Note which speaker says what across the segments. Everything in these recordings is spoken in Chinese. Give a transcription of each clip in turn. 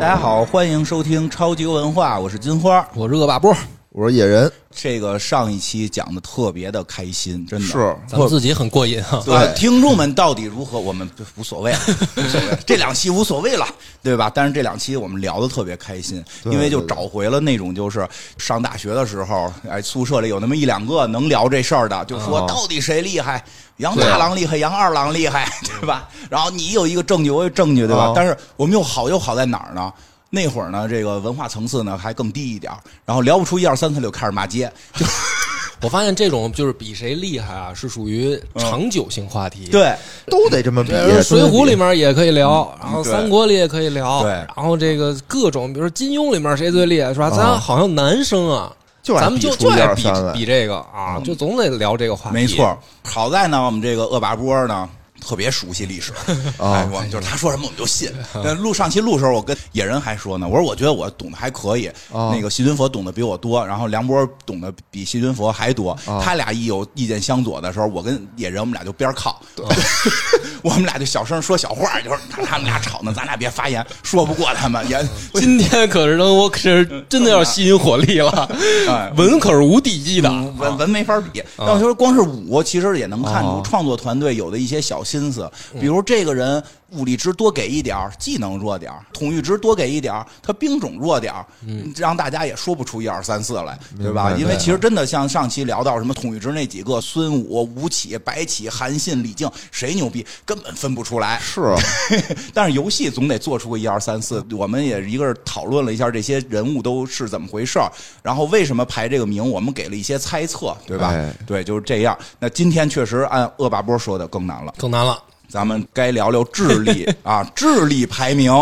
Speaker 1: 大家好，欢迎收听超级文化，我是金花。
Speaker 2: 我是恶霸波，
Speaker 3: 我说野人
Speaker 1: 这个上一期讲的特别的开心，真的
Speaker 3: 是
Speaker 2: 咱们自己很过瘾啊。
Speaker 1: 对，呃听众们到底如何，我们就无所谓， 无所谓，这两期无所谓了，对吧？但是这两期我们聊的特别开心，
Speaker 3: 对
Speaker 1: 因为就找回了那种就是上大学的时候，哎，宿舍里有那么一两个能聊这事儿的，就
Speaker 3: 哦
Speaker 1: 说到底谁厉害，杨
Speaker 3: 啊
Speaker 1: 大郎厉害，杨二郎厉 害，对吧？然后你有一个证据，我有证据，对吧
Speaker 3: 哦？
Speaker 1: 但是我们又好又好在哪儿呢？那会儿呢，这个文化层次呢还更低一点儿，然后聊不出一二三四六，开始骂街，就
Speaker 2: 我发现这种就是比谁厉害啊，是属于长久性话题。。
Speaker 1: 对。
Speaker 3: 都得这么比。
Speaker 2: 水浒里面也可以聊，然后
Speaker 1: 对
Speaker 2: 三国里也可以聊，
Speaker 1: 对
Speaker 2: 然后这个各种，比如说金庸里面谁最厉害，是吧？咱好像男生啊，
Speaker 3: 就爱
Speaker 2: 咱们就
Speaker 3: 比
Speaker 2: 就
Speaker 3: 出一
Speaker 2: 爱
Speaker 3: 二
Speaker 2: 比
Speaker 3: 三来
Speaker 2: 比这个啊，就总得聊这个话题。
Speaker 1: 没错，，好在呢，我们这个恶霸波呢。特别熟悉历史，哎，我们就是他说什么我们就信。那录上期录的时候，我跟野人还说呢，我说我觉得我懂得还可以，
Speaker 3: 哦
Speaker 1: 那个细菌佛懂得比我多，然后梁波懂得比细菌佛还多。
Speaker 3: 哦
Speaker 1: 他俩一有意见相左的时候，我跟野人我们俩就边靠， 我们俩就小声说小话，就是他们俩吵呢，咱俩别发言，说不过他们也
Speaker 2: 今天可是能，我可是真的要吸引火力了
Speaker 1: 哎，嗯
Speaker 2: 文可是无敌一的，
Speaker 1: 文文没法比。但我觉得光是武，其实也能看出
Speaker 3: 哦
Speaker 1: 创作团队有的一些小心思，比如这个人武力值多给一点儿，技能弱点儿，统御值多给一点儿，他兵种弱点儿，让大家也说不出一二三四来，对吧？因为其实真的像上期聊到什么统御值那几个，孙武、吴起、白起、韩信、李靖，谁牛逼根本分不出来。
Speaker 3: 是啊，
Speaker 1: 但是游戏总得做出个一二三四，我们也一个是讨论了一下这些人物都是怎么回事儿，然后为什么排这个名，我们给了一些猜测，对吧？
Speaker 3: 哎
Speaker 1: 对，就是这样。那今天确实按恶霸波说的更难了，
Speaker 2: 更难了。
Speaker 1: 咱们该聊聊智 力啊，智力排名。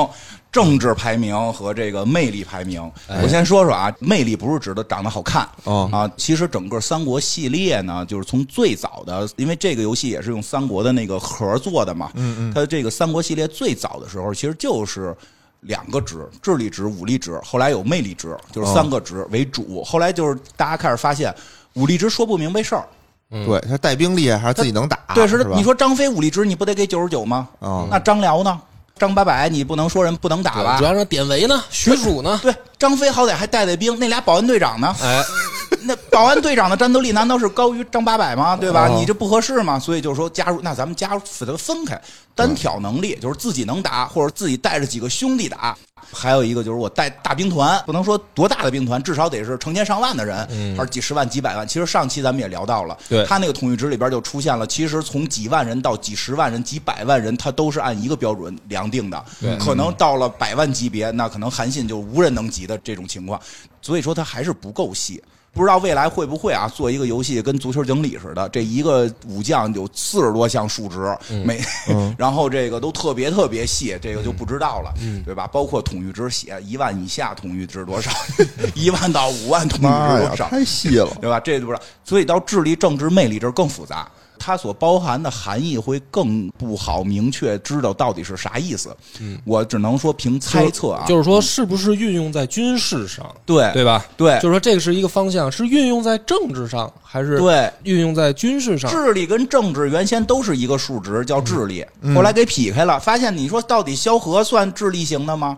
Speaker 1: 政治排名和这个魅力排名，我先说说啊，魅力不是指的长得好看
Speaker 3: 哦
Speaker 1: 啊，其实整个三国系列呢，就是从最早的，因为这个游戏也是用三国的那个盒做的嘛，嗯嗯，它这个三国系列最早的时候其实就是。两个值，智力值、武力值，后来有魅力值，就是三个值为主。后来就是大家开始发现，武力值说不明白事儿，
Speaker 3: 对他带兵厉害还是自己能打？
Speaker 1: 对，
Speaker 3: 啊是
Speaker 1: 是
Speaker 3: 吧
Speaker 1: 你说张飞武力值你不得给九十九吗？
Speaker 3: 哦
Speaker 1: 那张辽呢？张八百你不能说人不能打吧
Speaker 2: 主？要说典韦呢，许褚呢，
Speaker 1: 对，张飞好歹还带带兵，那俩保安队长呢？
Speaker 2: 哎，
Speaker 1: 那保安队长的战斗力难道是高于张八百吗？对吧？
Speaker 3: 哦
Speaker 1: 你这不合适嘛？所以就是说，加入那咱们加入把它分开，单挑能力就是自己能打，或者自己带着几个兄弟打。还有一个就是我带大兵团，不能说多大的兵团，至少得是成千上万的人，还是几十万、几百万。其实上期咱们也聊到了，
Speaker 2: 对
Speaker 1: 他那个统御值里边就出现了，其实从几万人到几十万人、几百万人，他都是按一个标准量定的。可能到了百万级别，那可能韩信就无人能及的这种情况。所以说他还是不够细。不知道未来会不会啊，做一个游戏跟足球经理似的，这一个武将有四十多项数值，每、 然后这个都特别特别细，这个就不知道了，对吧？包括统御值写一万以下统御值多少， 一万到五万统御
Speaker 3: 妈
Speaker 1: 值
Speaker 3: 呀，
Speaker 1: 多少，
Speaker 3: 太细了。
Speaker 1: 对吧？这就不知道，所以到智力、政治、魅力这儿更复杂，它所包含的含义会更不好明确知道到底是啥意思。嗯，我只能说凭猜测啊，
Speaker 2: 就是说是不是运用在军事上？
Speaker 1: 对
Speaker 2: 对吧？
Speaker 1: 对
Speaker 2: 就是说这个是一个方向，是运用在政治上，还是
Speaker 1: 对
Speaker 2: 运用在军事上？
Speaker 1: 智力跟政治原先都是一个数值，叫智力，后来给劈开了，发现你说到底萧何算智力型的吗？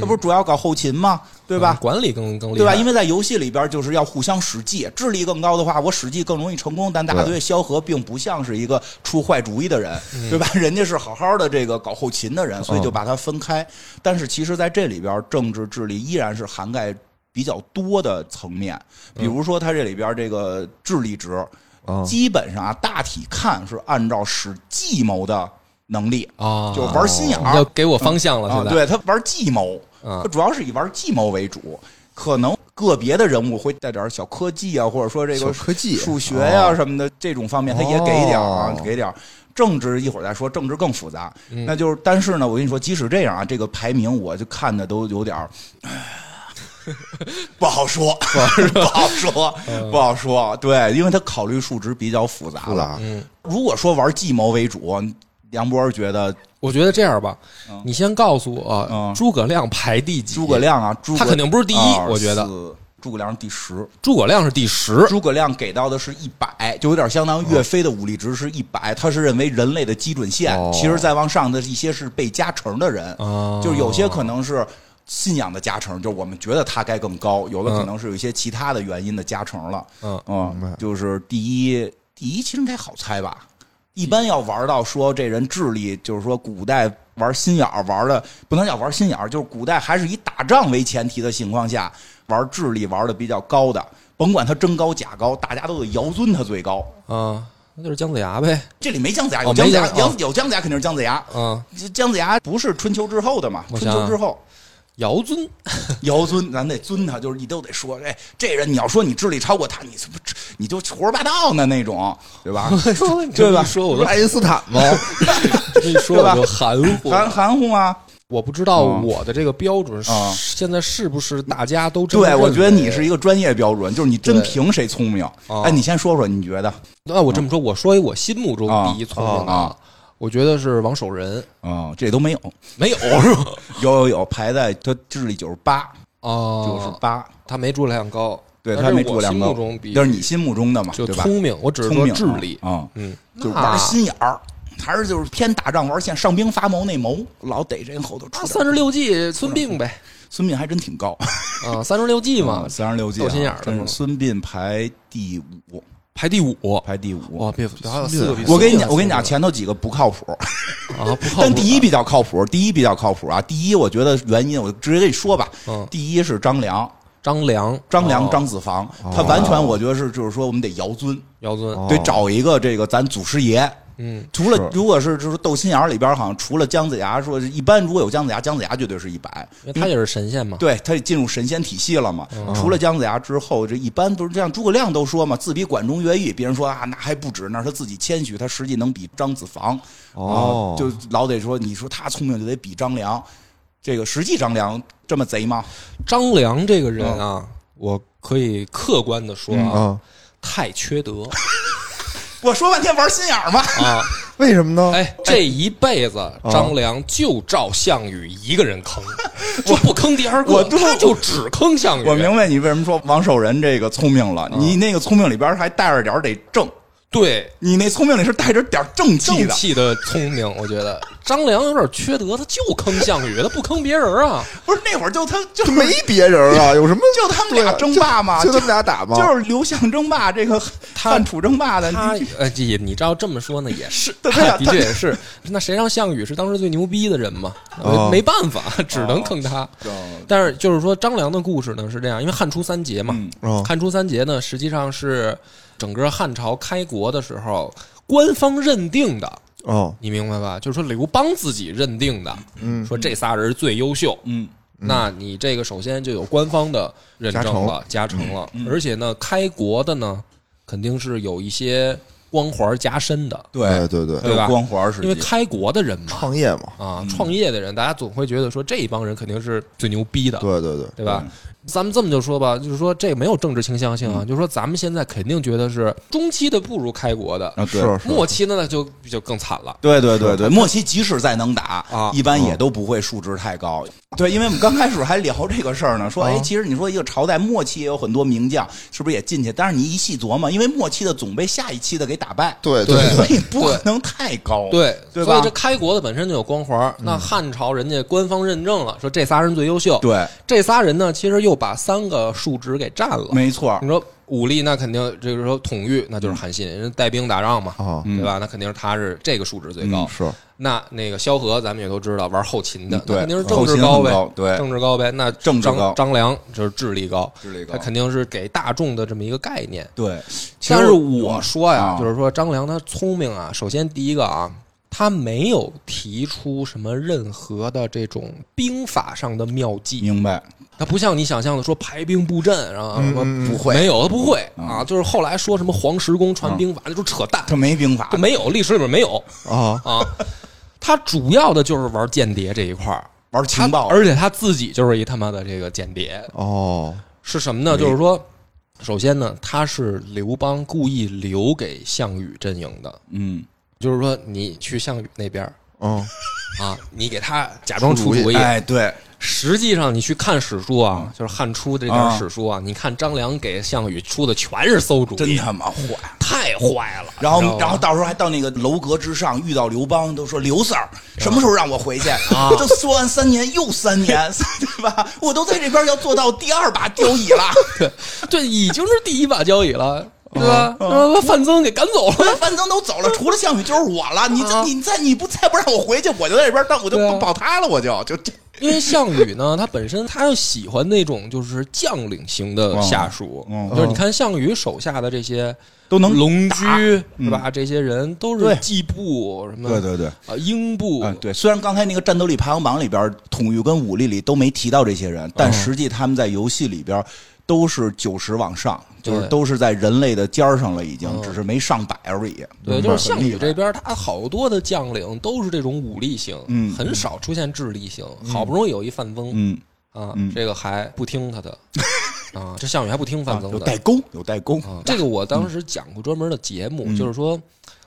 Speaker 1: 他不是主要搞后勤吗？对
Speaker 2: 对
Speaker 1: 吧？
Speaker 2: 管理更更厉害，
Speaker 1: 对吧？因
Speaker 2: 为
Speaker 1: 为在游戏里边就是要互相使计，智力更高的话，我使计更容易成功。但大家对萧何并不像是一个出坏主意的人，对吧？人家是好好的这个搞后勤的人，所以就把它分开。但是其实在这里边，政治智力依然是涵盖比较多的层面，比如说它这里边这个智力值，
Speaker 3: 嗯
Speaker 1: 基本上啊大体看是按照使计谋的能力，
Speaker 2: 啊，
Speaker 1: 就玩心眼儿
Speaker 2: 要。给我方向了，
Speaker 1: 啊
Speaker 2: 现，在
Speaker 1: 对他玩计谋，
Speaker 2: 嗯
Speaker 1: 他主要是以玩计谋为主，可能个别的人物会带点小科技啊，或者说这
Speaker 3: 小
Speaker 1: 个
Speaker 3: 科技
Speaker 1: 数学呀、
Speaker 3: 哦
Speaker 1: 什么的这种方面，他也给一点儿啊
Speaker 3: 哦，
Speaker 1: 给点儿。政治一会儿再说，政治更复杂。那就是，但是呢，我跟你说，即使这样啊，这个排名我就看的都有点儿。唉不好说， 不好说，不好说。对，因为他考虑数值比较复杂
Speaker 3: 不
Speaker 1: 了。
Speaker 3: 啦，
Speaker 1: 如果说玩计谋为主，梁博觉得
Speaker 2: 我觉得这样吧，你先告诉我、
Speaker 1: 嗯
Speaker 2: 诸葛亮排第几？
Speaker 1: 诸葛，亮啊，诸葛
Speaker 2: 他肯定不是第一
Speaker 1: 二
Speaker 2: 我觉得
Speaker 1: 四诸葛亮是第十。
Speaker 2: 诸葛亮是第十，
Speaker 1: 诸葛亮给到的是一百，就有点相当于岳飞的武力值是一百，他是认为人类的基准线。
Speaker 3: 哦
Speaker 1: 其实再往上的一些是被加成的人，
Speaker 2: 哦
Speaker 1: 就是有些可能是信仰的加成，就是我们觉得他该更高，有的可能是有一些其他的原因的加成了。
Speaker 2: 嗯
Speaker 1: 嗯，就是第一，第一其实应该好猜吧。一般要玩到说这人智力，就是说古代玩心眼儿玩的不能叫玩心眼儿，就是古代还是以打仗为前提的情况下，玩智力玩的比较高的，甭管他真高假高，大家都得尧尊他最高。
Speaker 2: 啊，那就是姜子牙呗，
Speaker 1: 这里没姜子牙，
Speaker 2: 哦
Speaker 1: 有姜子牙
Speaker 2: 没，姜
Speaker 1: 有
Speaker 2: 哦
Speaker 1: 有姜子牙肯定是姜子牙。
Speaker 2: 嗯，
Speaker 1: 这姜子牙不是春秋之后的嘛？
Speaker 2: 我
Speaker 1: 春
Speaker 2: 想
Speaker 1: 秋之后，
Speaker 2: 尧尊，
Speaker 1: 尧尊，咱得尊他，就是你都得说，哎，这人你要说你智力超过他，你怎么你就胡说八道呢那种， 对吧？
Speaker 2: 这么一说我
Speaker 3: 不
Speaker 2: 都
Speaker 3: 是爱因斯坦吗？
Speaker 2: 这么一说
Speaker 1: 对吧
Speaker 2: 我就含糊了
Speaker 1: 含含糊啊！
Speaker 2: 我不知道
Speaker 1: 嗯
Speaker 2: 我的这个标准是
Speaker 1: 嗯
Speaker 2: 现在是不是大家都这么
Speaker 1: 对，我
Speaker 2: 认
Speaker 1: 觉得
Speaker 2: 为
Speaker 1: 你是一个专业标准，就是你真凭谁聪明。
Speaker 2: 哦
Speaker 1: 哎，你先说说，你觉得？
Speaker 2: 那我这么说，我说一我心目中
Speaker 1: 嗯啊
Speaker 2: 第一聪明的，
Speaker 1: 啊啊
Speaker 2: 我觉得是王守仁，
Speaker 1: 嗯，这都 没有，
Speaker 2: 没有是吧？
Speaker 1: 有有有，排在他智力九十八，九十
Speaker 2: 哦，
Speaker 1: 八，
Speaker 2: 他没诸葛亮高，
Speaker 1: 对
Speaker 2: 但
Speaker 1: 他
Speaker 2: 是
Speaker 1: 没诸葛亮
Speaker 2: 我
Speaker 1: 高
Speaker 2: 心目中比，
Speaker 1: 那是你心目中的嘛，
Speaker 2: 就
Speaker 1: 对吧？
Speaker 2: 聪明，我只是
Speaker 1: 聪
Speaker 2: 说
Speaker 1: 明
Speaker 2: 智力，
Speaker 1: 啊，
Speaker 2: 嗯，
Speaker 1: 就是
Speaker 2: 那
Speaker 1: 玩心眼儿，还是就是偏打仗玩线，上兵伐谋那谋，老逮人后头
Speaker 2: 那
Speaker 1: 出
Speaker 2: 三
Speaker 1: 点。
Speaker 2: 十六计孙膑呗，
Speaker 1: 孙膑还真挺高，
Speaker 2: 啊，三十六计嘛，
Speaker 1: 三十六计啊，
Speaker 2: 斗心眼儿的
Speaker 1: 真
Speaker 2: 嘛
Speaker 1: 是孙膑排第五，
Speaker 2: 排第五，
Speaker 1: 排第五。
Speaker 2: 哇，别还有四个比
Speaker 1: 我跟你
Speaker 2: 孙
Speaker 1: 讲，
Speaker 2: 膑
Speaker 1: 我跟你
Speaker 2: 还
Speaker 1: 讲，
Speaker 2: 聪
Speaker 1: 前头几个不靠谱，
Speaker 2: 明啊，不靠谱
Speaker 1: 但第一比较靠谱，第一比较靠谱啊。第一，我觉得原因我直接跟你说吧
Speaker 2: 嗯，
Speaker 1: 第一是张良，
Speaker 2: 啊张良，
Speaker 1: 张良
Speaker 2: 哦哦
Speaker 1: 张子房，他完全我觉得是就是说我们得尧尊，
Speaker 2: 尧尊，
Speaker 1: 得找一个这个咱祖师爷。
Speaker 2: 嗯，
Speaker 1: 除了
Speaker 3: 是
Speaker 1: 如果是就是斗心眼儿里边儿，好像除了姜子牙，说一般如果有姜子牙，姜子牙绝对是一百，
Speaker 2: 因为他也是神仙嘛，
Speaker 1: 对他进入神仙体系了嘛。
Speaker 3: 嗯
Speaker 1: 除了姜子牙之后，这一般都是这样。诸葛亮都说嘛，自比管仲、乐毅，别人说啊，那还不止，那是他自己谦虚，他实际能比张子房。
Speaker 3: 哦
Speaker 1: 啊就老得说，你说他聪明就得比张良。这个实际张良这么贼吗？
Speaker 2: 张良这个人啊，
Speaker 1: 嗯
Speaker 2: 我可以客观的说啊，
Speaker 3: 啊，
Speaker 2: 太缺德
Speaker 1: 我说半天玩心眼儿 嘛。
Speaker 2: 啊！
Speaker 3: 为什么
Speaker 1: 哦
Speaker 3: 呢？
Speaker 2: 哎，这一辈子张良就照项羽一个人坑， 就不坑第二
Speaker 1: 我
Speaker 2: 个，
Speaker 1: 都
Speaker 2: 他就只坑项羽。
Speaker 1: 我明白你为什么说王守仁这个聪明了，
Speaker 3: 嗯
Speaker 1: 你那个聪明里边还带着点儿得正，
Speaker 2: 对
Speaker 1: 你那聪明里是带着点儿正气
Speaker 2: 正
Speaker 1: 的。
Speaker 2: 气的聪明，我觉得张良有点缺德，他就坑项羽，他不坑别人 啊。
Speaker 1: 不是那会儿就他就
Speaker 3: 就没别人啊，有什么？
Speaker 1: 就他们俩
Speaker 3: 对啊
Speaker 1: 争霸嘛，
Speaker 3: 就他们俩打嘛，
Speaker 1: 就是刘项争霸这个汉楚争霸的，
Speaker 2: 哦他
Speaker 1: 哎你
Speaker 2: 呃，这也你照这么说呢，也是，
Speaker 1: 对啊他俩
Speaker 2: 他的确也是。那谁让项羽是当时最牛逼的人嘛？
Speaker 3: 哦
Speaker 2: 没办法，只能
Speaker 1: 哦
Speaker 2: 坑他。但是就是说张良的故事呢是这样，因为汉初三杰嘛，
Speaker 1: 嗯
Speaker 3: 哦
Speaker 2: 汉初三杰呢实际上是整个汉朝开国的时候官方认定的，
Speaker 3: 哦，
Speaker 2: 你明白吧？就是说刘邦自己认定的，
Speaker 3: 嗯
Speaker 2: 说这仨人最优秀。
Speaker 1: 嗯，
Speaker 2: 那你这个首先就有官方的认证了，加成了，
Speaker 1: 嗯
Speaker 2: 而且呢，开国的呢，肯定是有一些光环加深的，
Speaker 3: 对，哎对对，
Speaker 1: 还呃有
Speaker 2: 对吧
Speaker 1: 光环时
Speaker 2: 因为
Speaker 1: 期，
Speaker 2: 开国的人嘛，
Speaker 3: 创业嘛，
Speaker 1: 嗯
Speaker 2: 啊，创业的人，大家总会觉得说这一帮人肯定是最牛逼的，
Speaker 3: 对对对，
Speaker 2: 对吧？咱们这么就说吧，就是说这没有政治倾向性啊，
Speaker 1: 嗯
Speaker 2: 就是说咱们现在肯定觉得是中期的不如开国的，
Speaker 1: 啊，对
Speaker 3: 是是，
Speaker 2: 末期的呢就就更惨了。
Speaker 1: 对对对对，末期即使再能打
Speaker 2: 啊
Speaker 1: 一般也都不会数值太高。对，因为我们刚开始还聊这个事儿呢，说
Speaker 3: 啊
Speaker 1: 哎，其实你说一个朝代末期也有很多名将，是不是也进去？但是你一细琢磨，因为末期的总被下一期的给打败，
Speaker 3: 对
Speaker 2: 对
Speaker 1: 所以不可能太高。
Speaker 2: 对，
Speaker 1: 哦对吧嗯
Speaker 2: 所以这开国的本身就有光环儿。那汉朝人家官方认证了，说这仨人最优秀。，
Speaker 1: 对，
Speaker 2: 这仨人呢，其实又把三个数值给占了。
Speaker 1: 没嗯错
Speaker 2: 你，说武力，那肯定就是说统御，那就是韩信，人家带兵打仗
Speaker 1: 哦
Speaker 2: 嘛，
Speaker 3: 啊，
Speaker 2: 对
Speaker 1: 嗯
Speaker 2: 吧？那肯定是他是这个数值最高。
Speaker 3: 是
Speaker 2: 那那个萧何，咱们也都知道玩后勤的，
Speaker 1: 嗯对
Speaker 2: 那肯定是政治高呗，
Speaker 1: 后勤很高对
Speaker 2: 政治高呗。那
Speaker 1: 政治高
Speaker 2: 张张良就是智力高，
Speaker 1: 智力高
Speaker 2: 他肯定是给大众的这么一个概念。
Speaker 1: 对。其实
Speaker 2: 但是我说呀，
Speaker 1: 啊
Speaker 2: 就是说张良他聪明啊，首先第一个啊，他没有提出什么任何的这种兵法上的妙计，
Speaker 1: 明白，
Speaker 2: 他不像你想象的说排兵布阵，然后说
Speaker 3: 嗯
Speaker 1: 不会嗯
Speaker 2: 没有他不会啊，就是后来说什么黄石公传兵法，那都扯淡，
Speaker 1: 他没兵法
Speaker 2: 就，没有历史里边没有
Speaker 3: 啊，
Speaker 2: 啊。他主要的就是玩间谍这一块儿，
Speaker 1: 玩情报，
Speaker 2: 而且他自己就是一他妈的这个间谍，
Speaker 3: 哦，
Speaker 2: 是什么呢？就是说，首先呢，他是刘邦故意留给项羽阵营的，
Speaker 1: 嗯，
Speaker 2: 就是说你去项羽那边儿，
Speaker 3: 嗯，
Speaker 2: 啊，你给他假装出主意，
Speaker 1: 哎，对，
Speaker 2: 实际上你去看史书啊，就是汉初这点史书啊，你看张良给项羽出的全是馊主
Speaker 1: 真
Speaker 2: 意，
Speaker 1: 他妈坏。
Speaker 2: 太坏了。
Speaker 1: 然
Speaker 2: 你知道
Speaker 1: 后，
Speaker 2: 吗
Speaker 1: 然后到时候还到那个楼阁之上遇到刘邦，都说刘 Sir 什么时候让我回去？
Speaker 2: 啊
Speaker 1: 这说完三年又三 年，对吧？我都在这边要做到第二把交椅 了，
Speaker 2: 对，已经是第一把交椅了，对吧？让范增给赶走了。
Speaker 1: 范增都走了，除了项羽就是我了。你
Speaker 2: 啊
Speaker 1: 这你再你不再不让我回去，我就在这边，但我就
Speaker 2: 对啊
Speaker 1: 不保他了，我就就这
Speaker 2: 因为项羽呢，他本身他又喜欢那种就是将领型的下属，
Speaker 1: 嗯
Speaker 2: 就是你看项羽手下的这些
Speaker 1: 都能
Speaker 2: 龙
Speaker 1: 打
Speaker 2: 驹
Speaker 1: 嗯
Speaker 2: 是吧？这些人都是
Speaker 1: 对
Speaker 2: 季布什么
Speaker 1: 对。
Speaker 2: 啊英布
Speaker 1: 嗯，对，虽然刚才那个战斗力排行榜里边，统御跟武力里都没提到这些人，
Speaker 2: 嗯
Speaker 1: 但实际他们在游戏里边都是九十往上，就是
Speaker 2: 对
Speaker 1: 都是在人类的尖儿上了，已经
Speaker 2: 嗯，
Speaker 1: 只是没上百而已。
Speaker 2: 对，
Speaker 1: 嗯
Speaker 2: 就是项羽这边，他好多的将领都是这种武力型，
Speaker 1: 嗯
Speaker 2: 很少出现智力型。好不容易有一范增
Speaker 1: 嗯，
Speaker 2: 啊
Speaker 1: 嗯，
Speaker 2: 这个还不听他 的啊，这项羽还不听范增
Speaker 1: 有
Speaker 2: 的
Speaker 1: 代沟，有代沟
Speaker 2: 啊。这个我当时讲过专门的节目，
Speaker 1: 嗯
Speaker 2: 就是说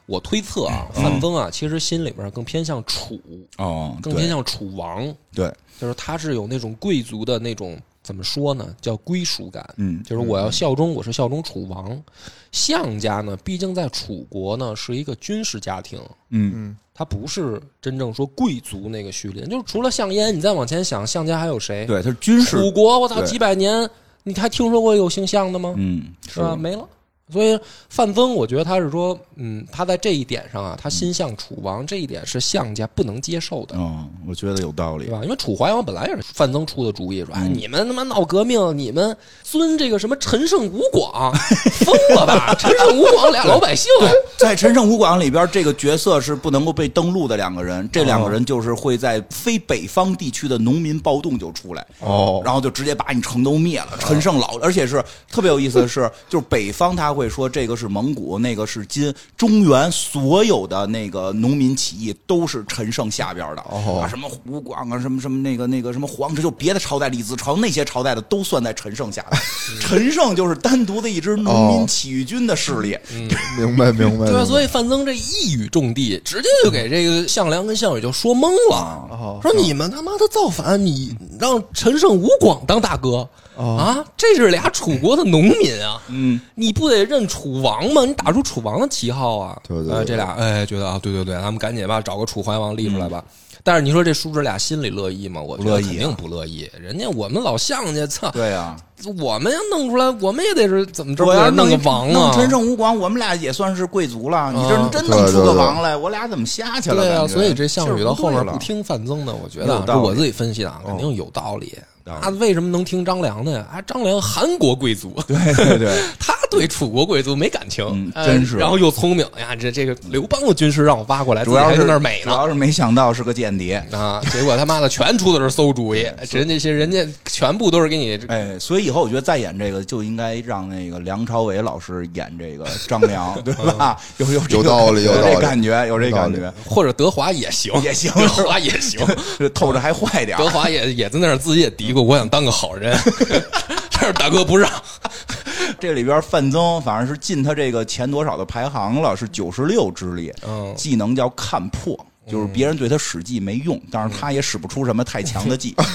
Speaker 2: 我推测啊，范增啊，其实心里面更偏向楚，
Speaker 1: 哦，
Speaker 2: 更偏向楚王，
Speaker 1: 对，
Speaker 2: 就是他是有那种贵族的那种怎么说呢，叫归属感。
Speaker 1: 嗯
Speaker 2: 就是我要效忠，我是效忠楚王。项家呢，毕竟在楚国呢是一个军事家庭，
Speaker 1: 嗯
Speaker 3: 嗯，
Speaker 2: 它不是真正说贵族那个序列。就是除了项燕，你再往前想，项家还有谁？，
Speaker 1: 对，他是军事，
Speaker 2: 楚国，我操，
Speaker 1: 对
Speaker 2: 几百年，你还听说过有姓项的吗？
Speaker 1: 嗯，
Speaker 2: 是吧？啊没了。所以范增，我觉得他是说，嗯，他在这一点上啊，他心向楚王，这一点是项家不能接受的。
Speaker 1: 哦，我觉得有道
Speaker 2: 对
Speaker 1: 理。
Speaker 2: 吧？因为楚怀王本来也是范增出的主意，说：“哎，你们他妈闹革命，你们尊这个什么陈胜吴广，疯了 吧？陈胜吴广俩老百姓，啊
Speaker 1: 在《陈胜吴广》里边，这个角色是不能够被登录的两个人，这
Speaker 2: 哦
Speaker 1: 两个人就是会在非北方地区的农民暴动就出来，
Speaker 3: 哦
Speaker 1: 然后就直接把你城都灭
Speaker 2: 哦
Speaker 1: 了。陈胜老，而且是特别有意思的 是，就是北方他会说这个是蒙古，那个是金，中原所有的那个农民起义都是陈胜下边的，
Speaker 3: 哦
Speaker 1: 啊什么吴广啊，什么什么那个那个什么皇室，就别的朝代李自成那些朝代的都算在陈胜下 边。陈胜就是单独的一支农民
Speaker 3: 哦
Speaker 1: 起义军的势力，
Speaker 2: 嗯
Speaker 3: 明白明白。
Speaker 2: 对吧？啊所
Speaker 3: 以
Speaker 2: 以范增这一语中的，直接就给这个项梁跟项羽就说懵了
Speaker 3: 哦，
Speaker 2: 说你们他妈的造反，你让陈胜吴广当大哥啊？这是俩楚国的农民啊，
Speaker 1: 哦嗯。
Speaker 2: 你不得认楚王吗？你打出楚王的旗号啊！
Speaker 3: 对对对
Speaker 2: 呃这俩哎，觉得啊，对对对，咱们赶紧吧，找个楚怀王立出来吧。但是你说这叔侄俩心里乐意吗？我
Speaker 1: 嗯
Speaker 2: 觉
Speaker 1: 不乐
Speaker 2: 得
Speaker 1: 意啊
Speaker 2: 肯定不乐意。人家我们老项家，操，
Speaker 1: 对呀、
Speaker 2: 我们要弄出来，我们也得是怎么着？
Speaker 1: 我要
Speaker 2: 不得弄
Speaker 1: 弄
Speaker 2: 个
Speaker 1: 一
Speaker 2: 王
Speaker 1: 弄
Speaker 2: 啊！
Speaker 1: 陈胜吴广，我们俩也算是贵族了。你
Speaker 2: 啊
Speaker 1: 这真弄
Speaker 3: 对
Speaker 1: 出
Speaker 3: 对
Speaker 1: 个
Speaker 3: 对
Speaker 1: 王来，我俩怎么下去了？
Speaker 2: 对啊，
Speaker 1: 感觉
Speaker 2: 所以这项羽到后面
Speaker 1: 劲儿
Speaker 2: 不
Speaker 1: 不对了
Speaker 2: 听范增的，我觉得啊
Speaker 1: 有道
Speaker 2: 这
Speaker 1: 理哦
Speaker 2: 我自己分析的啊，肯定有道理。
Speaker 1: 道理
Speaker 2: 他为什么能听张良的呀？啊，张良韩国贵族，
Speaker 1: 对对对，
Speaker 2: 他对楚国贵族没感情，
Speaker 1: 嗯
Speaker 2: 哎
Speaker 1: 真是
Speaker 2: 然后又聪明哎呀，这这个刘邦的军师让我挖过来，
Speaker 1: 主要
Speaker 2: 自
Speaker 1: 是
Speaker 2: 己还在那儿美
Speaker 1: 主
Speaker 2: 呢。
Speaker 1: 要是没想到是个间谍。
Speaker 2: 啊！结果他妈的全出的是馊主意， 人这些人家全部都是给你
Speaker 1: 哎，所以以后我觉得再演这个就应该让那个梁朝伟老师演这个张 良，对
Speaker 2: 啊
Speaker 1: 吧？有有这个
Speaker 3: 有道理有道理
Speaker 1: 这感觉，有这感
Speaker 3: 有
Speaker 1: 觉，
Speaker 2: 或者德华也行，
Speaker 1: 也行
Speaker 2: 德华也行，
Speaker 1: 这透着还坏点儿
Speaker 2: 德华也也在那儿自己也嘀咕，我想当个好人， 但是大哥不让。
Speaker 1: 这里边范增反正是进他这个前多少的排行了，是九十六之力，
Speaker 2: 嗯
Speaker 1: 技能叫看破。就是别人对他使计没用，但是他也使不出什么太强的计，
Speaker 2: 嗯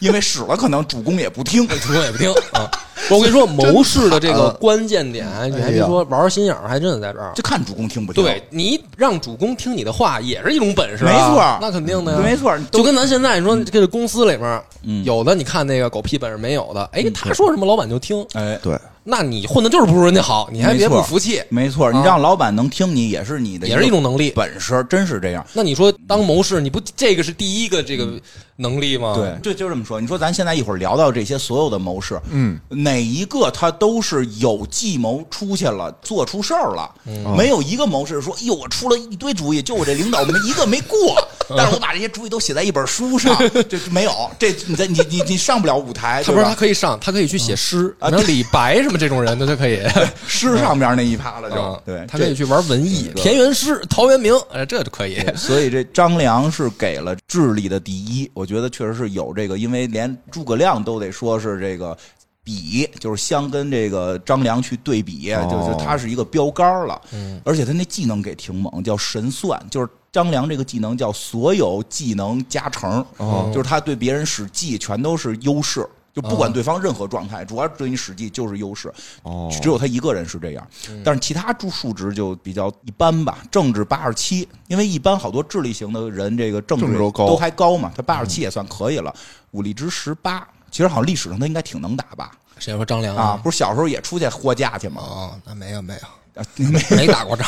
Speaker 1: 因为使了可能主公也不听。
Speaker 2: 主公也不听啊！我跟你说，谋士的这
Speaker 1: 呃
Speaker 2: 个关键点，
Speaker 1: 哎
Speaker 2: 你还别说，玩心眼儿还真的在这儿。
Speaker 1: 就看主公听不听。
Speaker 2: 对你让主公听你的话，也是一种本事、啊，
Speaker 1: 没错嗯
Speaker 2: 那肯定的呀，
Speaker 1: 没错你都
Speaker 2: 就跟咱现在你说
Speaker 1: 嗯
Speaker 2: 这个公司里面，有的你看那个狗屁本事没有的，哎，
Speaker 1: 嗯
Speaker 2: 他说什么老板就听，
Speaker 1: 哎，
Speaker 3: 对
Speaker 2: 那你混的就是不如人家好，你还
Speaker 1: 没
Speaker 2: 别不
Speaker 1: 错
Speaker 2: 服气，啊
Speaker 1: 没错，你让老板能听你也是你的
Speaker 2: 也是一种能力。
Speaker 1: 本事，真是这样。
Speaker 2: 那你说当谋士，你不这个是第一个这个能力吗？
Speaker 1: 嗯对，就就这么说。你说咱现在一会儿聊到这些所有的谋士，嗯，哪一个他都是有计谋出去了，做出事儿了，
Speaker 2: 嗯
Speaker 1: 没有一个谋士说，哎呦，我出了一堆主意，就我这领导没一个没 过，但是我把这些主意都写在一本书上，这没有，这你在你你你上不了舞台，
Speaker 2: 他
Speaker 1: 对
Speaker 2: 不是他
Speaker 1: 吧？嗯啊
Speaker 2: 可以上，他可以去写诗，然后李白什么这种人的他 可以。
Speaker 1: 诗上边那一趴了
Speaker 2: 啊
Speaker 1: 就，对，
Speaker 2: 他
Speaker 1: 这嗯
Speaker 2: 可以去玩文艺，田园诗、陶渊明，哎，这就可以。
Speaker 1: 所以这张良是给了智力的第一，我觉得确实是有这个，因为连诸葛亮都得说是这个。比，就是相跟这个张良去对比，
Speaker 3: 哦
Speaker 1: 就是他是一个标杆了。
Speaker 2: 嗯，
Speaker 1: 而且他那技能给挺猛，叫神算，就是张良这个技能叫所有技能加成，
Speaker 3: 哦
Speaker 1: 就是他对别人使技全都是优势，就不管
Speaker 2: 哦
Speaker 1: 对方任何状态，主要对你使技就是优势，
Speaker 3: 哦，嗯
Speaker 1: 只有他一个人是这样，但是其他诸数值就比较一般吧。政治八十七，因为一般好多智力型的人这个政治
Speaker 3: 政治都高嗯
Speaker 1: 都还高嘛，他八十七也算可以了。武力值十八，其实好像历史上他应该挺能打吧？
Speaker 2: 谁说张良
Speaker 1: 啊，？
Speaker 3: 哦
Speaker 1: 不是小时候也出去豁架去吗？
Speaker 2: 哦，那没有没有，
Speaker 1: 啊没
Speaker 2: 没 打过仗，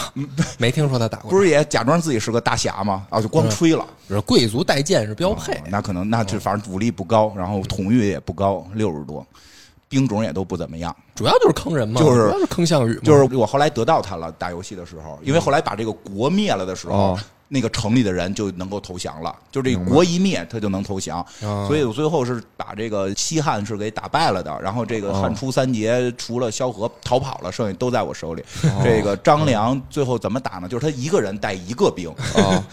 Speaker 2: 没听说他打过仗。
Speaker 1: 嗯不是也假装自己是个大侠吗？啊，就光吹了。
Speaker 2: 是贵族带剑是标配
Speaker 1: 哦，那可能那就反正武力不高，然后统御也不高，六十多，兵种也都不怎么样。
Speaker 2: 主要就是坑人嘛，
Speaker 1: 就是
Speaker 2: 主要是坑项羽嘛，
Speaker 1: 就是我后来得到他了，打游戏的时候，因为后来把这个国灭了的时候
Speaker 3: 哦，
Speaker 1: 那个城里的人就能够投降了，就这个国一灭，他就能投降。
Speaker 2: 啊
Speaker 1: 所以我最后是把这个西汉是给打败了的，然后这个汉初三杰除了萧何逃跑了，剩下都在我手里。这个张良最后怎么打呢？就是他一个人带一个兵，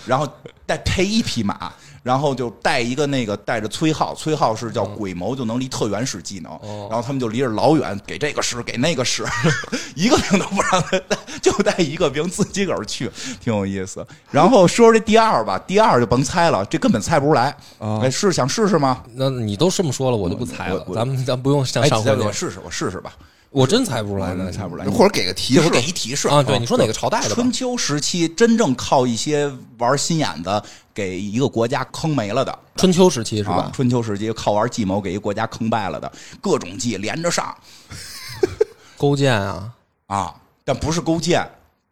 Speaker 1: 然后带配一匹马。然后就带一个那个带着崔浩，崔浩是
Speaker 2: 嗯
Speaker 1: 叫鬼谋，就能离特原使技能，
Speaker 2: 哦
Speaker 1: 然后他们就离着老远给这个使给那个使， 一个兵都不让 他带，就带一个兵自己个儿去，挺有意思。然后说说这第二吧，第二就甭猜了，这根本猜不出来。
Speaker 2: 哦
Speaker 3: 啊
Speaker 1: 哎，是想试试吗？
Speaker 2: 那你都这么说了，我就不猜了
Speaker 1: 我。我
Speaker 2: 咱们咱不用像
Speaker 1: 哎，
Speaker 2: 上回那
Speaker 1: 我
Speaker 2: 样，
Speaker 1: 试试，我试试吧，
Speaker 2: 我真猜不出来
Speaker 1: 我
Speaker 2: 呢
Speaker 1: 真。猜不出来。
Speaker 3: 或者给个提
Speaker 1: 一会
Speaker 3: 示
Speaker 1: 儿，给一提示哦
Speaker 2: 啊，对，你说哪个朝代的吧
Speaker 1: 春？秋时期真正靠一些玩心眼子给一个国家坑没了的，
Speaker 2: 春秋时期是
Speaker 1: 啊
Speaker 2: 吧？
Speaker 1: 春秋时期靠玩计谋给一个国家坑败了的，各种计连着上
Speaker 2: 勾践啊，
Speaker 1: 啊，但不是勾践，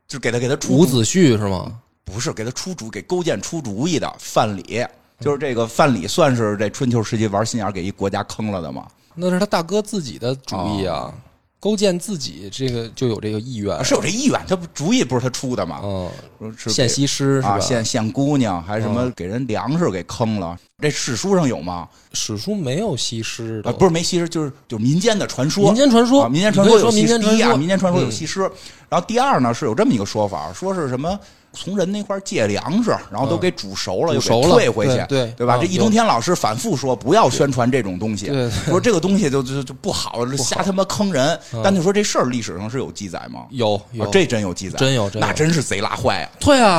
Speaker 1: 就是给他给他出
Speaker 2: 伍子胥是吗？
Speaker 1: 不是给他出主给勾践出主意的范蠡，就是这个范蠡算是这春秋时期玩心眼儿给一国家坑了的吗？
Speaker 2: 那是他大哥自己的主意啊。勾践自己这个就有这个意愿
Speaker 1: 啊，是有这意愿，他不主意不是他出的吗？
Speaker 2: 嗯，
Speaker 1: 是
Speaker 2: 献西施是吧哦
Speaker 1: 啊，？献献姑娘，还什么给人粮食给坑了？这史书上有吗？
Speaker 2: 史书没有西施
Speaker 1: 啊，
Speaker 2: 的，
Speaker 1: 不是没西施，就是就是民间的传说，
Speaker 2: 民间传说
Speaker 1: 啊民间
Speaker 2: 你
Speaker 1: 传
Speaker 2: 可以
Speaker 1: 说有
Speaker 2: 说
Speaker 1: 西
Speaker 2: 民间
Speaker 1: 施。第一
Speaker 2: 传
Speaker 1: 啊，
Speaker 2: 说
Speaker 1: 民间传说有
Speaker 2: 嗯
Speaker 1: 西施。然后第二呢，是有这么一个说法，说是什么从人那块儿借粮食，然后都给煮熟了，
Speaker 2: 嗯煮
Speaker 1: 又
Speaker 2: 熟
Speaker 1: 给
Speaker 2: 了
Speaker 1: 退回去，
Speaker 2: 对对
Speaker 1: 吧？
Speaker 2: 嗯
Speaker 1: 这易中天老师反复说不要宣传这种东西
Speaker 2: 对对，
Speaker 1: 说这个东西就就就不好，瞎他妈坑人。但就说这事儿历史上是有记载吗？
Speaker 2: 有嗯有
Speaker 1: 啊这真有记载，
Speaker 2: 真有真有
Speaker 1: 那真是贼拉坏呀！
Speaker 2: 对啊，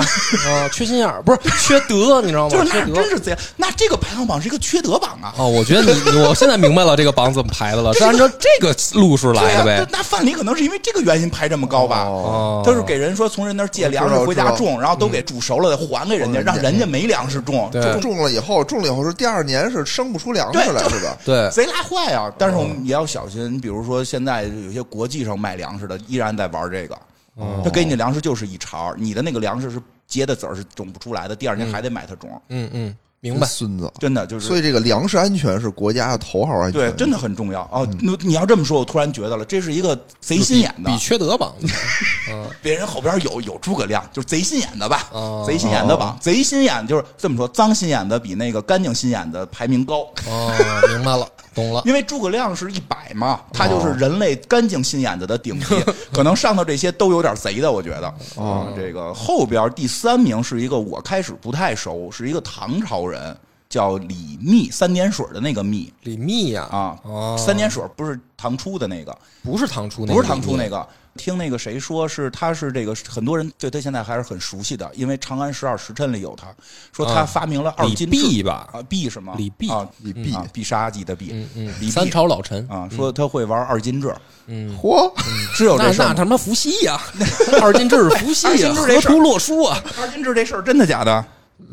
Speaker 2: 啊，缺心眼儿不是缺德，你知道吗？
Speaker 1: 就是
Speaker 2: 缺
Speaker 1: 那
Speaker 2: 德
Speaker 1: 真是贼，那这个排行榜是一个缺德榜啊！
Speaker 2: 哦，我觉得你，我现在明白了这个榜怎么排的了，是按照这个路数来的
Speaker 1: 对呀
Speaker 2: 呗。
Speaker 1: 那那范蠡可能是因为这个原因排这么高吧？
Speaker 2: 哦，
Speaker 1: 他是给人说从人那儿借粮食回家
Speaker 3: 我知道
Speaker 1: 种，然后都给煮熟了还给人家，
Speaker 3: 嗯
Speaker 1: 让人家没粮食种，
Speaker 2: 对
Speaker 1: 种
Speaker 3: 中了以后，中了以后是第二年是生不出粮食来，
Speaker 1: 对
Speaker 3: 是吧？
Speaker 2: 对，
Speaker 1: 贼拉坏啊！但是我们也要小心，你比如说现在有些国际上卖粮食的依然在玩这个，他给你的粮食就是一茬儿，你的那个粮食是结的籽儿是种不出来的，第二天还得买它种，
Speaker 2: 嗯嗯，明白。
Speaker 3: 孙子。
Speaker 1: 真的就是
Speaker 3: 所。以这个粮食安全是国家的头号安全。
Speaker 1: 对，真的很重要哦。那你要这么说，我突然觉得了，这是一个贼心眼的
Speaker 2: 比，缺德榜，
Speaker 1: 别人后边有有诸葛亮，就是贼心眼的吧？
Speaker 2: 哦
Speaker 1: 贼心眼的吧？贼心眼就是这么说，脏心眼的比那个干净心眼的排名高。
Speaker 2: 哦，明白了，懂了。
Speaker 1: 因为诸葛亮是一百嘛，他就是人类干净心眼子的顶级，
Speaker 2: 哦
Speaker 1: 可能上头这些都有点贼的，我觉得。
Speaker 3: 哦
Speaker 1: 嗯这个后边第三名是一个我开始不太熟，是一个唐朝人，叫李密，三点水的那个密
Speaker 2: 李密呀，
Speaker 1: 啊，
Speaker 2: 哦
Speaker 1: 三点水不是唐初的那个，
Speaker 2: 不是唐初那个，
Speaker 1: 不是唐初那
Speaker 2: 个，
Speaker 1: 个。听那个谁说是他是这个很多人对他现在还是很熟悉的，因为《长安十二时辰》里有他，说他
Speaker 2: 啊
Speaker 1: 发明了二
Speaker 2: 李
Speaker 1: 进制
Speaker 2: 泌吧？
Speaker 1: 啊毕是吗？
Speaker 2: 李泌
Speaker 1: 啊
Speaker 3: 李泌
Speaker 1: 啊必杀技的必，
Speaker 2: 嗯嗯，
Speaker 1: 李
Speaker 2: 三
Speaker 1: 泌
Speaker 2: 朝老臣，
Speaker 1: 啊，说他会玩二进制，
Speaker 3: 嚯，
Speaker 1: 是有
Speaker 2: 那
Speaker 1: 这事
Speaker 2: 那
Speaker 1: 儿吗。
Speaker 2: 他妈伏羲 呀，二进制伏羲
Speaker 1: 二
Speaker 2: 呀，
Speaker 1: 进制这
Speaker 2: 河
Speaker 1: 事儿
Speaker 2: 图洛书啊，
Speaker 1: 二进制这事儿真的假 的？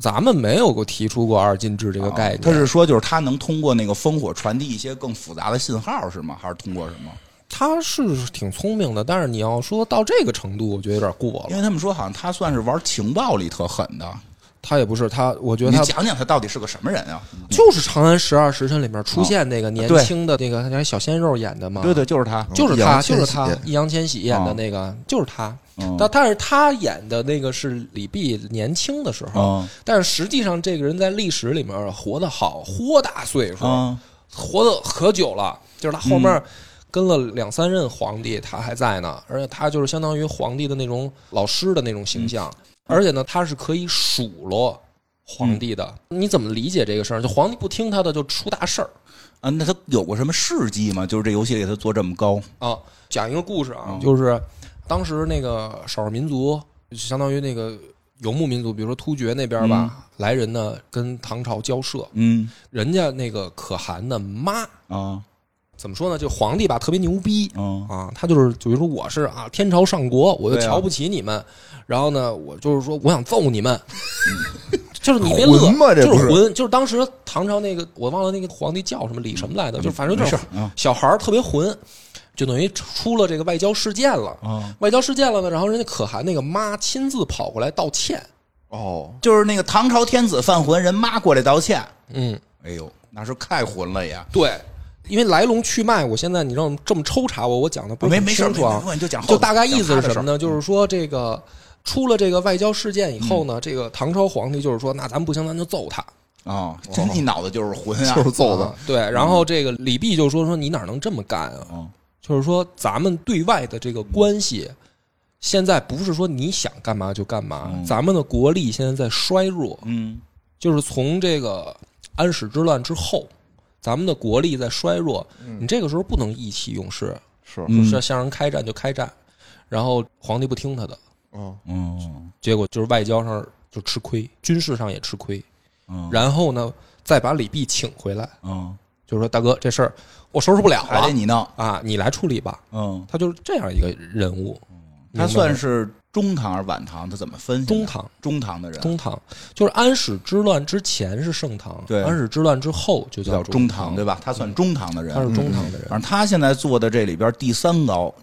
Speaker 2: 咱们没有过提出过二进制这个概念。
Speaker 1: 啊他是说就是他能通过那个烽火传递一些更复杂的信号是吗？还是通过什么？
Speaker 2: 他是挺聪明的，但是你要说到这个程度，我觉得有点过
Speaker 1: 因
Speaker 2: 了。
Speaker 1: 为他们说好像他算是玩情报里特狠的，
Speaker 2: 他也不是他，我觉得
Speaker 1: 你
Speaker 2: 他
Speaker 1: 讲讲他到底是个什么人啊？
Speaker 2: 就是《长安十二时辰》里面出现那个年
Speaker 1: 对
Speaker 2: 轻的那个那小鲜肉演的嘛，
Speaker 1: 对，对，就是他。
Speaker 2: 就是
Speaker 3: 易
Speaker 2: 他，
Speaker 3: 烊
Speaker 2: 就
Speaker 3: 千
Speaker 2: 是
Speaker 3: 玺
Speaker 2: 他，易烊千玺演
Speaker 1: 啊
Speaker 2: 的那个，就是他
Speaker 1: 嗯。
Speaker 2: 但但是他演的那个是李泌年轻的时候
Speaker 1: 嗯，
Speaker 2: 但是实际上这个人在历史里面活得好，豁大岁数，
Speaker 1: 嗯，
Speaker 2: 活得可久了，就是他后面跟了两三任皇帝，他还在呢，而且他就是相当于皇帝的那种老师的那种形象，而且呢，他是可以数落皇帝的。你怎么理解这个事儿？就皇帝不听他的，就出大事儿。
Speaker 1: 啊，那他有过什么事迹吗？就是这游戏给他做这么高，
Speaker 2: 啊，讲一个故事啊，就是当时那个少数民族，就相当于那个游牧民族，比如说突厥那边吧，来人呢跟唐朝交涉，
Speaker 1: 嗯
Speaker 2: 人家那个可汗的妈
Speaker 1: 啊
Speaker 2: 怎么说呢？就皇帝吧，特别牛逼。
Speaker 1: 嗯
Speaker 2: 啊，他就是就比如说我是啊天朝上国，我就
Speaker 1: 对啊
Speaker 2: 瞧不起你们，然后呢，我就是说我想揍你们， 就是你别乐
Speaker 3: 混嘛，这
Speaker 2: 就
Speaker 3: 不是
Speaker 2: 混，就是当时唐朝那个我忘了那个皇帝叫什么李什么来的，就是反正就
Speaker 1: 没事
Speaker 2: 是
Speaker 1: 儿啊
Speaker 2: 小孩儿特别混，就等于出了这个外交事件了。
Speaker 1: 啊，
Speaker 2: 外交事件了呢，然后人家可汗那个妈亲自跑过来道歉，
Speaker 3: 哦，
Speaker 1: 就是那个唐朝天子犯浑，人妈过来道歉，
Speaker 2: 嗯，
Speaker 1: 哎呦，那是太混了也，
Speaker 2: 对，因为来龙去脉，我现在你让我这么抽查我，我讲的不是
Speaker 1: 没
Speaker 2: 很
Speaker 1: 没事儿
Speaker 2: 清
Speaker 1: 没
Speaker 2: 楚
Speaker 1: 事
Speaker 2: 啊
Speaker 1: 儿，，你就讲后
Speaker 2: 就
Speaker 1: 头，
Speaker 2: 大概意思是
Speaker 1: 讲他的
Speaker 2: 什么
Speaker 1: 事儿？
Speaker 2: 呢？就是说这个出了这个外交事件以后
Speaker 1: 嗯
Speaker 2: 呢，这个唐朝皇帝就是说，那咱不行，咱就揍他。
Speaker 1: 啊，真一脑子 就是浑啊，
Speaker 3: 就是揍的
Speaker 2: 啊，对，然后这个李泌就说说你哪能这么干啊？
Speaker 1: 嗯
Speaker 2: 就是说咱们对外的这个关系，现在不是说你想干嘛就干嘛，
Speaker 1: 嗯
Speaker 2: 咱们的国力现在在衰弱，
Speaker 1: 嗯
Speaker 2: 就是从这个安史之乱之后，咱们的国力在衰弱，你这个时候不能意气用事，
Speaker 3: 是，
Speaker 1: 嗯
Speaker 2: 是向人开战就开战，然后皇帝不听他的，
Speaker 3: 嗯，
Speaker 1: 嗯
Speaker 2: 结果就是外交上就吃亏，军事上也吃亏，
Speaker 1: 嗯
Speaker 2: 然后呢再把李泌请回来，
Speaker 1: 嗯，
Speaker 2: 就是说大哥这事儿我收拾不了
Speaker 1: 还得
Speaker 2: 了
Speaker 1: 你弄，
Speaker 2: 啊，你来处理吧。
Speaker 1: 嗯，
Speaker 2: 他就是这样一个人物，
Speaker 1: 他
Speaker 2: 明白
Speaker 1: 算是中唐还是晚唐？他怎么分？
Speaker 2: 中唐，
Speaker 1: 中唐的人，
Speaker 2: 中唐就是安史之乱之前是盛唐，
Speaker 1: 对
Speaker 2: 安史之乱之后就
Speaker 1: 就叫
Speaker 2: 叫
Speaker 1: 中
Speaker 2: 唐，
Speaker 1: 唐对吧？他算中唐的人
Speaker 2: 他，是中唐的人，
Speaker 1: 反正他现在做的这里边第三高，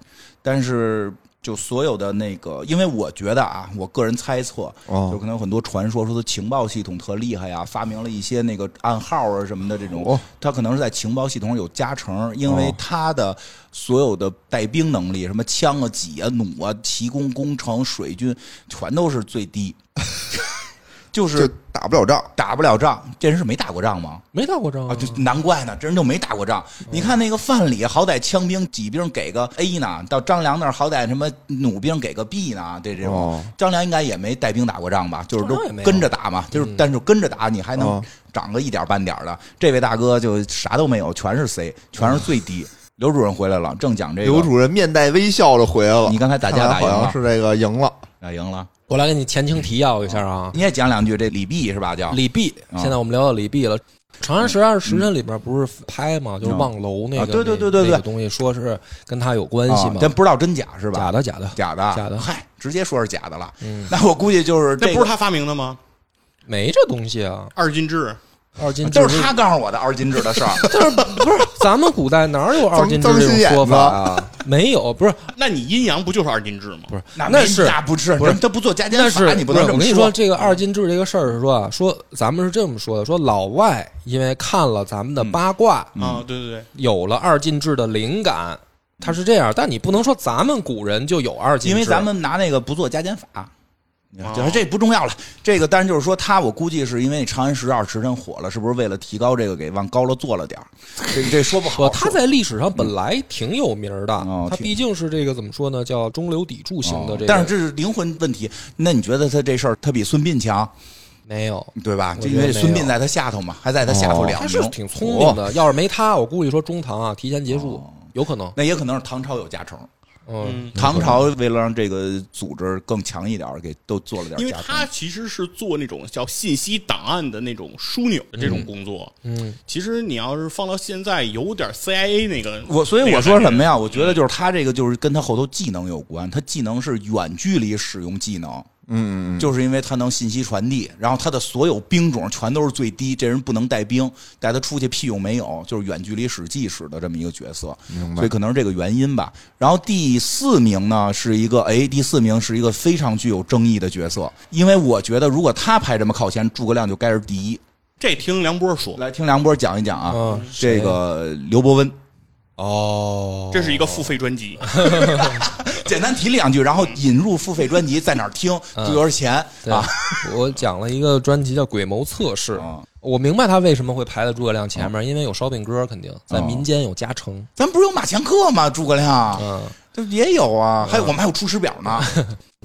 Speaker 1: 但是就所有的那个，因为我觉得啊，我个人猜测，就
Speaker 3: 哦，
Speaker 1: 可能有很多传说说他情报系统特厉害呀，发明了一些那个暗号啊什么的这种
Speaker 3: 哦，
Speaker 1: 他可能是在情报系统上有加成，因为
Speaker 3: 哦
Speaker 1: 他的所有的带兵能力，什么枪啊、戟啊、弩啊、奇功、工程、水军，全都是最 低，就是
Speaker 3: 就打不了仗，
Speaker 1: 打不了仗。这人是没打过仗吗？
Speaker 2: 没打过仗
Speaker 1: 啊，就难怪呢，这人就没打过仗。你看那个范蠡，好歹枪兵、戟兵给个 A 呢，到张良那儿好歹什么弩兵给个 B 呢，对这种
Speaker 3: 哦。
Speaker 1: 张良应该也没带兵打过仗吧？就是都
Speaker 2: 张良也没有
Speaker 1: 跟着打嘛，就是但是跟着打，你还能
Speaker 3: 哦
Speaker 1: 长个一点半点儿的。这位大哥就啥都没有，全是 C，全是最低。刘主任回来了，正讲这个。
Speaker 3: 刘，主任面带微笑的回来了，
Speaker 1: 你刚才打架打赢
Speaker 3: 看来
Speaker 1: 了
Speaker 3: 好像，是这个赢了，
Speaker 1: 打赢了。
Speaker 2: 我来给你前情
Speaker 1: 嗯
Speaker 2: 提要一下啊，
Speaker 1: 你也讲两句，这李泌是吧？叫
Speaker 2: 李泌，
Speaker 1: 啊
Speaker 2: 现在我们聊到李泌了。《长安十二时辰》里边不是拍嘛，就是望楼那
Speaker 1: 啊
Speaker 2: 个，
Speaker 1: 对对对
Speaker 2: 那
Speaker 1: 对对
Speaker 2: 那个东西说是跟他有关系
Speaker 1: 啊
Speaker 2: 嘛，
Speaker 1: 咱不知道真假是吧
Speaker 2: 假？的假的，
Speaker 1: 假的，
Speaker 2: 假的
Speaker 1: 嗨，直接说是假的了。
Speaker 2: 嗯，
Speaker 1: 那我估计就是
Speaker 4: 这
Speaker 1: 这
Speaker 4: 不
Speaker 1: 个
Speaker 4: 是他发明的吗？
Speaker 2: 没这东西啊，
Speaker 4: 二进制，
Speaker 2: 二进 制
Speaker 1: 就是他告诉我的二进制的 事儿。
Speaker 2: 不是咱们古代哪有二进制这种说法啊？没有，不是
Speaker 4: 那你阴阳不就是二进制吗？
Speaker 2: 不是，
Speaker 1: 那
Speaker 2: 那
Speaker 1: 没
Speaker 2: 是
Speaker 1: 那不是，
Speaker 2: 不是
Speaker 1: 人他不做加减
Speaker 2: 那
Speaker 1: 法，
Speaker 2: 是
Speaker 1: 你不能
Speaker 2: 是
Speaker 1: 这
Speaker 2: 我
Speaker 1: 么
Speaker 2: 跟你说，这个二进制这个事儿是说啊，说咱们是这么说的，说老外因为看了咱们的八卦，
Speaker 1: 嗯
Speaker 4: 啊，对对对，
Speaker 2: 有了二进制的灵感，他是这样，但你不能说咱们古人就有二进制，
Speaker 1: 因
Speaker 2: 啊
Speaker 1: 为咱们拿那个不做加减法。
Speaker 4: 哦
Speaker 1: 就是这不重要了，这个当然就是说他，我估计是因为《长安十二时辰》火了，是不是为了提高这个给往高了做了点 儿？这这说不好
Speaker 2: 不，。他在历史上本来挺有名儿的
Speaker 1: 哦，
Speaker 2: 他
Speaker 1: 挺
Speaker 2: 毕竟是这个怎么说呢，叫中流砥柱型的
Speaker 1: 哦
Speaker 2: 这个，
Speaker 1: 但是这是灵魂问题。那你觉得他这事儿他比孙膑强，
Speaker 2: 没有。
Speaker 1: 对吧？
Speaker 2: 我
Speaker 1: 就
Speaker 2: 觉得
Speaker 1: 因为孙
Speaker 2: 没
Speaker 1: 膑
Speaker 2: 有
Speaker 1: 在他下头嘛，还在他下头
Speaker 3: 哦
Speaker 1: 两
Speaker 2: 他
Speaker 1: 名。
Speaker 2: 是挺聪明的，要是没他，我估计说中唐啊提前结束
Speaker 1: 哦
Speaker 2: 有可能。
Speaker 1: 那也可能是唐朝有加成，
Speaker 2: 嗯，
Speaker 4: 嗯，
Speaker 1: 唐朝为了让这个组织更强一点儿，给都做了点
Speaker 4: 因
Speaker 1: 儿
Speaker 4: 为
Speaker 1: 加
Speaker 4: 他
Speaker 1: 成。
Speaker 4: 其实是做那种叫信息档案的那种枢纽的这种工作。
Speaker 2: 嗯，
Speaker 4: 其实你要是放到现在，有点 CIA 那个。
Speaker 1: 我所以
Speaker 4: 那
Speaker 1: 我
Speaker 4: 个
Speaker 1: 说
Speaker 4: 感觉
Speaker 1: 什么呀？我觉得就是他这个就是跟他后头技能有关，他技能是远距离使用技能，
Speaker 3: 嗯，嗯嗯
Speaker 1: 就是因为他能信息传递，然后他的所有兵种全都是最低，这人不能带兵，带他出去屁用没有，就是远距离使技使的这么一个角色，
Speaker 3: 明
Speaker 1: 所以
Speaker 3: 白，
Speaker 1: 可能是这个原因吧。然后第四名呢是一个，哎，第四名是一个非常具有争议的角色，因为我觉得如果他排这么靠前，诸葛亮就该是第一。
Speaker 4: 这听梁波说，
Speaker 1: 来听梁波讲一讲啊，
Speaker 2: 嗯
Speaker 1: 这个刘伯温。
Speaker 2: 哦，
Speaker 4: 这是一个付费专
Speaker 1: 哦
Speaker 4: 辑，
Speaker 1: 简单提两句，然后引入付费专辑，在哪儿听多少钱
Speaker 2: 嗯对
Speaker 1: 啊？
Speaker 2: 我讲了一个专辑叫《鬼谋测试》，
Speaker 1: 啊
Speaker 2: 我明白他为什么会排在诸葛亮前面，因为有烧饼歌，肯定在
Speaker 1: 哦
Speaker 2: 民间有加成。
Speaker 1: 咱不是有马前课吗？诸葛亮，
Speaker 2: 嗯，
Speaker 1: 对也有啊，还有我们还有《出师表》 呢，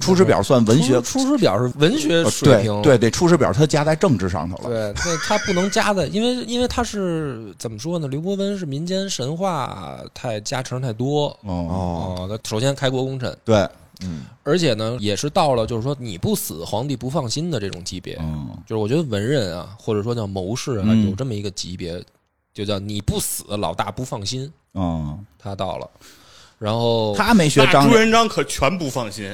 Speaker 1: 《出师表》算文学
Speaker 2: 《出师表》是文学
Speaker 1: 呃
Speaker 2: 水平，
Speaker 1: 对对对，《出师表》它加在政治上头了。
Speaker 2: 对，那他不能加在，因为因为他是怎么说呢？刘伯温是民间神话太加成太多
Speaker 1: 哦，
Speaker 3: 哦，
Speaker 2: 哦。他首先开国功臣，
Speaker 1: 对，
Speaker 3: 嗯，
Speaker 2: 而且呢，也是到了就是说你不死，皇帝不放心的这种级别。
Speaker 1: 嗯，
Speaker 2: 就是我觉得文人啊，或者说叫谋士啊，
Speaker 1: 嗯
Speaker 2: 有这么一个级别，就叫你不死，老大不放心。
Speaker 1: 嗯，
Speaker 2: 他到了，然后
Speaker 1: 他没学
Speaker 4: 那
Speaker 1: 张
Speaker 4: 朱
Speaker 1: 良，
Speaker 4: 元璋可全不放心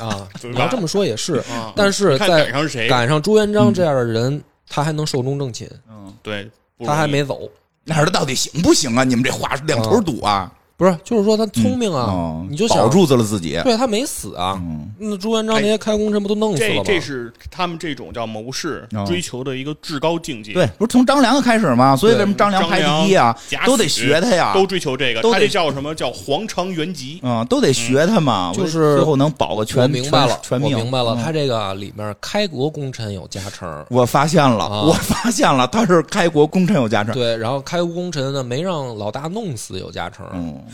Speaker 2: 啊，
Speaker 4: 对吧
Speaker 2: 你要这么说也是，
Speaker 4: 啊。
Speaker 2: 但是
Speaker 4: 你看
Speaker 2: 在
Speaker 4: 赶上谁？
Speaker 2: 赶上朱元璋这样的人，他还能寿终正寝，
Speaker 1: 嗯，
Speaker 4: 对，不容易
Speaker 2: 他还没走。
Speaker 1: 那儿到底行不行啊？你们这话两头堵啊！
Speaker 2: 不是，就是说他聪明啊
Speaker 1: 嗯，，
Speaker 2: 你就
Speaker 1: 保
Speaker 2: 想
Speaker 1: 住了自己。
Speaker 2: 对他没死啊。
Speaker 1: 嗯，
Speaker 2: 那朱元璋那些开功臣不都弄死了
Speaker 4: 这
Speaker 2: 吗？
Speaker 4: 这是他们这种叫谋士
Speaker 1: 哦
Speaker 4: 追求的一个至高境界。
Speaker 1: 对，不是从张良开始吗？所以为什么张良排第一啊
Speaker 4: 张？良
Speaker 1: 都得学他呀，
Speaker 4: 都追求这个，
Speaker 1: 都得
Speaker 4: 他这叫什么叫皇长元吉？
Speaker 1: 嗯，都得学他嘛。
Speaker 2: 就
Speaker 1: 我
Speaker 2: 是
Speaker 1: 最后能保个
Speaker 2: 我
Speaker 1: 全
Speaker 2: 明白了，
Speaker 1: 全全
Speaker 2: 我
Speaker 1: 命。
Speaker 2: 明白了，
Speaker 1: 嗯
Speaker 2: 他这个啊里面开国功臣有加成，
Speaker 1: 我发现
Speaker 2: 啊
Speaker 1: 了，我发现了，他是开国功臣有加成。
Speaker 2: 对，然后开国功臣呢没让老大弄死有加成，
Speaker 1: 嗯，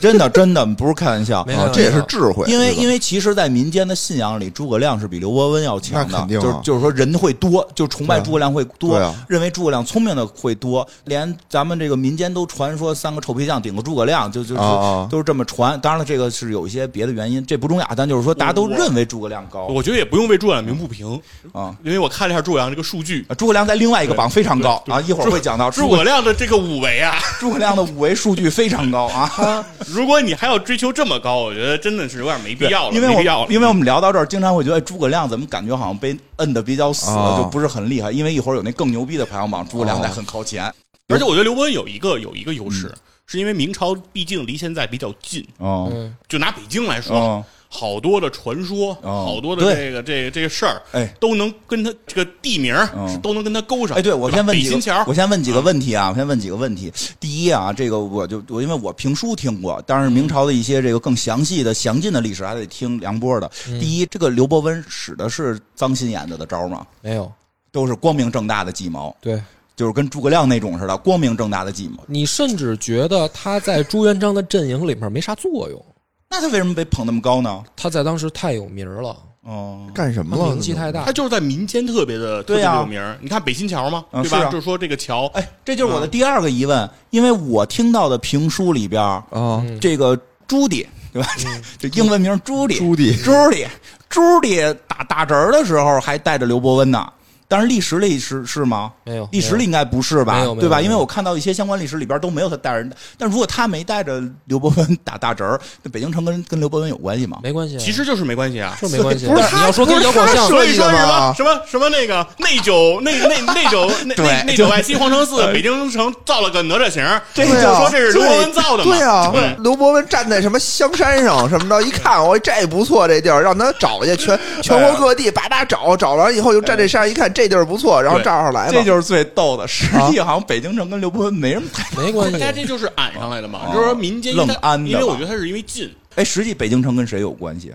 Speaker 1: 真的真的不是开玩笑
Speaker 2: 没。
Speaker 3: 啊
Speaker 2: 看，到
Speaker 3: 这也
Speaker 2: 没
Speaker 3: 是
Speaker 2: 有
Speaker 3: 智 慧，
Speaker 1: 因为
Speaker 3: 对吧
Speaker 1: 因为其实，在民间的信仰里，诸葛亮是比刘伯温要强
Speaker 3: 那
Speaker 1: 的，
Speaker 3: 肯定啊
Speaker 1: 就是就是说人会多，就崇拜
Speaker 3: 对啊
Speaker 1: 诸葛亮会多，
Speaker 3: 对啊
Speaker 1: 认为诸葛亮聪明的会多，连咱们这个民间都传说三个臭皮匠顶个诸葛亮，就就
Speaker 3: 啊啊
Speaker 1: 就都是这么传。当然了，这个是有一些别的原因，这不重要，但就是说大家都
Speaker 4: 我
Speaker 1: 认为诸葛亮高
Speaker 4: 我觉得也不用为诸葛亮鸣不平，
Speaker 1: 啊。
Speaker 4: 因为我看了一下诸葛亮这个数据，
Speaker 1: 啊诸葛亮在另外一个榜非常高
Speaker 4: 对
Speaker 1: 啊，一会儿会讲到
Speaker 4: 诸
Speaker 1: 诸葛
Speaker 4: 葛亮的这个五维啊，
Speaker 1: 诸葛亮的五维数据非常高啊。
Speaker 4: 如果你还要追求这么高，我觉得真的是有点没必要了，
Speaker 1: 因为
Speaker 4: 没
Speaker 1: 我
Speaker 4: 必要了。
Speaker 1: 因为我们聊到这儿，经常会觉得哎诸葛亮怎么感觉好像被摁的比较死，
Speaker 3: 啊
Speaker 1: 就不是很厉害。因为一会儿有那更牛逼的排行榜，诸葛亮在很靠前。
Speaker 4: 而且我觉得刘伯温有一个有一个优
Speaker 1: 嗯
Speaker 4: 势，是因为明朝毕竟离现在比较近，
Speaker 1: 哦
Speaker 2: 嗯，
Speaker 4: 就拿北京来说，
Speaker 1: 哦，
Speaker 4: 好多的传说，
Speaker 1: 哦
Speaker 4: 好多的
Speaker 1: 对
Speaker 4: 这个这个这个事儿，
Speaker 1: 哎
Speaker 4: 都能跟他这个地名儿
Speaker 1: 嗯
Speaker 4: 是都能跟他勾上。
Speaker 1: 哎，对，我
Speaker 4: 吧
Speaker 1: 先问
Speaker 4: 北
Speaker 1: 几
Speaker 4: 新
Speaker 1: 个，
Speaker 4: 桥
Speaker 1: 我，先问几个问题啊，我先问几个问题。第一啊，这个我就我因为我评书听过，当然明朝的一些这个更详细的、详尽的历史还得听梁波的。
Speaker 4: 嗯
Speaker 1: 第一，这个刘伯温使的是脏心眼子的招吗？
Speaker 2: 没有，
Speaker 1: 都是光明正大的计谋，
Speaker 2: 对
Speaker 1: 就是跟诸葛亮那种似的，光明正大的计谋。
Speaker 2: 你甚至觉得他在朱元璋的阵营里面没啥作用，
Speaker 1: 那他为什么被捧那么高呢？
Speaker 2: 他在当时太有名了，
Speaker 1: 哦，
Speaker 3: 干什么
Speaker 2: 他
Speaker 3: 了？
Speaker 2: 名气太大
Speaker 4: 他，就是在民间特别的特
Speaker 1: 对
Speaker 4: 别
Speaker 1: 呀
Speaker 4: 有名儿。你看北新桥嘛，
Speaker 1: 嗯
Speaker 4: 对吧？
Speaker 1: 是啊
Speaker 4: 就是说这个桥，
Speaker 1: 哎，这就是我
Speaker 2: 嗯
Speaker 1: 的第二个疑问，因为我听到的评书里边儿，
Speaker 3: 啊，
Speaker 2: 嗯
Speaker 1: 这个朱棣，对吧？ 这这英文名朱棣，
Speaker 3: 朱棣
Speaker 1: 朱棣，朱棣打打人儿的时候还带着刘伯温呢。但是历史里是是吗？
Speaker 2: 没有
Speaker 1: 历史里应该不是
Speaker 2: 没
Speaker 1: 吧
Speaker 2: 有没有？
Speaker 1: 对吧？
Speaker 2: 没有
Speaker 1: 因为我看到一些相关历史里边都没有他带人的。但如果他没带着刘伯温打大侄儿，那北京城跟跟刘伯温有关系吗？
Speaker 2: 没关系啊，
Speaker 4: 其实就是没关系啊。
Speaker 2: 是没关系啊，
Speaker 3: 不是
Speaker 2: 你要说
Speaker 3: 不
Speaker 2: 跟
Speaker 3: 是
Speaker 2: 姚广
Speaker 3: 他
Speaker 2: 相
Speaker 3: 说
Speaker 4: 所以说
Speaker 3: 这
Speaker 4: 什
Speaker 3: 个吧
Speaker 4: 么什么什么那个内九内内内九内
Speaker 1: 对
Speaker 4: 内内
Speaker 1: 就
Speaker 4: 九外西皇城寺，北京城造了个哪吒形儿，
Speaker 3: 对
Speaker 4: 就
Speaker 3: 啊
Speaker 4: 说这是刘伯温造的嘛？
Speaker 3: 对啊
Speaker 4: 对，
Speaker 2: 嗯
Speaker 3: 刘伯温站在什么香山上什么的，一看，我这不错，这地儿让他找去，全全国各地叭叭找，找完以后就站这山上一看，这地儿不错，然后
Speaker 4: 对
Speaker 3: 照上来吧。
Speaker 1: 这就是最逗的。实际
Speaker 2: 啊
Speaker 1: 好像北京城跟刘伯温没什么太
Speaker 2: 没关系，啊
Speaker 4: 大家这就是俺上来的嘛，
Speaker 1: 哦
Speaker 4: 就是说民间因为它
Speaker 1: 愣安的
Speaker 4: 因为我
Speaker 1: 吧
Speaker 4: 觉得他是因为近，
Speaker 1: 哎，实际北京城跟谁有关系？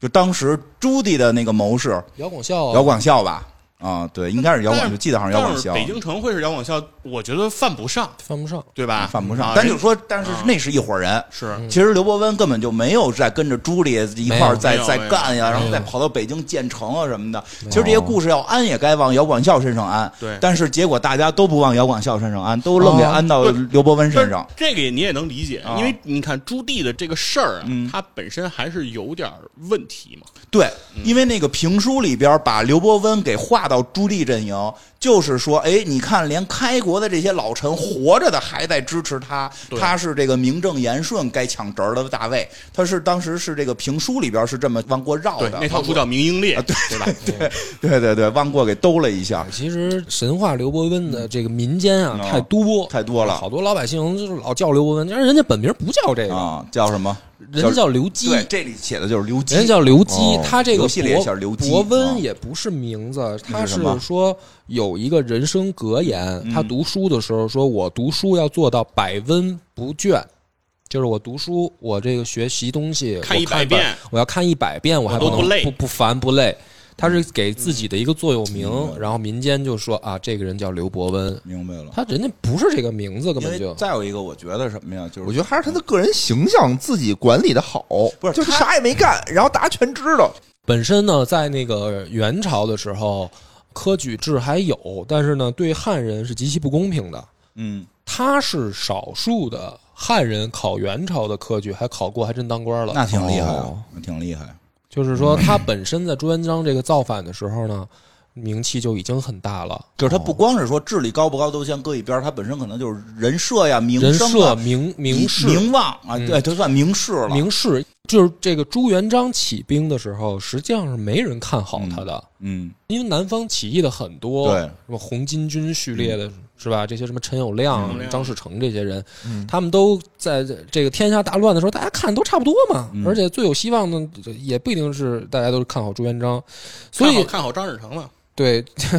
Speaker 1: 就当时朱棣的那个谋士
Speaker 2: 姚广孝啊
Speaker 1: 姚广孝吧？啊，对，应该是姚
Speaker 4: 哦但
Speaker 1: 广，就
Speaker 4: 是
Speaker 1: 记得好像姚
Speaker 4: 但
Speaker 1: 广
Speaker 4: 是
Speaker 1: 孝。
Speaker 4: 北京城会是姚广孝，我觉得犯不上，
Speaker 2: 犯不上，
Speaker 4: 对吧？
Speaker 1: 犯不上
Speaker 4: 啊，
Speaker 1: 咱
Speaker 4: 人
Speaker 1: 就说，但是那是一伙人。
Speaker 4: 是
Speaker 1: 其实刘伯温根本就没有在跟着朱棣一块
Speaker 2: 没有
Speaker 1: 儿在
Speaker 4: 没有
Speaker 1: 在
Speaker 4: 没有
Speaker 1: 干呀，
Speaker 4: 没有
Speaker 1: 然后再跑到北京建城啊什么的。其实这些故事要安也该往姚广孝身上安，
Speaker 4: 对
Speaker 1: 但是结果大家都不往姚广孝身上安，都愣给
Speaker 2: 哦
Speaker 1: 安到
Speaker 4: 对
Speaker 1: 刘伯温身上。
Speaker 4: 这个也你也能理解，
Speaker 1: 啊
Speaker 4: 因为你看朱棣的这个事儿啊
Speaker 1: 嗯，
Speaker 4: 他本身还是有点儿问题嘛。
Speaker 1: 对，
Speaker 4: 嗯
Speaker 1: 因为那个评书里边把刘伯温给划到朱棣阵营，就是说，哎，你看，连开国的这些老臣活着的还在支持他，
Speaker 4: 对
Speaker 1: 他是这个名正言顺该抢侄儿的大卫，他是当时是这个评书里边是这么往过绕
Speaker 4: 对
Speaker 1: 的，，
Speaker 4: 那套书 叫《明英烈》，对吧？
Speaker 1: 啊对对对，往过给兜了一下，
Speaker 2: 其实神话刘伯温的这个民间啊
Speaker 1: 嗯
Speaker 2: 太多
Speaker 1: 太多了
Speaker 2: 好多老百姓就是老叫刘伯温，但是人家本名不叫这个，
Speaker 1: 啊，叫什么？
Speaker 2: 人家叫刘基，
Speaker 1: 对，这里写的就是刘基，
Speaker 2: 人家叫刘基
Speaker 1: 哦，
Speaker 2: 他这个
Speaker 1: 游戏里也
Speaker 2: 伯
Speaker 1: 叫刘基
Speaker 2: 伯
Speaker 1: 啊
Speaker 2: 温也不是名字，他
Speaker 1: 是什么嗯
Speaker 2: 说有一个人生格言，他读书的时候说，我读书要做到百温不倦。就是我读书，我这个学习东西，
Speaker 4: 看
Speaker 2: 我
Speaker 4: 一百遍
Speaker 2: 我要看一百遍，我还
Speaker 4: 我都
Speaker 2: 能
Speaker 4: 不累
Speaker 2: 不不烦不累。他是给自己的一个座右铭，
Speaker 1: 嗯
Speaker 2: 然后民间就说啊，这个人叫刘伯温，
Speaker 1: 明白了。
Speaker 2: 他人家不是这个名字，
Speaker 1: 嗯因
Speaker 2: 根本
Speaker 1: 为
Speaker 2: 就
Speaker 1: 再有一个，我觉得什么呀，就是
Speaker 3: 我觉得还是他的个人形象自己管理的好，
Speaker 1: 不是
Speaker 3: 就是
Speaker 1: 他
Speaker 3: 啥也没干，然后大家全知道。
Speaker 2: 本身呢，在那个元朝的时候，科举制还有，但是呢，对汉人是极其不公平的。
Speaker 1: 嗯，
Speaker 2: 他是少数的汉人考元朝的科举，还考过，还真当官了。
Speaker 1: 那挺厉害
Speaker 3: 哦
Speaker 1: 啊，那挺厉害。
Speaker 2: 就是说，他本身在朱元璋这个造反的时候呢，名气就已经很大了。哦
Speaker 1: 就是他不光是说智力高不高都先搁一边儿，他本身可能就是人设呀、名
Speaker 2: 人
Speaker 1: 声
Speaker 2: 设、
Speaker 1: 啊、
Speaker 2: 名名士、
Speaker 1: 名望啊，
Speaker 2: 嗯
Speaker 1: 对，就算名士了。
Speaker 2: 名士，就是这个朱元璋起兵的时候，实际上是没人看好他的，
Speaker 1: 嗯，
Speaker 2: 因为南方起义的很多，
Speaker 1: 对嗯
Speaker 2: 什么红巾军序列的，是吧？这些什么陈友谅、
Speaker 4: 陈友谅
Speaker 2: 张士诚这些人，
Speaker 3: 嗯
Speaker 2: 他们都在这个天下大乱的时候，大家看都差不多嘛，
Speaker 1: 嗯
Speaker 2: 而且最有希望的也不一定是大家都看好朱元璋，所
Speaker 4: 看好
Speaker 2: 以
Speaker 4: 看好张志成了。
Speaker 2: 对，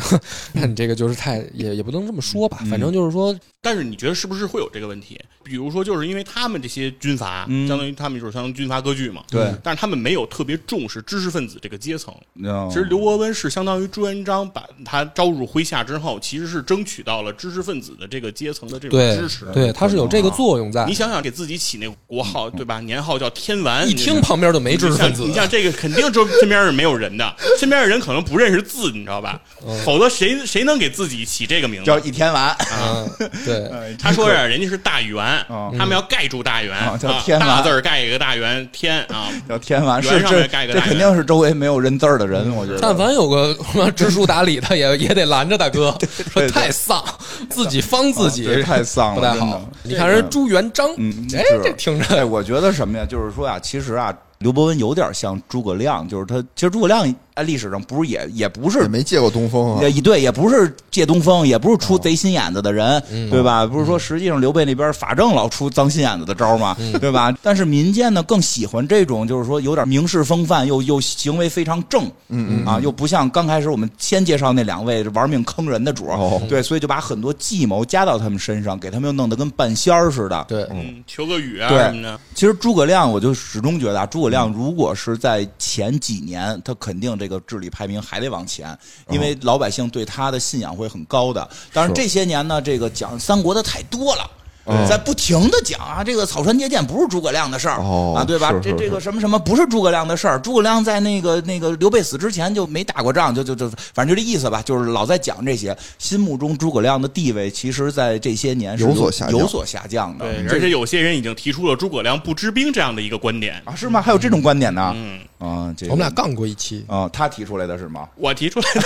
Speaker 2: 那你这个就是太也也不能这么说吧，
Speaker 1: 嗯
Speaker 2: 反正就是说，
Speaker 4: 但是你觉得是不是会有这个问题？比如说，就是因为他们这些军阀，
Speaker 1: 嗯
Speaker 4: 相当于他们就是相当于军阀割据嘛。
Speaker 1: 对
Speaker 4: 但是他们没有特别重视知识分子这个阶层。
Speaker 2: 哦
Speaker 1: 其
Speaker 2: 嗯
Speaker 4: 其实刘伯温是相当于朱元璋把他招入麾下之后，其实是争取到了知识分子的这个阶层的这种
Speaker 2: 对
Speaker 4: 支持。
Speaker 2: 对，他是有这个作用在
Speaker 4: 你。想想，给自己起那个国号对吧？年号叫天完，
Speaker 2: 嗯一听旁边就没
Speaker 4: 你
Speaker 2: 知识分
Speaker 4: 像
Speaker 2: 子，
Speaker 4: 你像这个肯定周身边是没有人 的，身边的人可能不认识字，你知道吧？否则谁谁能给自己起这个名
Speaker 1: 叫
Speaker 4: 字？
Speaker 1: 一天完，
Speaker 2: 嗯，对，
Speaker 1: 哎
Speaker 4: 他说呀，人家是大圆，
Speaker 1: 啊
Speaker 4: 他们要盖住大圆，
Speaker 1: 啊叫
Speaker 4: 啊
Speaker 1: 天完
Speaker 4: 大字儿盖一个大圆天 啊，
Speaker 1: 叫天完，
Speaker 4: 圆
Speaker 1: 是
Speaker 4: 上
Speaker 1: 这
Speaker 4: 面盖一个
Speaker 1: 这
Speaker 4: 大
Speaker 1: 肯
Speaker 4: 圆
Speaker 1: 定是周围没有认字儿的人，我觉
Speaker 2: 但
Speaker 1: 得。
Speaker 2: 凡有个 什么知书达理的，也也得拦着大哥，说
Speaker 1: 对
Speaker 2: 太丧，自己方自己
Speaker 1: 啊对，太丧了
Speaker 2: 不太
Speaker 1: 真
Speaker 4: 哦
Speaker 2: 好
Speaker 1: 的。
Speaker 2: 你看人朱元璋，
Speaker 1: 嗯，
Speaker 2: 哎
Speaker 1: 是，
Speaker 2: 这听
Speaker 1: 对，
Speaker 2: 着
Speaker 1: 我觉得什么呀？就是说啊，其实啊，刘伯温有点像诸葛亮，就是他，其实诸葛亮在历史上不是也也不
Speaker 3: 也
Speaker 1: 是。
Speaker 3: 没借过东风啊哦
Speaker 1: 也，对，也不是借东风，也不是出贼心眼子的人，
Speaker 3: 嗯
Speaker 1: 对吧？不是说实际上刘备那边法正老出脏心眼子的招嘛，
Speaker 3: 嗯
Speaker 1: 对吧？但是民间呢更喜欢这种，就是说有点名士风范，又又行为非常正，
Speaker 3: 嗯嗯
Speaker 1: 啊，又不像刚开始我们先介绍那两位玩命坑人的主儿，
Speaker 3: 哦
Speaker 1: 对，所以就把很多计谋加到他们身上，给他们又弄得跟半仙儿似的，
Speaker 2: 对，
Speaker 4: 嗯，求个雨啊
Speaker 1: 对
Speaker 4: 什么的，
Speaker 1: 其实诸葛亮，我就始终觉得啊，诸葛
Speaker 3: 嗯
Speaker 1: 亮如果是在前几年，他肯定这个智力排名还得往前，因为老百姓对他的信仰会很高的。当然
Speaker 3: 嗯是
Speaker 1: 这些年呢，这个讲三国的太多了。
Speaker 3: 嗯
Speaker 1: 在不停的讲啊，这个草船借箭不是诸葛亮的事儿、
Speaker 3: 哦
Speaker 1: 啊，对吧？
Speaker 3: 是
Speaker 1: 这
Speaker 3: 是
Speaker 1: 这
Speaker 3: 是
Speaker 1: 个什么什么不是诸葛亮的事儿，诸葛亮在那个那个刘备死之前就没打过仗，就就就反正就这意思吧，就是老在讲这些。心目中诸葛亮的地位，其实在这些年是
Speaker 3: 有所下降
Speaker 1: 有所下降的。嗯
Speaker 4: 对，
Speaker 1: 这
Speaker 4: 而且有些人已经提出了诸葛亮不知兵这样的一个观点。
Speaker 1: 啊，是吗？还有这种观点呢？
Speaker 4: 嗯，
Speaker 1: 啊，这个
Speaker 2: 我们俩杠过一期，
Speaker 1: 啊、他提出来的是吗？
Speaker 4: 我提出来的，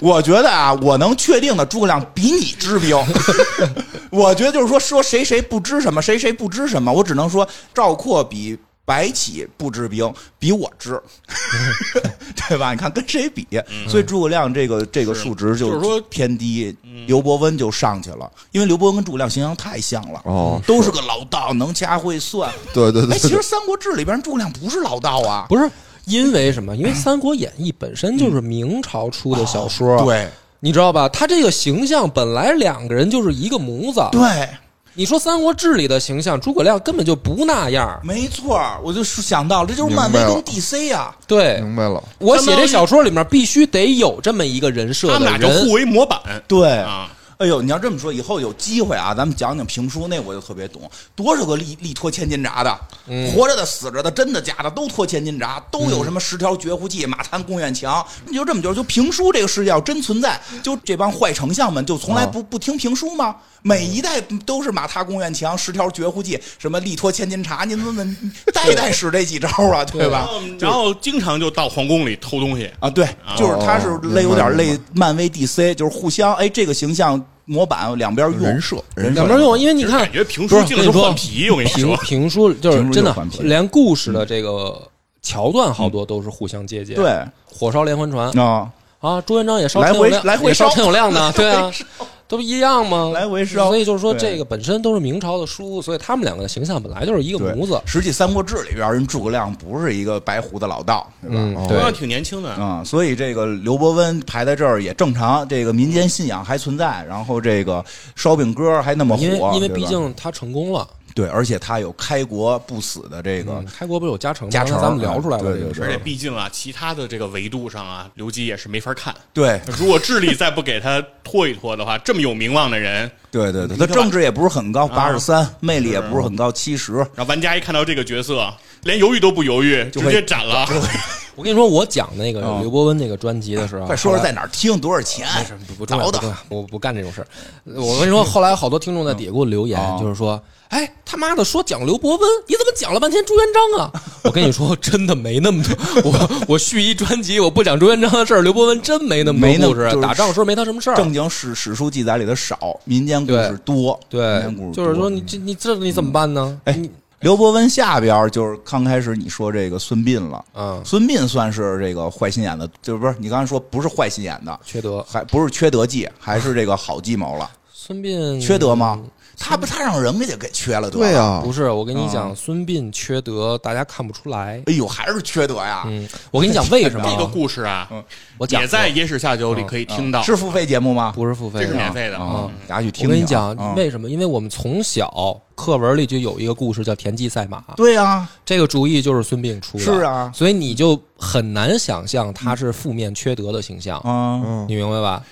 Speaker 1: 我觉得啊，我能确定的，诸葛亮比你知兵。 我觉得就是说，说谁谁不知什么，谁谁不知什么，我只能说赵括比白起不知兵，比我知， 对吧？你看跟谁比？所以诸葛亮这个这个数值
Speaker 4: 嗯就是说嗯
Speaker 1: 偏低，刘伯温就上去了，因为刘伯温跟诸葛亮形象太像了，
Speaker 3: 哦
Speaker 1: 都是个老道，能掐会算。
Speaker 3: 对对
Speaker 1: 哎，
Speaker 3: 对
Speaker 1: 其
Speaker 3: 对
Speaker 1: 实《三国志》里边诸葛亮不是老道啊，
Speaker 2: 不是因为什么？因为《三国演义》本身就是明朝出的小说，，
Speaker 1: 对
Speaker 2: 你知道吧？他这个形象本来两个人就是一个模子，
Speaker 1: 对。
Speaker 2: 你说《三国志》里的形象，诸葛亮根本就不那
Speaker 4: 嗯
Speaker 2: 样，
Speaker 1: 没错儿，我就想到了，这就是漫威跟
Speaker 3: 明白了
Speaker 1: DC 呀、
Speaker 2: 对。
Speaker 3: 明白了，
Speaker 2: 我写这小说里面必须得有这么一个人设
Speaker 4: 他们
Speaker 2: 的
Speaker 4: 俩就
Speaker 2: 人
Speaker 4: 互，为模板
Speaker 1: 对，
Speaker 4: 啊。
Speaker 1: 哎呦，你要这么说，以后有机会啊，咱们讲讲评书，那我就特别懂，多少个力力托千斤闸的，活着的、死着的，真的假的都托千斤闸，都有什么十条绝户计、马探贡院墙，你就这么觉得？就评书这个世界要真存在，就这帮坏丞相们就从来不、不听评书吗？每一代都是马踏贡院墙、十条绝户计、什么力托千斤闸，您怎么代代使这几招啊，对吧？
Speaker 4: 然后经常就到皇宫里偷东西，
Speaker 1: 啊，对，就是他是类有点
Speaker 3: 哦明白
Speaker 1: 类漫威 DC，就是互相哎，这个形象模板两边用
Speaker 3: 人设人
Speaker 2: 两边用，因为你
Speaker 4: 就是
Speaker 2: 看
Speaker 4: 感觉评
Speaker 2: 不
Speaker 4: 书
Speaker 2: 是
Speaker 4: 净是换皮，我跟你
Speaker 2: 评
Speaker 4: 说，
Speaker 2: 评书就是
Speaker 1: 评书
Speaker 2: 真的
Speaker 1: 就是换，皮
Speaker 2: 连故事
Speaker 4: 嗯
Speaker 2: 的这个桥段好多都是互相借鉴。
Speaker 1: 对，
Speaker 2: 火烧连环船
Speaker 1: 啊，
Speaker 2: 啊，朱元璋也烧
Speaker 1: 来
Speaker 2: 陈友
Speaker 1: 回
Speaker 2: 谅，
Speaker 1: 来回
Speaker 2: 也烧
Speaker 1: 烧
Speaker 2: 陈友谅呢，对啊，都不一样吗？
Speaker 1: 来回烧
Speaker 2: 所以就是说
Speaker 1: 对
Speaker 2: 这个本身都是明朝的书，所以他们两个的形象本来就是一个
Speaker 1: 对
Speaker 2: 模子。
Speaker 1: 实际《三国志》里边人诸葛亮不是一个白胡子老道，对吧？
Speaker 2: 嗯，
Speaker 4: 同样
Speaker 2: 对，
Speaker 4: 挺年轻的。
Speaker 1: 啊、所以这个刘伯温排在这儿也正常，这个民间信仰还存在，然后这个烧饼歌还那么火，
Speaker 2: 因为因
Speaker 1: 对
Speaker 2: 为
Speaker 1: 吧
Speaker 2: 毕竟他成功了，
Speaker 1: 对，而且他有开国不死的这个
Speaker 2: 嗯，开国不是有加成吗？
Speaker 1: 加成
Speaker 2: 刚才咱们聊出来了
Speaker 1: 啊对
Speaker 2: 这个事
Speaker 1: 对
Speaker 4: 而且
Speaker 2: 儿，
Speaker 4: 毕竟啊，其他的这个维度上啊，刘基也是没法看。
Speaker 1: 对
Speaker 4: 如果智力再不给他拖一拖的话，这么有名望的人，
Speaker 1: 对对对，
Speaker 4: 你
Speaker 1: 他
Speaker 4: 就
Speaker 1: 政治也不是很高，
Speaker 2: 啊
Speaker 1: 八十三，
Speaker 2: 嗯
Speaker 1: 魅力也
Speaker 4: 是
Speaker 1: 不是很高，七十。
Speaker 4: 然后玩家一看到这个角色，连犹豫都不犹豫，直
Speaker 1: 会
Speaker 4: 接斩了。
Speaker 2: 我跟你说，我讲那个
Speaker 1: 哦
Speaker 2: 刘伯温那个专辑的时候，啊
Speaker 1: 快说
Speaker 2: 后
Speaker 1: 说
Speaker 2: 来
Speaker 1: 在哪儿听多少钱？
Speaker 2: 不不重要，
Speaker 1: 早
Speaker 2: 不
Speaker 1: 的
Speaker 2: 重要，我不干这种事儿。呃我跟你说，后来好多听众在底下给我留言，
Speaker 1: 嗯哦
Speaker 2: 就是说，哎，他妈的说讲刘伯温，你怎么讲了半天朱元璋啊？ 我跟你说，真的没那么多。我我续一专辑，我不讲朱元璋的事儿，刘伯温真没那么
Speaker 1: 没那么
Speaker 2: 多故事
Speaker 1: 就。是
Speaker 2: 打仗的时候没他什么事儿。
Speaker 1: 正经史史书记载里的少，民间故事多。民
Speaker 2: 对
Speaker 1: 间故事，
Speaker 2: 就是
Speaker 1: 多嗯
Speaker 2: 说你这你这你怎么办呢？
Speaker 1: 哎
Speaker 2: 你，
Speaker 1: 刘伯温下边儿就是刚开始你说这个孙膑了，
Speaker 2: 嗯，
Speaker 1: 孙膑算是这个坏心眼的，就是不是你刚才说不是坏心眼的，
Speaker 2: 缺德。
Speaker 1: 还不是缺德计，还是这个好计谋了，
Speaker 2: 孙膑
Speaker 1: 缺德吗？他不他让人给给缺了德，
Speaker 3: 对
Speaker 1: 呀，
Speaker 3: 啊
Speaker 2: 不，是，我跟你
Speaker 1: 嗯
Speaker 2: 讲，孙膑缺德，大家看不出来。
Speaker 1: 哎呦还是缺德呀，
Speaker 2: 嗯，我跟你讲为什么啊？
Speaker 4: 这个故事
Speaker 1: 嗯
Speaker 4: 啊，
Speaker 2: 我讲
Speaker 4: 也在《
Speaker 2: 过
Speaker 4: 野史下酒》里可以听到，
Speaker 1: 是付费节目吗？
Speaker 2: 不是付费
Speaker 4: 这是
Speaker 2: 的，
Speaker 4: 免费的。
Speaker 1: 啊，大家去听
Speaker 2: 嗯
Speaker 1: 听。
Speaker 2: 我跟你讲
Speaker 1: 嗯，
Speaker 2: 为什么？因为我们从小课文里就有一个故事叫田忌赛马，
Speaker 1: 对呀，
Speaker 2: 这个主意就是孙膑出的，
Speaker 1: 是啊
Speaker 2: 所以你就很难想象他是负面缺德的形象，
Speaker 1: 嗯，
Speaker 3: 嗯，
Speaker 2: 你明白吧？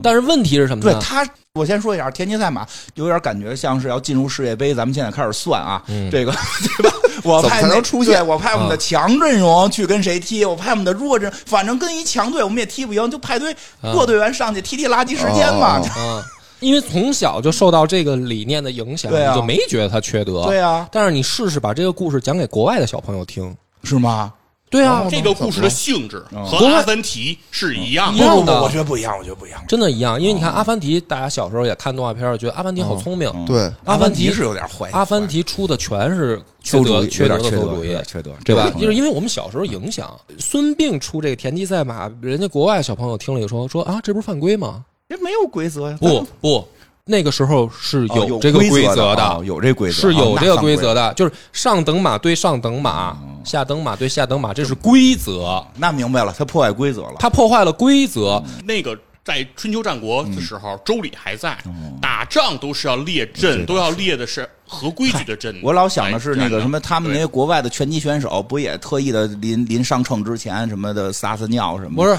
Speaker 2: 但是问题是什么
Speaker 1: 对
Speaker 2: 呢？
Speaker 1: 他，我先说一下，田忌赛马有点感觉像是要进入世界杯，咱们现在开始算啊，
Speaker 2: 嗯
Speaker 1: 这个对吧？我
Speaker 3: 怎么
Speaker 1: 派
Speaker 3: 才能
Speaker 1: 那
Speaker 3: 出现
Speaker 1: 对我派我们的
Speaker 2: 啊
Speaker 1: 强阵容去跟谁踢，我派我们的弱阵，反正跟一强队我们也踢不赢，就派队
Speaker 2: 啊
Speaker 1: 弱队员上去踢踢垃圾时间嘛
Speaker 3: 哦。
Speaker 2: 嗯，因为从小就受到这个理念的影响，
Speaker 1: 对啊
Speaker 2: 你就没觉得他缺德。
Speaker 1: 对啊，
Speaker 2: 但是你试试把这个故事讲给国外的小朋友听，
Speaker 1: 是吗？
Speaker 2: 对啊，
Speaker 4: 这个故事的性质和
Speaker 2: 嗯
Speaker 4: 阿凡提是一样
Speaker 2: 一
Speaker 4: 的，
Speaker 2: 样
Speaker 1: 不不不
Speaker 2: 的
Speaker 1: 我觉得不一样，我觉得不一样。
Speaker 2: 真的一样。因为
Speaker 1: 哦
Speaker 2: 你看《阿凡提》，大家小时候也看动画片儿，觉得阿凡提好聪
Speaker 1: 嗯
Speaker 2: 明，
Speaker 3: 对，
Speaker 2: 阿凡提
Speaker 1: 提是有点坏，
Speaker 2: 阿凡提出的全是缺德、缺
Speaker 1: 有点
Speaker 2: 德的
Speaker 1: 缺德，
Speaker 2: 馊
Speaker 1: 有
Speaker 2: 主意
Speaker 1: 点，缺德，
Speaker 2: 对吧？
Speaker 1: 这我承认
Speaker 2: 就是因为我们小时候影响，孙膑出这个田忌赛马，人家国外小朋友听了也说说啊，这不是犯规吗？
Speaker 1: 这没有规则呀，
Speaker 2: 不不，那个时候是
Speaker 1: 嗯哦有
Speaker 2: 这个
Speaker 1: 规
Speaker 2: 则
Speaker 1: 的，哦有这规则
Speaker 2: 是有这个规。
Speaker 1: 哦
Speaker 2: 则的，就是上等马对上等马，下等马对下等马，这是规则。
Speaker 1: 那犯规那明白了，他破坏规则了。
Speaker 2: 他破坏了规则，
Speaker 1: 嗯
Speaker 4: 那个在春秋战国的时候，周礼还在，
Speaker 1: 嗯
Speaker 4: 打仗都是要列阵，都要列的是合规矩的阵。
Speaker 1: 我老想的
Speaker 4: 哎
Speaker 1: 是那个什么，他们那
Speaker 4: 对
Speaker 1: 些国外的拳击选手不也特意的临临上秤之前什么的撒撒尿什么的？
Speaker 2: 不是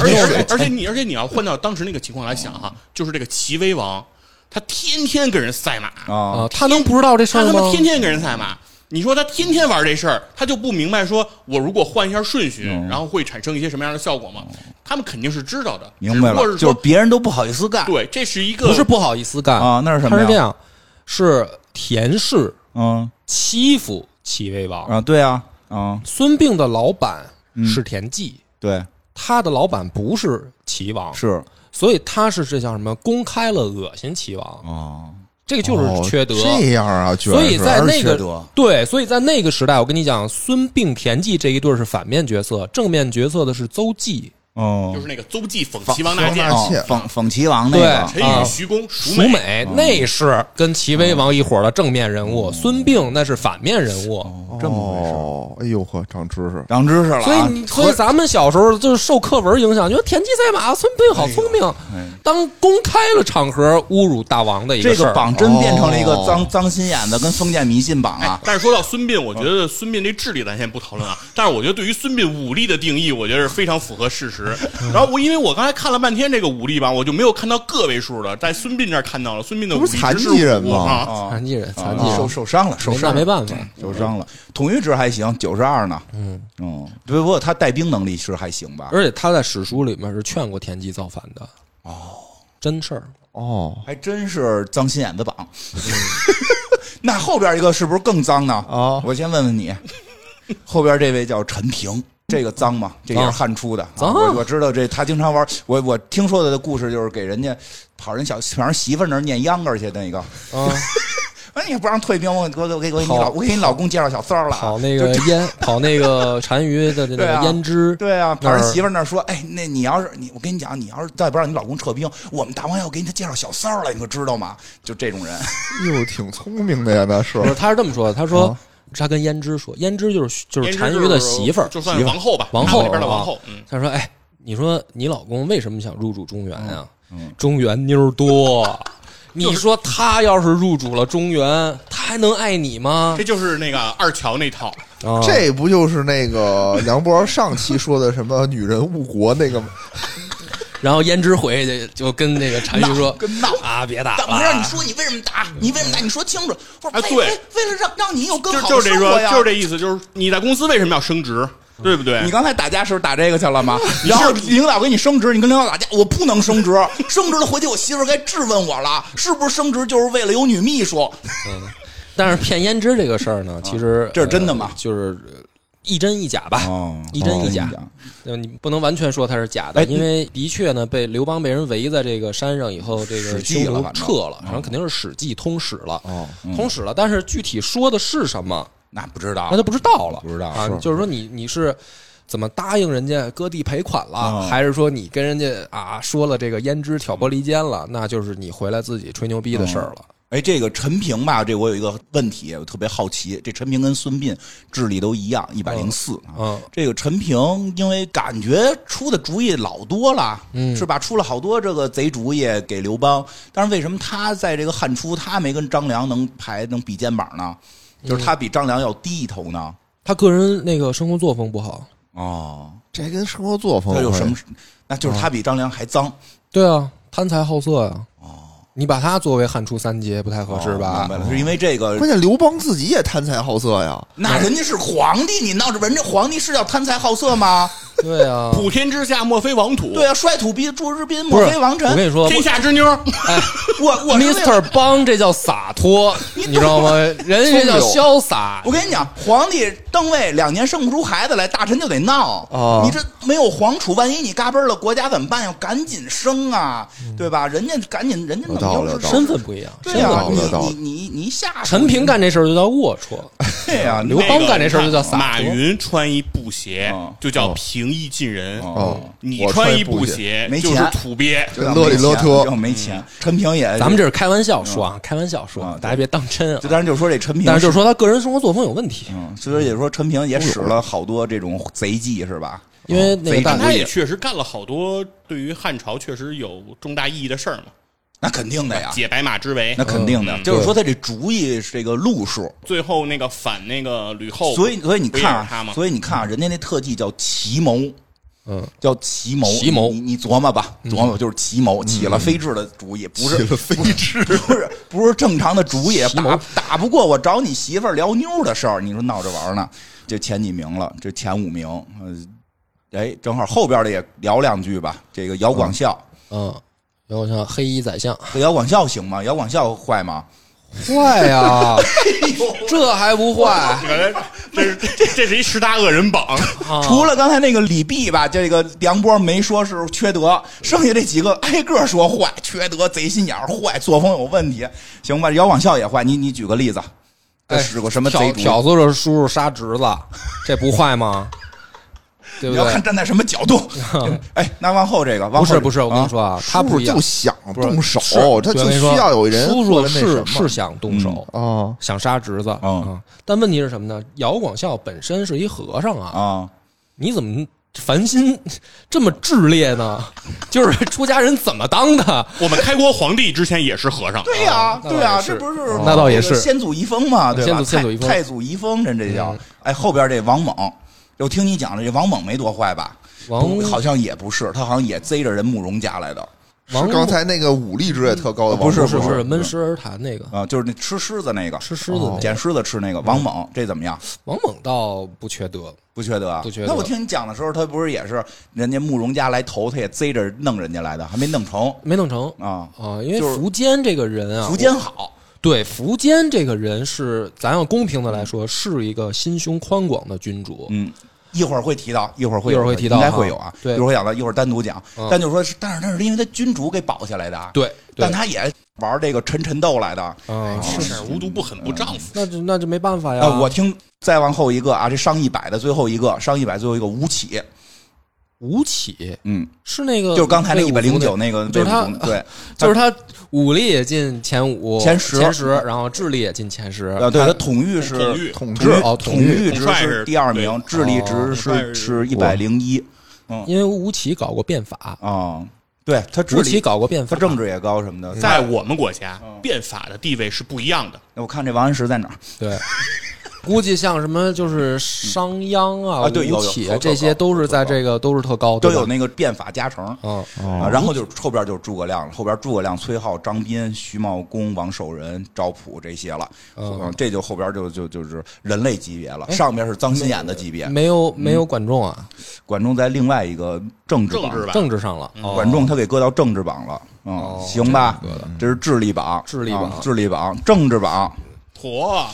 Speaker 4: 而且而且而且你而且你要换到当时那个情况来想哈，就是这个齐威王，他天天跟人赛马，
Speaker 1: 啊，
Speaker 2: 啊？他能不知道这事
Speaker 4: 他
Speaker 2: 儿
Speaker 4: 他妈
Speaker 2: 吗？
Speaker 4: 天天跟人赛马。你说他天天玩这事儿，他就不明白说，我如果换一下顺序，然后会产生一些什么样的效果吗？他们肯定是知道的，
Speaker 1: 明白
Speaker 4: 只不过
Speaker 1: 了，
Speaker 4: 是
Speaker 1: 就是
Speaker 4: 说
Speaker 1: 别人都不好意思干。
Speaker 4: 对，这是一个
Speaker 2: 不是不好意思干
Speaker 1: 啊那是什么
Speaker 2: 他
Speaker 1: 呀
Speaker 2: 是这样，是田氏
Speaker 1: 嗯
Speaker 2: 欺负齐威王，
Speaker 1: 啊，嗯对啊，啊，
Speaker 2: 孙膑的老板是田忌，
Speaker 1: 对，
Speaker 2: 他的老板不是齐王，
Speaker 1: 是
Speaker 2: 所以他是这叫什么？公开了恶心齐王，
Speaker 1: 啊，
Speaker 2: 这个就是缺德。
Speaker 3: 这样啊，居然
Speaker 2: 所以
Speaker 3: 是
Speaker 2: 在
Speaker 1: 还是
Speaker 2: 那
Speaker 1: 缺
Speaker 2: 个
Speaker 1: 德
Speaker 2: 对，所以在那个时代，我跟你讲，孙膑、田忌这一对是反面角色，正面角色的是邹忌、
Speaker 1: 哦
Speaker 4: 就是那啊个邹忌讽齐王纳
Speaker 3: 那
Speaker 4: 谏
Speaker 3: 儿，
Speaker 1: 哦
Speaker 3: 切
Speaker 1: 讽讽齐王那个
Speaker 4: 陈
Speaker 2: 对啊
Speaker 4: 宇、徐公、
Speaker 2: 蜀
Speaker 4: 美，
Speaker 2: 美，
Speaker 1: 哦
Speaker 2: 那是跟齐威王一伙的正面人物，孙膑那是反面人物。
Speaker 1: 这么回事，
Speaker 3: 哦，哎呦呵，长知识，
Speaker 1: 长知识了啊。
Speaker 2: 所以你，所以咱们小时候就是受课文影响，觉得田忌赛马，孙膑好聪明。当公开了场合侮辱大王的一
Speaker 1: 这
Speaker 2: 事
Speaker 1: 个
Speaker 2: 儿，
Speaker 1: 榜真变成了一个
Speaker 3: 哦
Speaker 1: 脏脏心眼子跟封建迷信榜
Speaker 4: 哎
Speaker 1: 啊，。
Speaker 4: 但是说到孙膑，我觉得孙膑这智力咱先不讨论啊。但是我觉得对于孙膑武力的定义，我觉得是非常符合事实。然后我因为我刚才看了半天这个武力吧，我就没有看到个位数的，在孙膑这儿看到了孙膑的
Speaker 3: 这不
Speaker 4: 武力
Speaker 3: 是残疾人吗
Speaker 4: 值是五啊，
Speaker 1: 啊
Speaker 2: 残疾人，残疾
Speaker 1: 啊受
Speaker 4: 哦
Speaker 2: 人，
Speaker 1: 受伤了，受
Speaker 2: 没那
Speaker 1: 伤了
Speaker 2: 没办法。
Speaker 1: 受伤了。统一值还行，九十二呢。嗯嗯，不不过他带兵能力是还行吧？
Speaker 2: 而且他在史书里面是劝过田忌造反的。哦，真事儿。
Speaker 3: 哦
Speaker 1: 还真是脏心眼子榜。 那后边一个是不是更脏呢？
Speaker 3: 哦
Speaker 1: 我先问问你，后边这位叫陈平，这个脏吗？这也是汉初的。啊
Speaker 2: 脏啊
Speaker 1: 我我知道这他经常玩。我我听说的故事就是给人家跑人小跑人媳妇儿那儿念秧歌去那个。
Speaker 2: 啊，
Speaker 1: 哎，你也不让退兵，我给我给我给你
Speaker 2: 跑
Speaker 1: 老我给你老公介绍小三儿了啊
Speaker 2: 跑。那个腌，跑那个单于的那
Speaker 1: 对啊
Speaker 2: 个胭脂，
Speaker 1: 对啊，
Speaker 2: 那
Speaker 1: 跑
Speaker 2: 儿
Speaker 1: 人媳妇儿那儿说，哎，那你要是你，我跟你讲，你要是再不让你老公撤兵，我们大王要给你介绍小三儿了，你可知道吗？就这种人，
Speaker 3: 哟，挺聪明的呀，那是
Speaker 2: 不是，他是这么说的，他说他跟胭脂说，胭脂就是就是单于的媳妇儿，
Speaker 4: 就算王后吧，
Speaker 2: 王
Speaker 4: 他
Speaker 2: 后
Speaker 4: 们那边的
Speaker 2: 啊
Speaker 4: 王后，嗯，
Speaker 2: 他说：“哎，你说你老公为什么想入主中原啊？
Speaker 4: 嗯
Speaker 2: 中原妞儿多，你说他要是入主了中原，太还能爱你吗
Speaker 4: 这？就是那个二乔那套，
Speaker 2: 啊
Speaker 3: 这不就是那个梁博上期说的什么女人误国那个吗？
Speaker 2: 然后胭脂回去就跟那个单于说：“
Speaker 1: 跟闹
Speaker 2: 啊，别打
Speaker 1: 怎
Speaker 2: 了
Speaker 1: 么，让你说你为什么打？你为什么打？你说清楚。我说
Speaker 4: 啊
Speaker 1: 为
Speaker 4: 对
Speaker 1: 为为了让让你有更
Speaker 4: 就
Speaker 1: 好
Speaker 4: 就
Speaker 1: 的
Speaker 4: 是这
Speaker 1: 生
Speaker 4: 说
Speaker 1: 活，呀。
Speaker 4: 就是这意思，就是你在公司为什么要升职，
Speaker 2: 嗯
Speaker 4: 对不对
Speaker 1: 你？刚才打架是不是打这个去了吗？然后领导给你升职，你跟领导打架，我不能升职， 升职了回去我媳妇儿该质问我了，是不是升职就是为了有女秘书？
Speaker 2: 但是骗胭脂这个事儿呢，其实
Speaker 1: 啊这是真的吗哦
Speaker 2: 呃就是呃一真一假吧，一真一假。呃你不能完全说它是假的，
Speaker 1: 哎
Speaker 2: 因为的确呢，被刘邦被人围在这个山上以后，这个
Speaker 1: 史记
Speaker 2: 匈
Speaker 1: 了
Speaker 2: 奴
Speaker 1: 反正哦嗯
Speaker 2: 撤了，然后肯定是史记通史了，
Speaker 3: 哦，
Speaker 2: 通史了。但是具体说的是什么，
Speaker 1: 那不知道
Speaker 2: 那，就不知道了，
Speaker 1: 啊不知道
Speaker 2: 啊
Speaker 1: 是。
Speaker 2: 就是说你你是。怎么答应人家割地赔款了，
Speaker 1: 哦
Speaker 2: 还是说你跟人家啊说了这个胭脂挑拨离间了？那就是你回来自己吹牛逼的事儿了。
Speaker 1: 哎，这个陈平吧，这我有一个问题，我特别好奇，这陈平跟孙膑智力都一样，一百零四啊。
Speaker 2: 嗯
Speaker 1: 这个陈平因为感觉出的主意老多了，嗯，是吧？出了好多这个贼主意给刘邦，但是为什么他在这个汉初他没跟张良能排能比肩膀呢？
Speaker 2: 嗯
Speaker 1: 就是他比张良要低一头呢？
Speaker 2: 他个人那个生活作风不好，
Speaker 1: 哦，
Speaker 3: 这跟生活作风
Speaker 1: 他有什么
Speaker 3: 关系？？
Speaker 1: 那就是他比张良还脏，
Speaker 2: 对啊，贪财好色呀、你把他作为汉初三杰不太合适
Speaker 1: 哦
Speaker 2: 嗯吧
Speaker 1: 明白？了，是因为这个
Speaker 3: 关键刘邦自己也贪财好色呀，
Speaker 1: 那人家是皇帝，你闹着人家皇帝是要贪财好色吗？
Speaker 2: 对啊，
Speaker 4: 普天之下莫非王土，
Speaker 1: 对啊，率土逼诸之宾，
Speaker 2: 不
Speaker 1: 莫
Speaker 2: 是
Speaker 1: 非王
Speaker 2: 我哎
Speaker 1: 臣
Speaker 2: 跟。你说
Speaker 4: 天下之妞儿，
Speaker 1: 我我是为了
Speaker 2: ，Mr. 邦这叫洒 脱，你知道吗？人家叫潇洒
Speaker 1: 我。跟你讲，皇帝登位两年生不出孩子来，大臣就得闹。
Speaker 3: 哦
Speaker 1: 你这没有皇储，万一你嘎嘣了，国家怎么办呀？赶紧生啊，
Speaker 2: 嗯
Speaker 1: 对吧？人家赶紧，人家怎么
Speaker 3: 有道理
Speaker 1: 就
Speaker 3: 有道
Speaker 1: 是
Speaker 3: 理
Speaker 2: 身份不一样，
Speaker 1: 对
Speaker 2: 身
Speaker 1: 呀、
Speaker 2: 份
Speaker 3: 道
Speaker 1: 你
Speaker 2: 不一样
Speaker 3: 理有道理
Speaker 1: 啊你你你一下属
Speaker 2: 陈平干这事儿就叫龌龊，
Speaker 1: 对啊呀、
Speaker 2: 刘邦干这事儿就叫洒脱。哦
Speaker 4: 马云穿一布鞋
Speaker 1: 嗯
Speaker 4: 就叫平易近人，
Speaker 1: 哦
Speaker 4: 你
Speaker 3: 我
Speaker 4: 穿
Speaker 3: 穿
Speaker 4: 一
Speaker 3: 一布
Speaker 4: 布
Speaker 3: 鞋
Speaker 4: 鞋
Speaker 1: 没
Speaker 4: 就
Speaker 1: 钱
Speaker 4: 是土鳖。
Speaker 1: 就叫
Speaker 3: 勒里
Speaker 1: 没
Speaker 3: 勒
Speaker 1: 钱
Speaker 3: 特
Speaker 1: 就没钱。陈平也，
Speaker 2: 嗯咱们这是开玩笑说啊，开玩笑说
Speaker 1: 啊，
Speaker 2: 大家别当真啊
Speaker 1: 就。当然就说这陈平，
Speaker 2: 但是就是说他个人生活作风有问题，
Speaker 1: 嗯，所以也说陈平也使了好多这种贼计，是吧？哦
Speaker 2: 因为那个
Speaker 1: 贼
Speaker 2: 大
Speaker 1: 主
Speaker 4: 他
Speaker 1: 意
Speaker 4: 也确实干了好多对于汉朝确实有重大意义的事儿嘛，
Speaker 1: 那肯定的呀，
Speaker 2: 嗯
Speaker 4: 解白马之围
Speaker 1: 那，肯定的。
Speaker 4: 嗯
Speaker 1: 就是说他这主意是这个路数，
Speaker 4: 最后那个反那个吕后，
Speaker 1: 所以所以你
Speaker 4: 不也是
Speaker 1: 看
Speaker 4: 他
Speaker 1: 啊
Speaker 4: 吗，嗯
Speaker 1: 所以你看啊，人家那特技叫奇谋，
Speaker 2: 嗯，
Speaker 1: 叫奇谋，
Speaker 2: 奇谋嗯
Speaker 1: 你你你琢磨吧，琢磨就是奇谋，起了非智的主意，不是
Speaker 3: 起了非
Speaker 1: 智， 不是不是正常的主 意，
Speaker 2: 谋
Speaker 1: 打打不过我找你媳妇儿聊妞的事儿，你说闹着玩儿呢，这前几名了，这前五名，呃，哎，正好后边的也聊两句吧，这个姚广孝。
Speaker 2: 嗯，然后像黑衣宰相，
Speaker 1: 这姚广孝行吗？姚广孝坏吗？
Speaker 2: 坏呀， 这还不坏？
Speaker 1: 哎
Speaker 4: 原来这是这这是一十大恶人榜，
Speaker 2: 啊
Speaker 1: 除了刚才那个李泌吧，这个梁波没说是缺德， 剩下这几个挨个说坏，缺德、贼心眼儿、坏、作风有问题，行吧？姚广孝也坏，你你举个例子，这
Speaker 2: 哎
Speaker 1: 使过什么
Speaker 2: 挑
Speaker 1: 贼主意？
Speaker 2: 挑唆着叔叔杀侄子，这不坏吗？对不
Speaker 1: 你要看
Speaker 2: 对？
Speaker 1: 站在什么角度。 哎，那往后这个，往
Speaker 2: 不
Speaker 1: 后
Speaker 2: 是不是，我跟你说啊，他不
Speaker 3: 叔
Speaker 2: 一
Speaker 3: 叔
Speaker 2: 样
Speaker 3: 就，想
Speaker 2: 不是
Speaker 3: 动手
Speaker 2: 是我，
Speaker 3: 他
Speaker 2: 跟
Speaker 3: 就
Speaker 2: 你
Speaker 3: 需
Speaker 2: 说
Speaker 3: 要有人
Speaker 2: 叔
Speaker 3: 做
Speaker 2: 叔
Speaker 3: 的那
Speaker 2: 是
Speaker 3: 什
Speaker 2: 是
Speaker 3: 么
Speaker 2: 想动手，
Speaker 3: 哦
Speaker 2: 想杀侄子
Speaker 1: 嗯
Speaker 2: 啊，但问题是什么呢？姚广孝本身是一和尚啊，
Speaker 1: 啊，
Speaker 2: 你怎么烦心 这么炽烈呢？ 就是出家人怎么当的？
Speaker 4: 我们开国皇帝之前也是和尚，
Speaker 1: 对呀
Speaker 2: 那倒也
Speaker 1: 对呀，
Speaker 2: 是
Speaker 1: 这不是
Speaker 2: 那倒也
Speaker 1: 这个
Speaker 2: 是
Speaker 1: 先祖遗风嘛，对吧？
Speaker 2: 先祖先祖遗风
Speaker 1: 太太祖遗风，这这叫
Speaker 2: 嗯
Speaker 1: 哎，后边这王猛，又听你讲了，这王猛没多坏吧？
Speaker 2: 王
Speaker 1: 不好像也不是，他好像也贼着人慕容家来的
Speaker 2: 王
Speaker 3: 是刚才那个武力值也特高的王
Speaker 1: 不是
Speaker 2: 啊不
Speaker 3: 叔
Speaker 2: 是
Speaker 3: 叔
Speaker 2: 不是闷石而谈那个
Speaker 1: 啊、就是那吃狮子那个，
Speaker 2: 吃狮子那个
Speaker 1: 捡狮子吃那个王猛，这怎么样？
Speaker 2: 王猛倒不缺德，
Speaker 1: 不缺德啊？
Speaker 2: 不缺德
Speaker 1: 那我听你讲的时候，他不是也是人家慕容家来投，他也贼着弄人家来的，还没弄成
Speaker 2: 没弄成
Speaker 1: 啊。
Speaker 2: 啊，因为
Speaker 1: 就是
Speaker 2: 苻坚这个人啊，
Speaker 1: 苻坚好，
Speaker 2: 对，苻坚这个人是，咱要公平的来说，是一个心胸宽广的君主。
Speaker 1: 嗯，一会儿会提到，一会儿会有
Speaker 2: 一会儿会提到
Speaker 1: 应该
Speaker 2: 哈
Speaker 1: 会有啊。
Speaker 2: 对
Speaker 1: 一会儿讲到，一会儿单独讲。
Speaker 2: 嗯
Speaker 1: 但就是说是，但是那是因为他君主给保下来的啊，
Speaker 2: 对，
Speaker 1: 但
Speaker 2: 对
Speaker 1: 他也玩这个陈陈斗来的。
Speaker 2: 啊，
Speaker 4: 这事儿无毒不狠不丈夫。
Speaker 2: 那就那就没办哎法呀。
Speaker 1: 啊，我听再往后一个啊，这上一百的最后一个，上一百最后一个吴起，
Speaker 2: 吴起
Speaker 1: 嗯，
Speaker 2: 是那个，
Speaker 1: 就是刚才那一百零九
Speaker 2: 那，
Speaker 1: 那个
Speaker 2: 就是他啊
Speaker 1: 魏武对，
Speaker 2: 就是他武力也进前五、
Speaker 1: 前十
Speaker 2: 前十，然后智力也进前十。
Speaker 1: 啊，对他统御是
Speaker 4: 统御
Speaker 1: 统
Speaker 3: 统治
Speaker 1: 御
Speaker 2: 哦
Speaker 1: 统
Speaker 2: 统御
Speaker 1: 御值
Speaker 4: 统帅
Speaker 1: 是
Speaker 4: 是
Speaker 1: 第二名，智力值
Speaker 2: 哦
Speaker 4: 统帅
Speaker 1: 是
Speaker 4: 是
Speaker 1: 是一百零一
Speaker 2: 因为吴起搞过变法，
Speaker 1: 啊，对他治
Speaker 2: 吴起
Speaker 1: 理，
Speaker 2: 搞过变法，
Speaker 1: 他政治也高什么的。
Speaker 4: 嗯在我们国家，变法的地位是不一样的。
Speaker 1: 那我看这王安石在哪儿？
Speaker 2: 对，估计像什么就是商鞅啊、
Speaker 1: 啊对有
Speaker 2: 吴
Speaker 1: 有
Speaker 2: 起
Speaker 1: 特
Speaker 2: 啊，
Speaker 1: 高
Speaker 2: 这些都是在这个都是特高，
Speaker 1: 都
Speaker 2: 对吧
Speaker 1: 有那个变法加成。
Speaker 2: 嗯
Speaker 1: 啊，然后就是后边就是诸葛亮了，后边诸葛亮、崔浩、张斌、徐茂公、王守仁、赵普这些了，嗯，这就后边就就就是人类级别了，上边是脏心眼的级别。
Speaker 2: 没有没
Speaker 1: 嗯
Speaker 2: 有管仲啊，
Speaker 1: 管仲在另外一个政治
Speaker 4: 政
Speaker 1: 榜
Speaker 4: 治吧，
Speaker 2: 政治上了，哦
Speaker 1: 管仲他给搁到政治榜了，嗯，行吧，这是智力榜，
Speaker 2: 智力
Speaker 1: 啊
Speaker 2: 榜
Speaker 1: 智力榜，政治榜。
Speaker 4: 妥，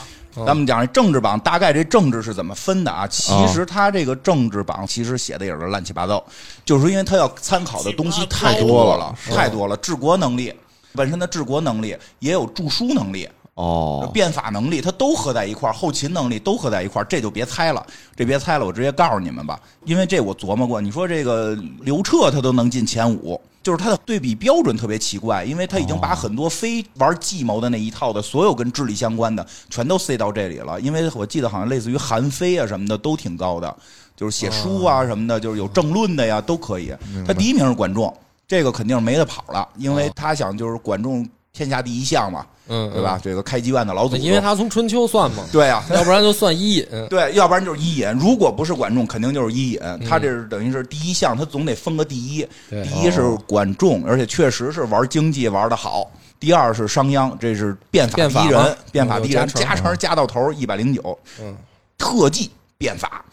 Speaker 1: 咱们讲这政治榜，大概这政治是怎么分的啊？其实他这个政治榜其实写的也是乱七八糟，就是因为他要参考的东西太多了，太多了，治国能力。本身的治国能力也有著书能力、
Speaker 3: 哦，
Speaker 1: 变法能力，它都合在一块儿，后勤能力都合在一块儿，这就别猜了，这别猜了，我直接告诉你们吧，因为这我琢磨过，你说这个刘彻他都能进前五，就是他的对比标准特别奇怪，因为他已经把很多非玩计谋的那一套的所有跟智力相关的全都塞到这里了，因为我记得好像类似于韩非啊什么的都挺高的，就是写书啊什么的，就是有政论的呀都可以，他第一名是管仲。这个肯定没得跑了，因为他想就是管仲天下第一相嘛，
Speaker 2: 哦嗯，
Speaker 1: 对吧？这个开鸡院的老祖
Speaker 2: 嗯？
Speaker 1: 宗，
Speaker 2: 因为他从春秋算嘛，
Speaker 1: 对啊，
Speaker 2: 要不然就算伊尹，
Speaker 1: 对，要不然就是伊尹。如果不是管仲，肯定就是伊尹。他这是等于是第一项，他总得分个第一。
Speaker 2: 嗯对哦
Speaker 1: 第一是管仲，而且确实是玩经济玩得好。第二是商鞅，这是变法
Speaker 2: 变法
Speaker 1: 第一人
Speaker 2: 嘛，
Speaker 1: 变法
Speaker 2: 有
Speaker 1: 第一人，
Speaker 2: 加成
Speaker 1: 加成加到头一百零九。
Speaker 2: 嗯，
Speaker 1: 特技变 法，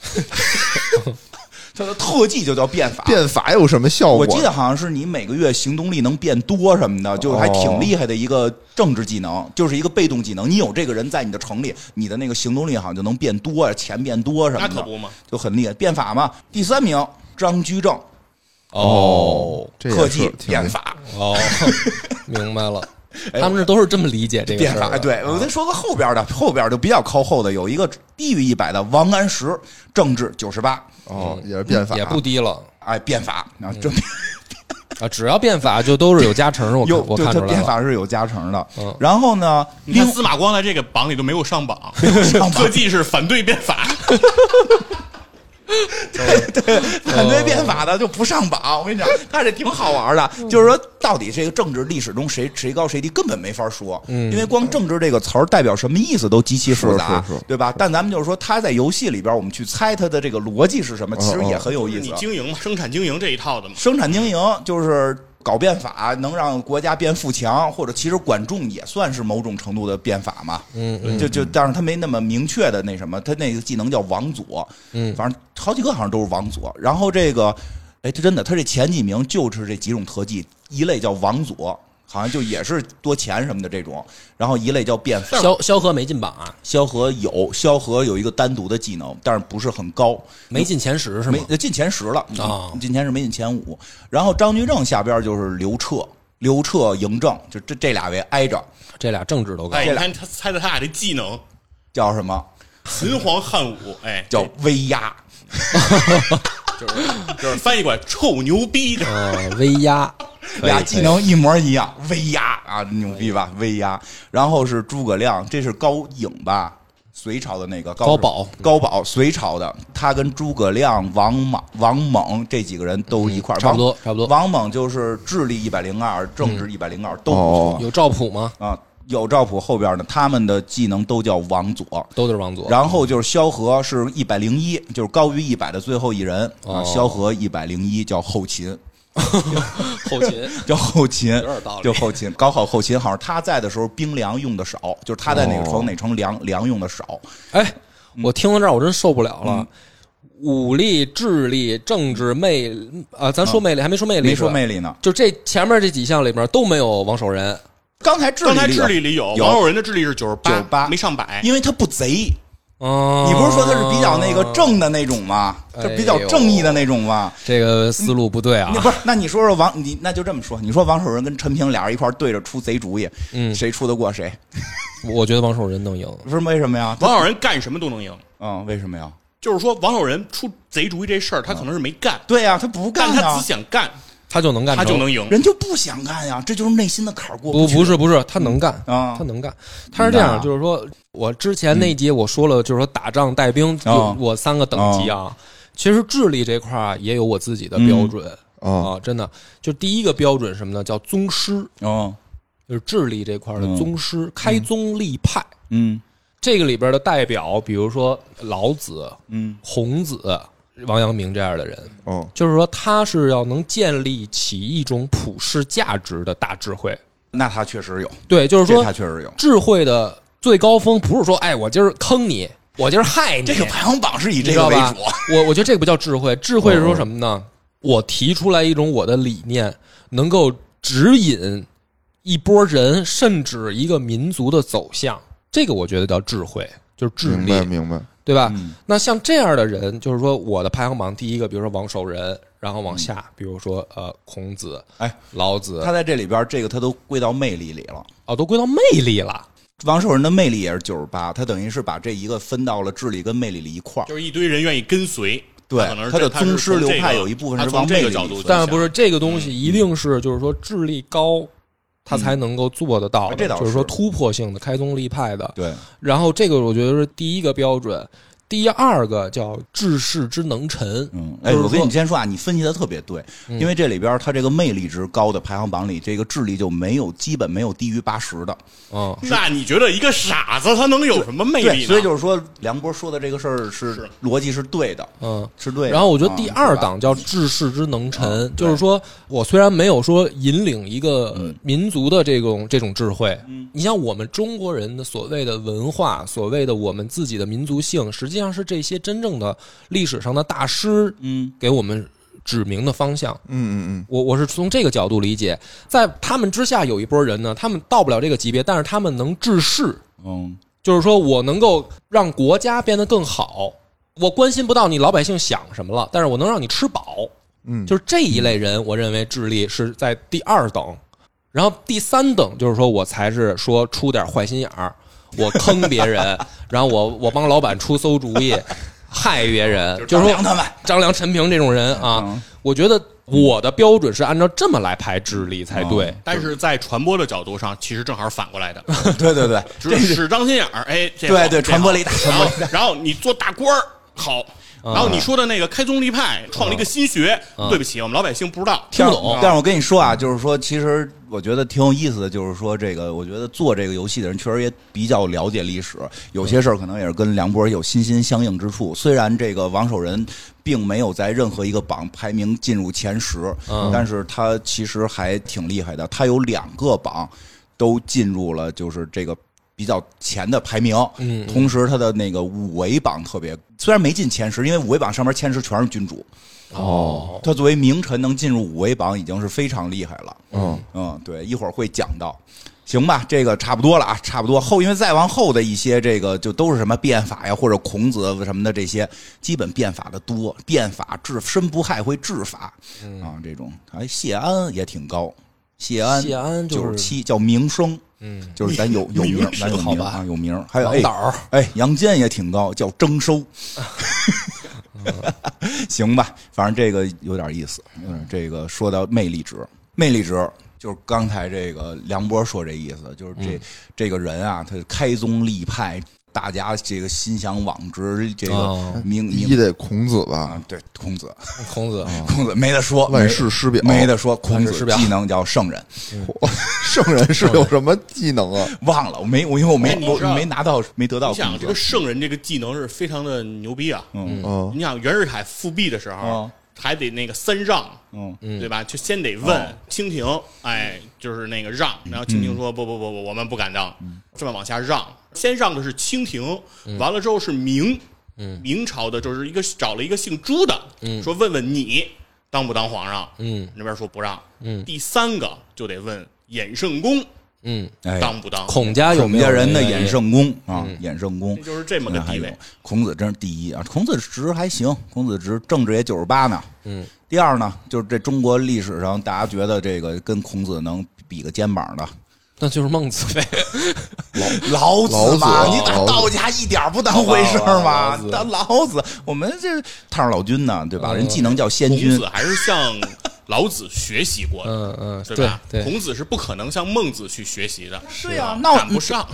Speaker 1: 他的特技就叫变
Speaker 2: 呃
Speaker 1: 法。
Speaker 3: 变法有什么效果？啊
Speaker 1: 我记得好像是你每个月行动力能变多什么的，就还
Speaker 2: 哦
Speaker 1: 挺厉害的一个政治技能，就是一个被动技能。你有这个人在你的城里，你的那个行动力好像就能变多呀，钱变多什么
Speaker 4: 那
Speaker 1: 的，
Speaker 4: 可不嘛。
Speaker 1: 就很厉害。变法嘛，第三名张居正，
Speaker 3: 哦，这也
Speaker 1: 科
Speaker 3: 是
Speaker 1: 技
Speaker 3: 挺
Speaker 1: 变法，
Speaker 2: 哦， 明白了，他们这都是这么理解这个
Speaker 1: 哎变
Speaker 2: 事
Speaker 1: 法。
Speaker 2: 儿
Speaker 1: 哎
Speaker 2: 的，嗯
Speaker 1: 对，我再说个后边的，后边就比较靠后的，有一个低于一百的王安石，政治九十八，
Speaker 3: 哦，也是变法，
Speaker 2: 也不低了
Speaker 1: 哎，变法
Speaker 2: 嗯
Speaker 1: 啊，这
Speaker 2: 啊，只要变法就都是有加成，我看
Speaker 1: 有
Speaker 2: 我
Speaker 1: 对
Speaker 2: 看
Speaker 1: 他
Speaker 2: 出来
Speaker 1: 变
Speaker 2: 了，
Speaker 1: 法是有加成的
Speaker 2: 嗯。
Speaker 1: 然后呢，
Speaker 4: 你看
Speaker 1: 另
Speaker 4: 司马光在这个榜里都没有上榜，
Speaker 1: 上榜
Speaker 4: 科技是反对变法，
Speaker 1: 反对变法的就不上
Speaker 3: 哦
Speaker 1: 榜。我跟你讲，他这挺好玩的，
Speaker 3: 嗯
Speaker 1: 就是说到底这个政治历史中谁谁高谁低，根本没法说，
Speaker 3: 嗯
Speaker 1: 因为光政治这个词儿代表什么意思都极其复杂
Speaker 3: 是是是，
Speaker 1: 对吧？但咱们就是说，他在游戏里边，我们去猜他的这个逻辑是什
Speaker 3: 哦
Speaker 1: 么，其实也很有意
Speaker 4: 你
Speaker 1: 思。啊
Speaker 4: 经营嘛，生产经营这一套的嘛。
Speaker 1: 生产经营就是。搞变法能让国家变富强，或者其实管仲也算是某种程度的变法嘛。嗯，就就，但是他没那么明确的那什么，他那个技能叫王佐。嗯，反正好几个好像都是王佐。然后这个，哎，他真的，他这前几名就是这几种特技，一类叫王佐，好像就也是多钱什么的这种，然后一类叫变法。
Speaker 2: 萧萧何没进榜啊，
Speaker 1: 萧何有，萧何有一个单独的技能，但是不是很高。
Speaker 2: 没进前十是吗？
Speaker 1: 没呃进前十了
Speaker 2: 啊
Speaker 1: 进前十没进前五。然后张居正下边就是刘彻，刘彻、嬴政，就这这俩位挨着，
Speaker 2: 这俩政治都高
Speaker 4: 哎，，
Speaker 1: 这
Speaker 4: 你
Speaker 1: 俩
Speaker 4: 看他猜的他俩这技能，
Speaker 1: 叫什么？
Speaker 4: 秦皇汉武，哎，
Speaker 1: 叫威压。
Speaker 4: 就是 翻译过来臭牛逼的。
Speaker 2: 呃，威压，
Speaker 1: 俩技能一模一样，威压啊，牛逼吧，威压。然后是诸葛亮，这是高颖吧，隋朝的那个
Speaker 2: 高保，
Speaker 1: 高保，隋朝的，他跟诸葛亮、王莽、王猛这几个人都一块儿、
Speaker 2: 嗯差不多差不多
Speaker 1: 王猛就是智力一百零二，政治一百零二，都不错、
Speaker 2: 有赵普吗？
Speaker 1: 啊。有赵普后边呢，他们的技能都叫王佐，
Speaker 2: 都得是王佐，
Speaker 1: 然后就是萧何是一百零一，就是高于一百的最后一人啊。
Speaker 2: 哦
Speaker 1: 萧何一百零一叫后勤，
Speaker 2: 后勤，
Speaker 1: 叫后勤
Speaker 2: 有点道，理
Speaker 1: 就后勤搞好后勤。好像他在的时候兵粮用的少，就是他在哪个城哪城粮粮用的少。
Speaker 2: 哎，
Speaker 1: 嗯
Speaker 2: 我听到这儿我真受不了了。武力、智力、政治、魅啊、咱说魅力、还没说魅力，
Speaker 1: 嗯没说
Speaker 2: 力，
Speaker 1: 魅力呢，
Speaker 2: 就这前面这几项里边都没有王守仁，
Speaker 1: 刚才智
Speaker 4: 刚才
Speaker 1: 力
Speaker 4: 智力里有
Speaker 1: 有
Speaker 4: 王守仁的智力是九十
Speaker 1: 98
Speaker 4: 没上百。
Speaker 1: 因为他不贼。
Speaker 2: 嗯，
Speaker 1: 你不是说他是比较那个正的那种吗？
Speaker 2: 哎
Speaker 1: 就
Speaker 2: 呦
Speaker 1: 比较正义的那种吗？
Speaker 2: 这个思路不对啊
Speaker 1: 那？不是，那你说说王，你那就这么说，你说王守仁跟陈平俩人一块儿对着出贼主意，
Speaker 2: 嗯
Speaker 1: 谁出得过谁？
Speaker 2: 我觉得王守仁能赢，
Speaker 1: 是为什么呀？
Speaker 4: 王守仁干什么都能赢，
Speaker 1: 嗯，为什么呀？
Speaker 4: 就是说王守仁出贼主意这事儿，他可能是没干，
Speaker 1: 对呀、他不
Speaker 4: 但
Speaker 1: 嗯干
Speaker 4: 他
Speaker 1: 呀
Speaker 4: 只，想干，
Speaker 2: 他就能干
Speaker 4: 他
Speaker 2: 成，
Speaker 4: 就能赢。
Speaker 1: 人就不想干呀，这就是内心的坎儿过
Speaker 2: 不
Speaker 1: 去。
Speaker 2: 不是不是，他能干
Speaker 1: 啊
Speaker 2: 他能干。他是这样，
Speaker 1: 嗯
Speaker 2: 就是说我之前那集我说了，就是说打仗带兵，
Speaker 1: 啊嗯
Speaker 2: 有我三个等级啊。其实智力这块儿啊也有我自己的标准，
Speaker 3: 啊，
Speaker 2: 啊，真的，就第一个标准是什么呢？叫宗师，
Speaker 1: 哦，
Speaker 2: 就是智利这块儿的宗师，开宗立派。
Speaker 1: 嗯
Speaker 2: 这个里边的代表，比如说老子、
Speaker 1: 嗯
Speaker 2: 孔子、王阳明这样的人，
Speaker 3: 哦，
Speaker 2: 就是说他是要能建立起一种普世价值的大智慧。
Speaker 1: 那他确实有，
Speaker 2: 对，就是
Speaker 1: 这
Speaker 2: 说
Speaker 1: 他确实有。
Speaker 2: 智慧的最高峰，不是说哎，我今儿坑你，我今儿害你，
Speaker 1: 这个排行榜是以
Speaker 2: 你
Speaker 1: 这
Speaker 2: 知
Speaker 1: 个
Speaker 2: 道
Speaker 1: 为
Speaker 2: 吧
Speaker 1: 主，？啊
Speaker 2: 我我觉得这个不叫智慧，智慧是说什么呢？我提出来一种我的理念，能够指引一波人，甚至一个民族的走向，这个我觉得叫智慧，就是智
Speaker 3: 明
Speaker 2: 力，
Speaker 3: 白明白，
Speaker 2: 对吧？
Speaker 1: 嗯
Speaker 2: 那像这样的人，就是说我的排行榜第一个，比如说王守仁，然后往下，比如说呃孔子、
Speaker 1: 哎，
Speaker 2: 老子
Speaker 1: 嗯他，在这里边，这个他都归到魅力里了。
Speaker 2: 哦，都归到魅力了。
Speaker 1: 王守仁的魅力也是九十八，他等于是把这一个分到了智力跟魅力里一块儿。
Speaker 4: 就是一堆人愿意跟随。
Speaker 1: 对
Speaker 4: 可能是
Speaker 1: 他的
Speaker 4: 这是
Speaker 1: 宗师
Speaker 4: 从这
Speaker 1: 流派
Speaker 4: 个
Speaker 1: 有一部分
Speaker 4: 他
Speaker 1: 是
Speaker 4: 从
Speaker 1: 往
Speaker 4: 这
Speaker 1: 魅
Speaker 4: 个
Speaker 1: 力
Speaker 4: 角
Speaker 1: 里
Speaker 4: 度
Speaker 1: 分
Speaker 4: 分
Speaker 2: 但是
Speaker 4: 享
Speaker 2: 不是这个东
Speaker 1: 嗯
Speaker 2: 西一定是就是说智力高，他才能够做得到的，
Speaker 1: 哎这倒
Speaker 2: 就是说
Speaker 1: 是
Speaker 2: 突破性的、开宗立派的。
Speaker 1: 对，
Speaker 2: 然后这个我觉得是第一个标准，第二个叫治世之能臣。
Speaker 1: 嗯，哎，
Speaker 2: 就是
Speaker 1: 我跟
Speaker 2: 说嗯
Speaker 1: 你先说啊，你分析的特别对，因为这里边他这个魅力值高的排行榜里，这个智力就没有基本没有低于八十的，
Speaker 2: 嗯，
Speaker 4: 那你觉得一个傻子他能有什么魅力
Speaker 1: 对，
Speaker 4: 呢？
Speaker 1: 所以就是说梁波说的这个事儿是逻辑是对的，
Speaker 2: 嗯。
Speaker 1: 是啊对的。
Speaker 2: 然后我觉得第二
Speaker 1: 啊
Speaker 2: 档叫治世之能臣，就是说我虽然没有说引领一
Speaker 1: 嗯
Speaker 2: 个民族的这种这种智慧，你像我们中国人的所谓的文化，所谓的我们自己的民族性，实际上是这些真正的历史上的大师
Speaker 1: 嗯
Speaker 2: 给我们指明的方向。
Speaker 3: 嗯嗯
Speaker 2: 我我是从这个角度理解，在他们之下有一波人呢，他们到不了这个级别，但是他们能治世，
Speaker 1: 嗯
Speaker 2: 就是说我能够让国家变得更好。我关心不到你老百姓想什么了，但是我能让你吃饱，
Speaker 3: 嗯，
Speaker 2: 就是这一类人，我认为智力是在第二等，然后第三等就是说我才是说出点坏心眼儿，我坑 别人，然后我我帮老板出馊主意，害别人，就是说
Speaker 1: 张良他们
Speaker 2: 张良、陈平这种人啊
Speaker 1: 嗯，
Speaker 2: 我觉得我的标准是按照这么来排智力才对。
Speaker 1: 嗯
Speaker 4: 但是在传播的角度上，其实正好是反过来的，
Speaker 1: 对对 对，
Speaker 4: 只是使张心眼儿，哎，这
Speaker 1: 对
Speaker 4: 好
Speaker 1: 对
Speaker 4: 这好
Speaker 1: 传播力大嗯
Speaker 4: 然后 然后你做大官儿好，然后你说的那个开宗立派，创立一个新学，对不起，我们老百姓不知道。
Speaker 2: 听不懂
Speaker 1: 但是我跟你说啊，就是说，其实我觉得挺有意思的，就是说这个，我觉得做这个游戏的人确实也比较了解历史，有些事儿可能也是跟梁博有心心相印之处。虽然这个王守仁并没有在任何一个榜排名进入前十，
Speaker 2: 嗯
Speaker 1: 但是他其实还挺厉害的，他有两个榜都进入了，就是这个。比较前的排名，
Speaker 2: 嗯嗯
Speaker 1: 同时他的那个五维榜特别，虽然没进前十，因为五维榜上面前十全是君主，
Speaker 2: 哦，
Speaker 1: 他作为名臣能进入五维榜已经是非常厉害了。
Speaker 3: 嗯
Speaker 1: 嗯，对，一会儿会讲到。行吧，这个差不多了啊，差不多后，因为再往后的一些这个就都是什么变法呀，或者孔子什么的这些，基本变法的多，变法治身不害会治法
Speaker 2: 嗯
Speaker 1: 啊，这种哎，谢安也挺高，谢安
Speaker 2: 谢安就
Speaker 1: 九
Speaker 2: 是
Speaker 1: 十七叫名声，
Speaker 2: 嗯，
Speaker 1: 就是咱有有 名，咱有
Speaker 2: 好
Speaker 1: 名
Speaker 2: 吧
Speaker 1: 啊，有名儿，还有
Speaker 2: 王
Speaker 1: 哎
Speaker 2: 导儿
Speaker 1: 哎，杨坚也挺高，叫征收。行吧，反正这个有点意思。嗯，这个说到魅力值，魅力值就是刚才这个梁波说这意思，就是这、
Speaker 4: 嗯
Speaker 1: 这个人啊，他开宗立派，大家这个心向往之，这个
Speaker 2: 哦
Speaker 1: 名
Speaker 3: 第
Speaker 1: 名、
Speaker 3: 一得孔子吧，
Speaker 1: 啊，对，孔子，
Speaker 2: 孔子
Speaker 1: 孔子没得说，
Speaker 3: 万世师表，
Speaker 1: 没得说，
Speaker 2: 万
Speaker 1: 孔
Speaker 2: 世
Speaker 1: 子
Speaker 2: 师表
Speaker 1: 技能叫圣人，
Speaker 3: 圣人是有什么技能啊？
Speaker 1: 忘了，我没我因为我没
Speaker 4: 哎你
Speaker 1: 我
Speaker 4: 知道
Speaker 1: 没拿到没得到
Speaker 4: 你想
Speaker 1: 孔
Speaker 4: 这个
Speaker 1: 子，
Speaker 4: 圣人这个技能是非常的牛逼啊！
Speaker 1: 嗯
Speaker 3: 嗯
Speaker 4: 你想袁世凯复辟的时候
Speaker 1: 嗯，
Speaker 4: 还得那个三让，
Speaker 1: 嗯
Speaker 4: 对吧？就先得问清廷，哎，就是那个让，然后清廷说不不不不，我们不敢让，这么往下让，先让的是清廷，
Speaker 1: 嗯
Speaker 4: 完了之后是明，明朝的就是一个找了一个姓朱的，
Speaker 1: 嗯
Speaker 4: 说问问你当不当皇上，
Speaker 2: 嗯
Speaker 4: 那边说不让，
Speaker 2: 嗯
Speaker 4: 第三个就得问衍圣公
Speaker 2: 嗯，
Speaker 1: 哎，
Speaker 4: 当不当，
Speaker 2: 孔家有
Speaker 1: 孔
Speaker 2: 没有
Speaker 1: 家人的
Speaker 2: 那个
Speaker 1: 衍圣公啊，衍圣哎公
Speaker 4: 这就是这么个
Speaker 1: 还
Speaker 4: 地
Speaker 1: 有
Speaker 4: 位。
Speaker 1: 孔子真是第一啊！孔子值还行，孔子值政治也九十八呢。
Speaker 2: 嗯，
Speaker 1: 第二呢，就是这中国历史上大家觉得这个跟孔子能比个肩膀的
Speaker 2: 那就是孟子呗。
Speaker 1: 老子嘛，
Speaker 3: 老子
Speaker 1: 你打
Speaker 3: 老子
Speaker 1: 道家一点不当回事儿
Speaker 2: 老
Speaker 1: 吗
Speaker 2: 子？
Speaker 1: 当老子，我们这太上老君呢，对吧？人技能叫仙
Speaker 4: 孔
Speaker 1: 君
Speaker 4: 子，还是向老子学习 过的，
Speaker 2: 嗯嗯，
Speaker 4: 对
Speaker 2: 对
Speaker 4: 吧？
Speaker 2: 对，
Speaker 4: 孔子是不可能向孟子去学习的，
Speaker 1: 是啊呀，
Speaker 4: 赶
Speaker 1: 闹
Speaker 4: 不上。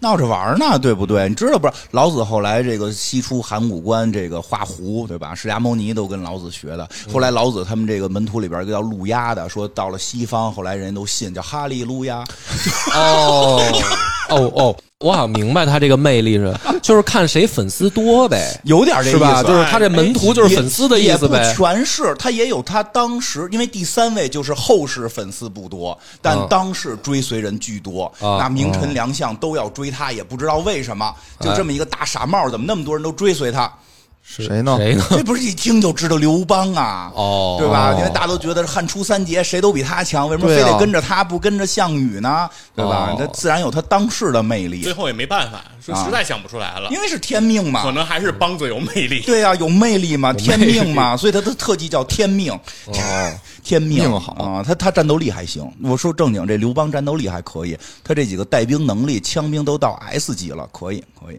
Speaker 1: 闹着玩儿呢，对不对？你知道不是？老子后来这个西出函谷关，这个画胡，对吧？释迦牟尼都跟老子学的。后来老子他们这个门徒里边儿一个叫路亚的，说到了西方，后来人都信叫哈利路亚。
Speaker 2: 哦哦哦，我好像明白他这个魅力是，就是看谁粉丝多呗，
Speaker 1: 有点这意
Speaker 2: 是
Speaker 1: 思
Speaker 2: 吧？就是他这门徒就是
Speaker 1: 也
Speaker 2: 粉丝的意思
Speaker 1: 也
Speaker 2: 呗
Speaker 1: 不。全是，他也有他当时，因为第三位就是后世粉丝不多，但
Speaker 2: 嗯
Speaker 1: 当世追随人巨多。
Speaker 2: 啊
Speaker 1: 那名臣良相都要追他，也不知道为什么，就这么一个大傻帽，怎么那么多人都追随他？
Speaker 3: 谁呢？
Speaker 2: 谁 呢？
Speaker 1: 这不是一听就知道刘邦啊？
Speaker 2: 哦
Speaker 1: 对吧？
Speaker 2: 哦
Speaker 1: 因为大家都觉得汉初三杰谁都比他强，为什么
Speaker 3: 对
Speaker 1: 非
Speaker 3: 啊
Speaker 1: 得跟着他不跟着项羽呢？对吧
Speaker 2: 哦？
Speaker 1: 他自然有他当世的魅力
Speaker 4: 最，后也没办法，说
Speaker 1: 啊
Speaker 4: 实在想不出来了，
Speaker 1: 因为是天命嘛
Speaker 4: 可。能还是梆子有魅力。
Speaker 1: 对呀、有魅力嘛，天
Speaker 2: 力
Speaker 1: 命嘛， 所以他的特技叫天命。
Speaker 3: 哦，
Speaker 1: 天命
Speaker 3: 命好
Speaker 1: 啊，他他战斗力还行。我说正经，这刘邦战斗力还可以，他这几个带兵能力、枪兵都到 S 级了，可以可以。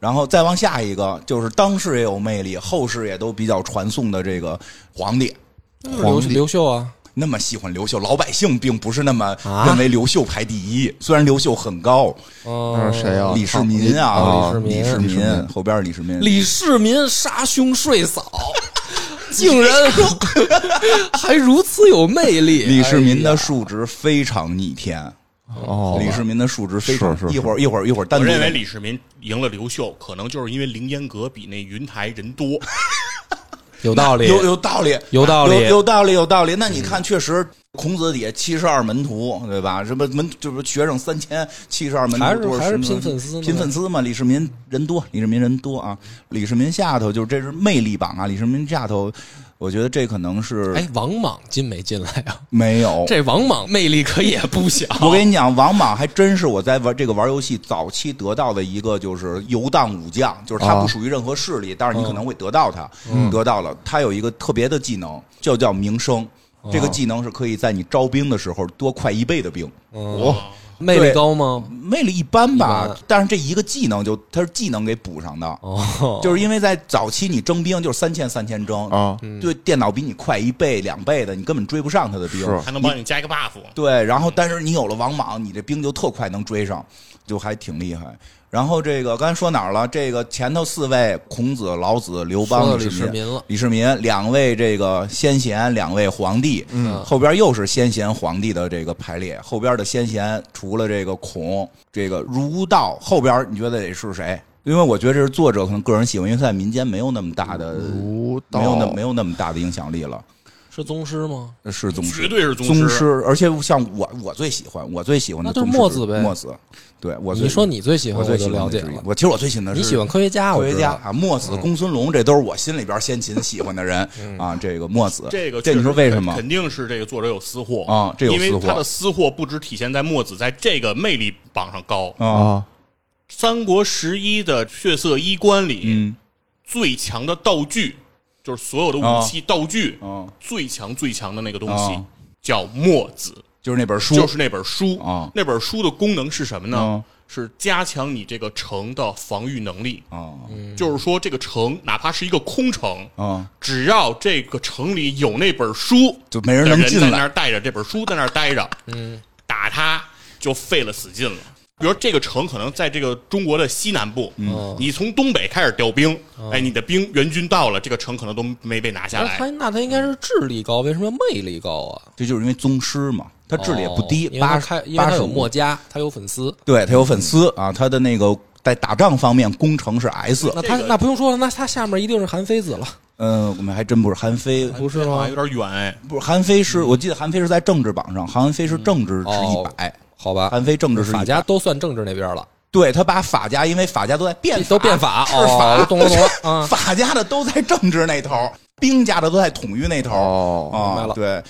Speaker 1: 然后再往下一个，就是当世也有魅力，后世也都比较传颂的这个皇帝。
Speaker 2: 刘刘秀啊，
Speaker 1: 那么喜欢刘秀，老百姓并不是那么
Speaker 2: 啊
Speaker 1: 认为刘秀排第一。虽然刘秀很高，
Speaker 2: 哦，
Speaker 3: 谁啊？
Speaker 1: 李世民啊
Speaker 3: 啊，
Speaker 1: 李
Speaker 2: 李世
Speaker 1: 世
Speaker 2: 民
Speaker 1: 民
Speaker 3: 李世民
Speaker 1: 后边是李世民，
Speaker 2: 李世民杀兄睡嫂， 竟然还如此有魅力。
Speaker 1: 李世民
Speaker 2: 哎
Speaker 1: 的
Speaker 2: 呀
Speaker 1: 数值非常逆天，
Speaker 3: 哦，
Speaker 1: 李世民的数值非常
Speaker 3: 是是是
Speaker 1: 一会儿一会儿一会儿单
Speaker 4: 我
Speaker 1: 独
Speaker 4: 认为李世民赢了刘秀，可能就是因为凌烟阁比那云台人多。
Speaker 1: 啊
Speaker 2: 哎有道理，
Speaker 1: 有有道理，
Speaker 2: 有道理
Speaker 1: 有有道理，有道理。那你看，确实，孔子底下七十二门徒，对吧？什么门就是学生三千，七十二门徒
Speaker 2: 还是
Speaker 1: 多少
Speaker 2: 还是
Speaker 1: 什么
Speaker 2: 拼粉丝呢
Speaker 1: 拼粉丝嘛。李世民人多，李世民人多啊。李世民下头就是这是魅力榜啊，李世民下头，我觉得这可能是
Speaker 2: 哎，王莽进没进来啊？
Speaker 1: 没有。
Speaker 2: 这王莽魅力可也不小。
Speaker 1: 我跟你讲，王莽还真是我在玩这个玩游戏早期得到的一个，就是游荡武将，就是他
Speaker 3: 啊
Speaker 1: 不属于任何势力，但是你
Speaker 2: 嗯
Speaker 1: 可能会得到他，得到了。他有一个特别的技能，就叫名声。这个技能是可以在你招兵的时候多快一倍的兵，
Speaker 2: 哦，魅力高吗？
Speaker 1: 魅力一般吧，
Speaker 2: 一般
Speaker 1: 但是这一个技能就它是技能给补上的，
Speaker 2: 哦，
Speaker 1: 就是因为在早期你征兵就是三千三千征，
Speaker 3: 啊，
Speaker 1: 对电脑比你快一倍两倍的，你根本追不上他的兵，
Speaker 3: 是
Speaker 4: 还能帮你加一个 buff。
Speaker 1: 对，然后但是你有了王莽，你这兵就特快能追上，就还挺厉害。然后这个刚才说哪儿了？这个前头四位孔子、老子、刘
Speaker 2: 说
Speaker 1: 邦、
Speaker 2: 到李世
Speaker 1: 世
Speaker 2: 民了
Speaker 1: 李世民两位这个先贤，两位皇帝，
Speaker 2: 嗯
Speaker 1: 后边又是先贤皇帝的这个排列。后边的先贤除了这个孔，这个儒道，后边你觉得得是谁？因为我觉得这是作者可能个人喜欢，因为在民间没有那么大的，
Speaker 3: 儒道
Speaker 1: 没有那没有那么大的影响力了。
Speaker 2: 是宗师吗？
Speaker 1: 是宗师，
Speaker 4: 绝对是宗师
Speaker 1: 师。而且像我，我最喜欢，我最喜欢的
Speaker 2: 那就
Speaker 1: 宗
Speaker 2: 是
Speaker 1: 师
Speaker 2: 墨子呗
Speaker 1: 墨子，对我最
Speaker 2: 你说你最喜
Speaker 1: 我
Speaker 2: 欢，
Speaker 1: 最
Speaker 2: 就
Speaker 1: 喜欢
Speaker 2: 了
Speaker 1: 的
Speaker 2: 解
Speaker 1: 之一
Speaker 2: 了。
Speaker 1: 我其实我最喜欢的是
Speaker 2: 你喜欢科学家，
Speaker 1: 科
Speaker 2: 我
Speaker 1: 学
Speaker 2: 知
Speaker 1: 家
Speaker 2: 道。嗯
Speaker 1: 啊，墨子、公孙龙，这都是我心里边先秦喜欢的人啊。这个墨子，
Speaker 4: 这个
Speaker 1: 这你说
Speaker 4: 确实
Speaker 1: 为什么？
Speaker 4: 肯定是这个作者有私货
Speaker 1: 啊这有私货
Speaker 4: 因为他的私货不只体现在墨子在这个魅力榜上高，
Speaker 1: 啊，
Speaker 3: 啊，
Speaker 4: 三国十一的血色衣冠里、
Speaker 1: 嗯
Speaker 4: 最强的道具，就是所有的武器道具，
Speaker 1: 啊，
Speaker 4: 最强最强的那个东西、
Speaker 1: 啊
Speaker 4: 叫墨子，
Speaker 1: 就是那本书，
Speaker 4: 就是那本书
Speaker 1: 啊
Speaker 4: 那本书的功能是什么呢？
Speaker 1: 啊
Speaker 4: 是加强你这个城的防御能力，
Speaker 1: 啊
Speaker 4: 就是说这个城哪怕是一个空城，
Speaker 1: 啊，
Speaker 4: 只要这个城里有那本书，
Speaker 1: 就没人能进
Speaker 4: 的人在那
Speaker 1: 来
Speaker 4: 儿带着这本书在那儿待着，嗯，打他就费了死劲了。比如说这个城可能在这个中国的西南部，
Speaker 2: 嗯
Speaker 4: 你从东北开始调兵，哎，你的兵援军到了，这个城可能都没被拿下
Speaker 2: 那
Speaker 4: 来
Speaker 2: 哎他。那他应该是智力高，为什么要魅力高啊？
Speaker 1: 这就是因为宗师嘛，他嗯智力也不低
Speaker 2: 哦因，为他
Speaker 1: 八
Speaker 2: 开，因为
Speaker 1: 八
Speaker 2: 他
Speaker 1: 十
Speaker 2: 有
Speaker 1: 五
Speaker 2: 墨，家，他有粉丝。
Speaker 1: 对他有粉丝啊，他的那个在打仗方面攻城是 S，
Speaker 2: 那他
Speaker 4: 这个
Speaker 2: 那不用说了，那他下面一定是韩非子了，
Speaker 1: 嗯，我们还真不是韩非，
Speaker 2: 不是
Speaker 4: 好
Speaker 2: 吗
Speaker 4: 像？有点远哎，
Speaker 1: 不是韩非
Speaker 2: 嗯
Speaker 1: 是，我记得韩非是在政治榜上，韩非是政治是一
Speaker 2: 哦
Speaker 1: 百，
Speaker 2: 好吧，
Speaker 1: 韩非政治是
Speaker 2: 法
Speaker 1: 100，
Speaker 2: 家都算政治那边了，
Speaker 1: 对他把法家，因为法家都在变
Speaker 2: 都变法
Speaker 1: 是
Speaker 2: 哦，
Speaker 1: 法
Speaker 2: 我懂了懂 了啊。
Speaker 1: 法家的都在政治那头，兵家的都在统御那头
Speaker 3: 哦，
Speaker 2: 明白
Speaker 1: 啊
Speaker 2: 了，
Speaker 1: 对。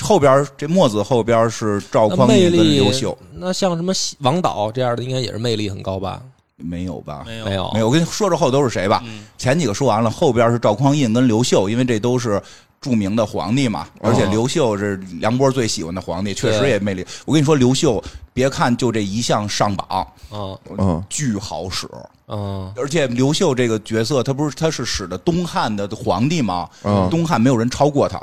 Speaker 1: 后边这墨子后边是赵
Speaker 2: 那
Speaker 1: 匡
Speaker 2: 魅
Speaker 1: 胤跟
Speaker 2: 力
Speaker 1: 刘秀，，
Speaker 2: 那像什么西王导这样的，应该也是魅力很高吧？
Speaker 1: 没有吧？
Speaker 4: 没
Speaker 2: 没有，
Speaker 1: 没有，我跟你说说后都是谁吧。前几个说完了，后边是赵匡胤跟刘秀，因为这都是著名的皇帝嘛。而且刘秀是梁波最喜欢的皇帝，确实
Speaker 2: 对
Speaker 1: 也魅力。我跟你说，刘秀别看就这一项上榜，
Speaker 2: 啊，
Speaker 3: 嗯，
Speaker 1: 巨好使。
Speaker 2: 嗯，
Speaker 1: 而且刘秀这个角色，他不是他是使的东汉的皇帝吗？
Speaker 3: 嗯
Speaker 1: 东汉没有人超过他。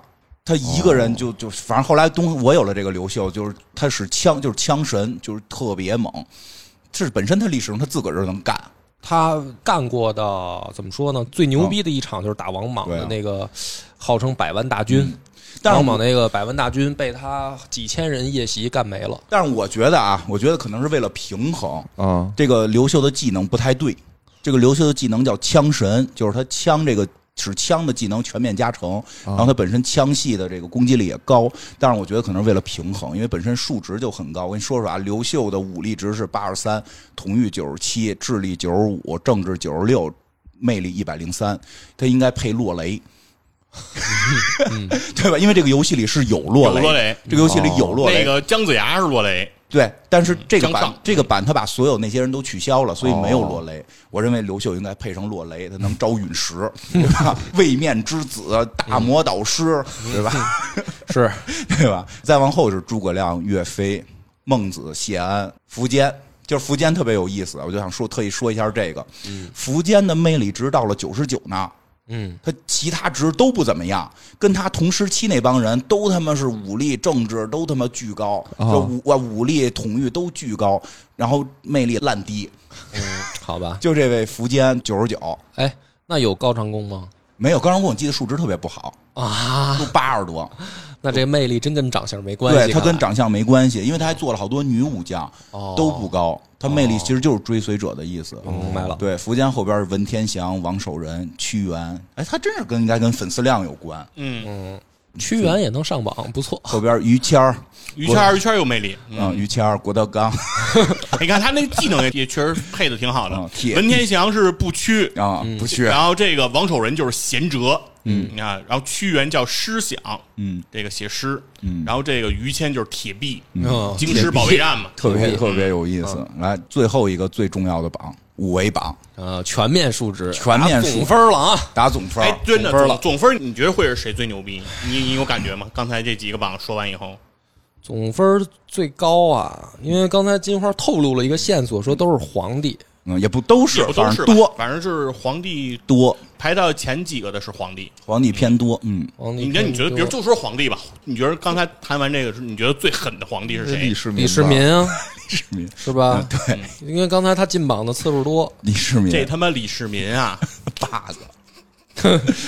Speaker 1: 他一个人就就反正后来东我有了这个刘秀，就是他使枪就是枪神，就是特别猛。这是本身他历史上他自个儿就能干，
Speaker 2: 他干过的怎么说呢？最牛逼的一场就是打王莽
Speaker 1: 啊对啊嗯
Speaker 2: 的那个，号称百万大军，
Speaker 1: 但是
Speaker 2: 王
Speaker 1: 我
Speaker 2: 莽那个百万大军被他几千人夜袭干没了。
Speaker 1: 但是我觉得啊，我觉得可能是为了平衡，
Speaker 3: 啊，
Speaker 1: 这个刘秀的技能不太对。这个刘秀的技能叫枪神，就是他枪这个使枪的技能全面加成，
Speaker 4: 哦
Speaker 1: 然后他本身枪系的这个攻击力也高。但是我觉得可能是为了平衡，因为本身数值就很高。我跟你说说啊，刘秀的武力值是八十三，统御九十七，智力九十五，政治九十六，魅力一百零三，他应该配落雷。 对吧？因为这个游戏里是有落雷，
Speaker 4: 嗯有落雷哦
Speaker 1: 这个游戏里有落雷，
Speaker 4: 那个姜子牙是落雷，
Speaker 1: 对，但是这个
Speaker 4: 张
Speaker 1: 版
Speaker 4: 尚
Speaker 1: 这个版他把所有那些人都取消了，所以没有落雷。我认为刘秀应该配上落雷，他能招陨石，对吧？ 位面之子、大魔导师，对吧？
Speaker 2: 是，
Speaker 1: 对吧？再往后是诸葛亮、岳飞、孟子、谢安、苻坚。就是苻坚特别有意思，我就想说特意说一下这个。苻坚的魅力值到了九十九呢，
Speaker 2: 嗯，
Speaker 1: 他其他值都不怎么样，跟他同时期那帮人都他妈是武力、政治都他妈巨高，
Speaker 3: 啊
Speaker 1: 就武啊武力、统御都巨高，然后魅力烂低。嗯
Speaker 2: 好吧。
Speaker 1: 就这位苻坚九十九，
Speaker 2: 哎，那有高长恭吗？
Speaker 1: 没有高长恭，我记得数值特别不好，
Speaker 2: 啊，
Speaker 1: 都八十多。
Speaker 2: 那这魅力真跟长相没关系。
Speaker 1: 对他
Speaker 2: 看来
Speaker 1: 跟长相没关系，因为他还做了好多女武将，
Speaker 2: 哦
Speaker 1: 都不高。他魅
Speaker 4: 哦
Speaker 1: 力其实就是追随者的意思。
Speaker 2: 明白了
Speaker 1: 对，苻坚后边是文天祥、王守仁、屈原，哎，他真是跟应该跟粉丝量有关。
Speaker 4: 嗯，
Speaker 2: 屈原也能上榜，不错。
Speaker 1: 后边于谦儿，
Speaker 4: 于谦儿于谦儿有魅力，嗯
Speaker 1: 嗯，于谦儿、郭德纲，
Speaker 4: 你看他那技能也也确实配的挺好的
Speaker 1: 嗯铁。
Speaker 4: 文天祥是不屈，
Speaker 1: 啊，不缺
Speaker 4: 嗯然后这个王守仁就是贤哲，嗯，你看，然后屈原叫诗想，
Speaker 1: 嗯，
Speaker 4: 这个写诗，
Speaker 1: 嗯
Speaker 4: 然后这个于谦就是铁臂，
Speaker 1: 哦
Speaker 2: 嗯，
Speaker 4: 京师保卫战嘛，
Speaker 1: 特
Speaker 2: 挺
Speaker 1: 别
Speaker 2: 有意思
Speaker 1: 特别有意思。
Speaker 4: 嗯
Speaker 1: 来，最后一个最重要的榜，五维榜
Speaker 2: 呃，全面数值，
Speaker 1: 全面数
Speaker 2: 打总分了啊！
Speaker 1: 打总分
Speaker 4: 哎
Speaker 1: 儿，，
Speaker 4: 真的
Speaker 1: 总分儿了。
Speaker 4: 总分儿你觉得会是谁最牛逼？你你有感觉吗？刚才这几个榜说完以后，
Speaker 2: 总分最高啊，因为刚才金花透露了一个线索，说都是皇帝。
Speaker 1: 嗯，也不都是
Speaker 4: 也，不都
Speaker 1: 反
Speaker 4: 是
Speaker 1: 正
Speaker 4: 吧
Speaker 1: 多
Speaker 4: 反正就是皇帝
Speaker 1: 多，
Speaker 4: 排到前几个的是皇帝。
Speaker 1: 皇帝偏多。嗯，
Speaker 2: 皇帝
Speaker 4: 你那
Speaker 2: 看
Speaker 4: 你觉得，比如就说皇帝吧，你觉得刚才谈完这个，你觉得最狠的皇帝是谁？
Speaker 1: 世
Speaker 2: 李世民啊，
Speaker 1: 民吧，
Speaker 2: 是吧？
Speaker 1: 对，
Speaker 2: 因为刚才他进榜的次数多，
Speaker 1: 李世民
Speaker 4: 这他妈李世民啊！
Speaker 1: 把子。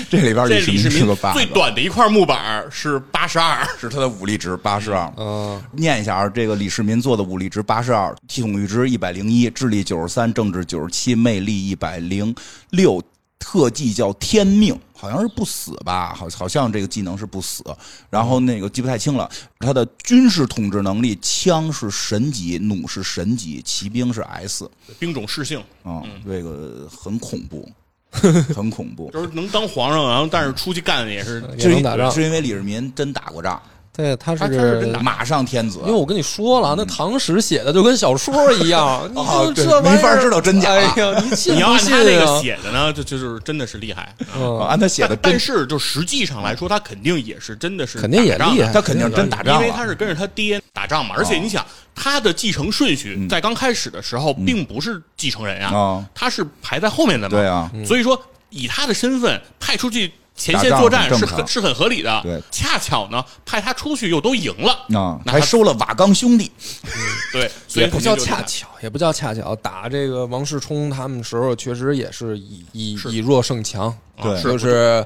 Speaker 1: 这里边
Speaker 4: 这
Speaker 1: 世
Speaker 4: 李世
Speaker 1: 民是
Speaker 4: 民
Speaker 1: 个把子，
Speaker 4: 最短的一块木板儿是八十二，
Speaker 1: 是他的武力值八十二。
Speaker 2: 嗯，
Speaker 1: 念一下啊，这个李世民做的武力值八十二，统御值一百零一，智力九十三，政治九十七，魅力一百零六，特技叫天命，好像是不死吧？好，好像这个技能是不死。然后那个记不太清了，他的军事统治能力，枪是神级，弩是神级，骑兵是 S。
Speaker 4: 兵种适性，
Speaker 1: 啊、这个很恐怖，很恐怖。
Speaker 4: 就是能当皇上，然后但是出去干也是
Speaker 2: 也能打仗
Speaker 1: 是。因为李世民真打过仗，
Speaker 2: 对，他是
Speaker 4: 他他是真打
Speaker 1: 马上天子
Speaker 2: 因。为我跟你说了，那唐史写的就跟小说一样，你就
Speaker 1: 啊对
Speaker 2: 这玩意儿
Speaker 1: 没法知道真假
Speaker 2: 哎呀，你信
Speaker 4: 你要
Speaker 2: 不
Speaker 4: 按
Speaker 2: 信
Speaker 4: 他那个
Speaker 2: 啊？
Speaker 4: 写的呢，这这就是真的是厉害。啊
Speaker 1: 啊
Speaker 2: 嗯，
Speaker 1: 按他写的
Speaker 4: 但但
Speaker 1: 真，
Speaker 4: 是就实际上来说，他肯定也是真的是
Speaker 2: 肯定也
Speaker 4: 打仗的嗯
Speaker 2: 厉害
Speaker 1: 他肯定是真打仗
Speaker 4: 因为他
Speaker 1: 了。
Speaker 4: 是跟着他爹打仗嘛，而且你想，他的继承顺序在刚开始的时候并不是继承人
Speaker 1: 哦
Speaker 4: 啊，他是排在后面的嘛，
Speaker 1: 对啊，
Speaker 4: 所以说以他的身份派出去前线
Speaker 1: 打仗
Speaker 4: 作战
Speaker 1: 很
Speaker 4: 是
Speaker 1: 正常
Speaker 4: 很是很合理的，
Speaker 1: 对
Speaker 4: 恰巧呢，派他出去又都赢了，
Speaker 1: 啊，
Speaker 4: 那
Speaker 1: 还
Speaker 4: 他
Speaker 1: 收了瓦岗兄弟，
Speaker 4: 对，所以
Speaker 2: 也不
Speaker 4: 肯定
Speaker 2: 叫
Speaker 4: 就
Speaker 2: 恰
Speaker 4: 厉害
Speaker 2: 巧，也不叫恰巧，打这个王世充他们时候，确实也是以以
Speaker 4: 是
Speaker 2: 以弱胜强，
Speaker 1: 对
Speaker 4: 啊是
Speaker 2: 就是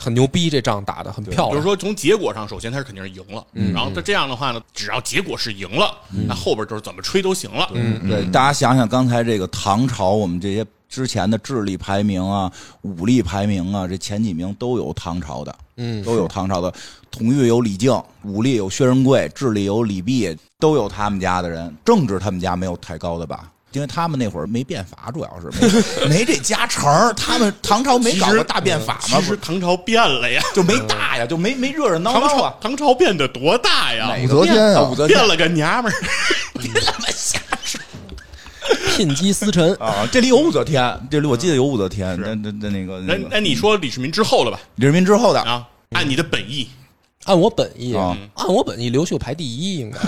Speaker 2: 很牛逼，这仗打得很漂
Speaker 4: 比如
Speaker 2: 亮。
Speaker 4: 说从结果上，首先他是肯定是赢了，
Speaker 1: 嗯
Speaker 4: 然后他这样的话呢，只要结果是赢了，那后边就是怎么吹都行了。
Speaker 1: 对，大家想想刚才这个唐朝，我们这些之前的智力排名啊、武力排名啊，这前几名都有唐朝的，
Speaker 2: 嗯，
Speaker 1: 都有唐朝的。统御有李靖，武力有薛仁贵，智力有李泌，都有他们家的人。政治他们家没有太高的吧。因为他们那会儿没变法，主要是没 没这加成儿。他们唐朝没
Speaker 4: 其
Speaker 1: 搞过
Speaker 4: 实
Speaker 1: 大变法嘛
Speaker 4: 其，实唐朝变了呀，
Speaker 1: 就没大呀，就没没热热闹
Speaker 4: 唐
Speaker 1: 闹
Speaker 4: 朝
Speaker 1: 啊。
Speaker 4: 唐朝变得多大呀？
Speaker 1: 哪个
Speaker 3: 武则天啊
Speaker 1: 变武则天
Speaker 4: 变了个娘们儿，
Speaker 2: 聘鸡司晨，
Speaker 1: 啊！这里有武则天，这里我记得有武则天。那那那那个
Speaker 4: 那啊
Speaker 1: 那个
Speaker 4: 那你说李世民之后了吧？
Speaker 1: 李世民之后的
Speaker 4: 啊，按你的本意，
Speaker 2: 按我本意，
Speaker 1: 啊
Speaker 2: 按我本意，刘秀排第一应该。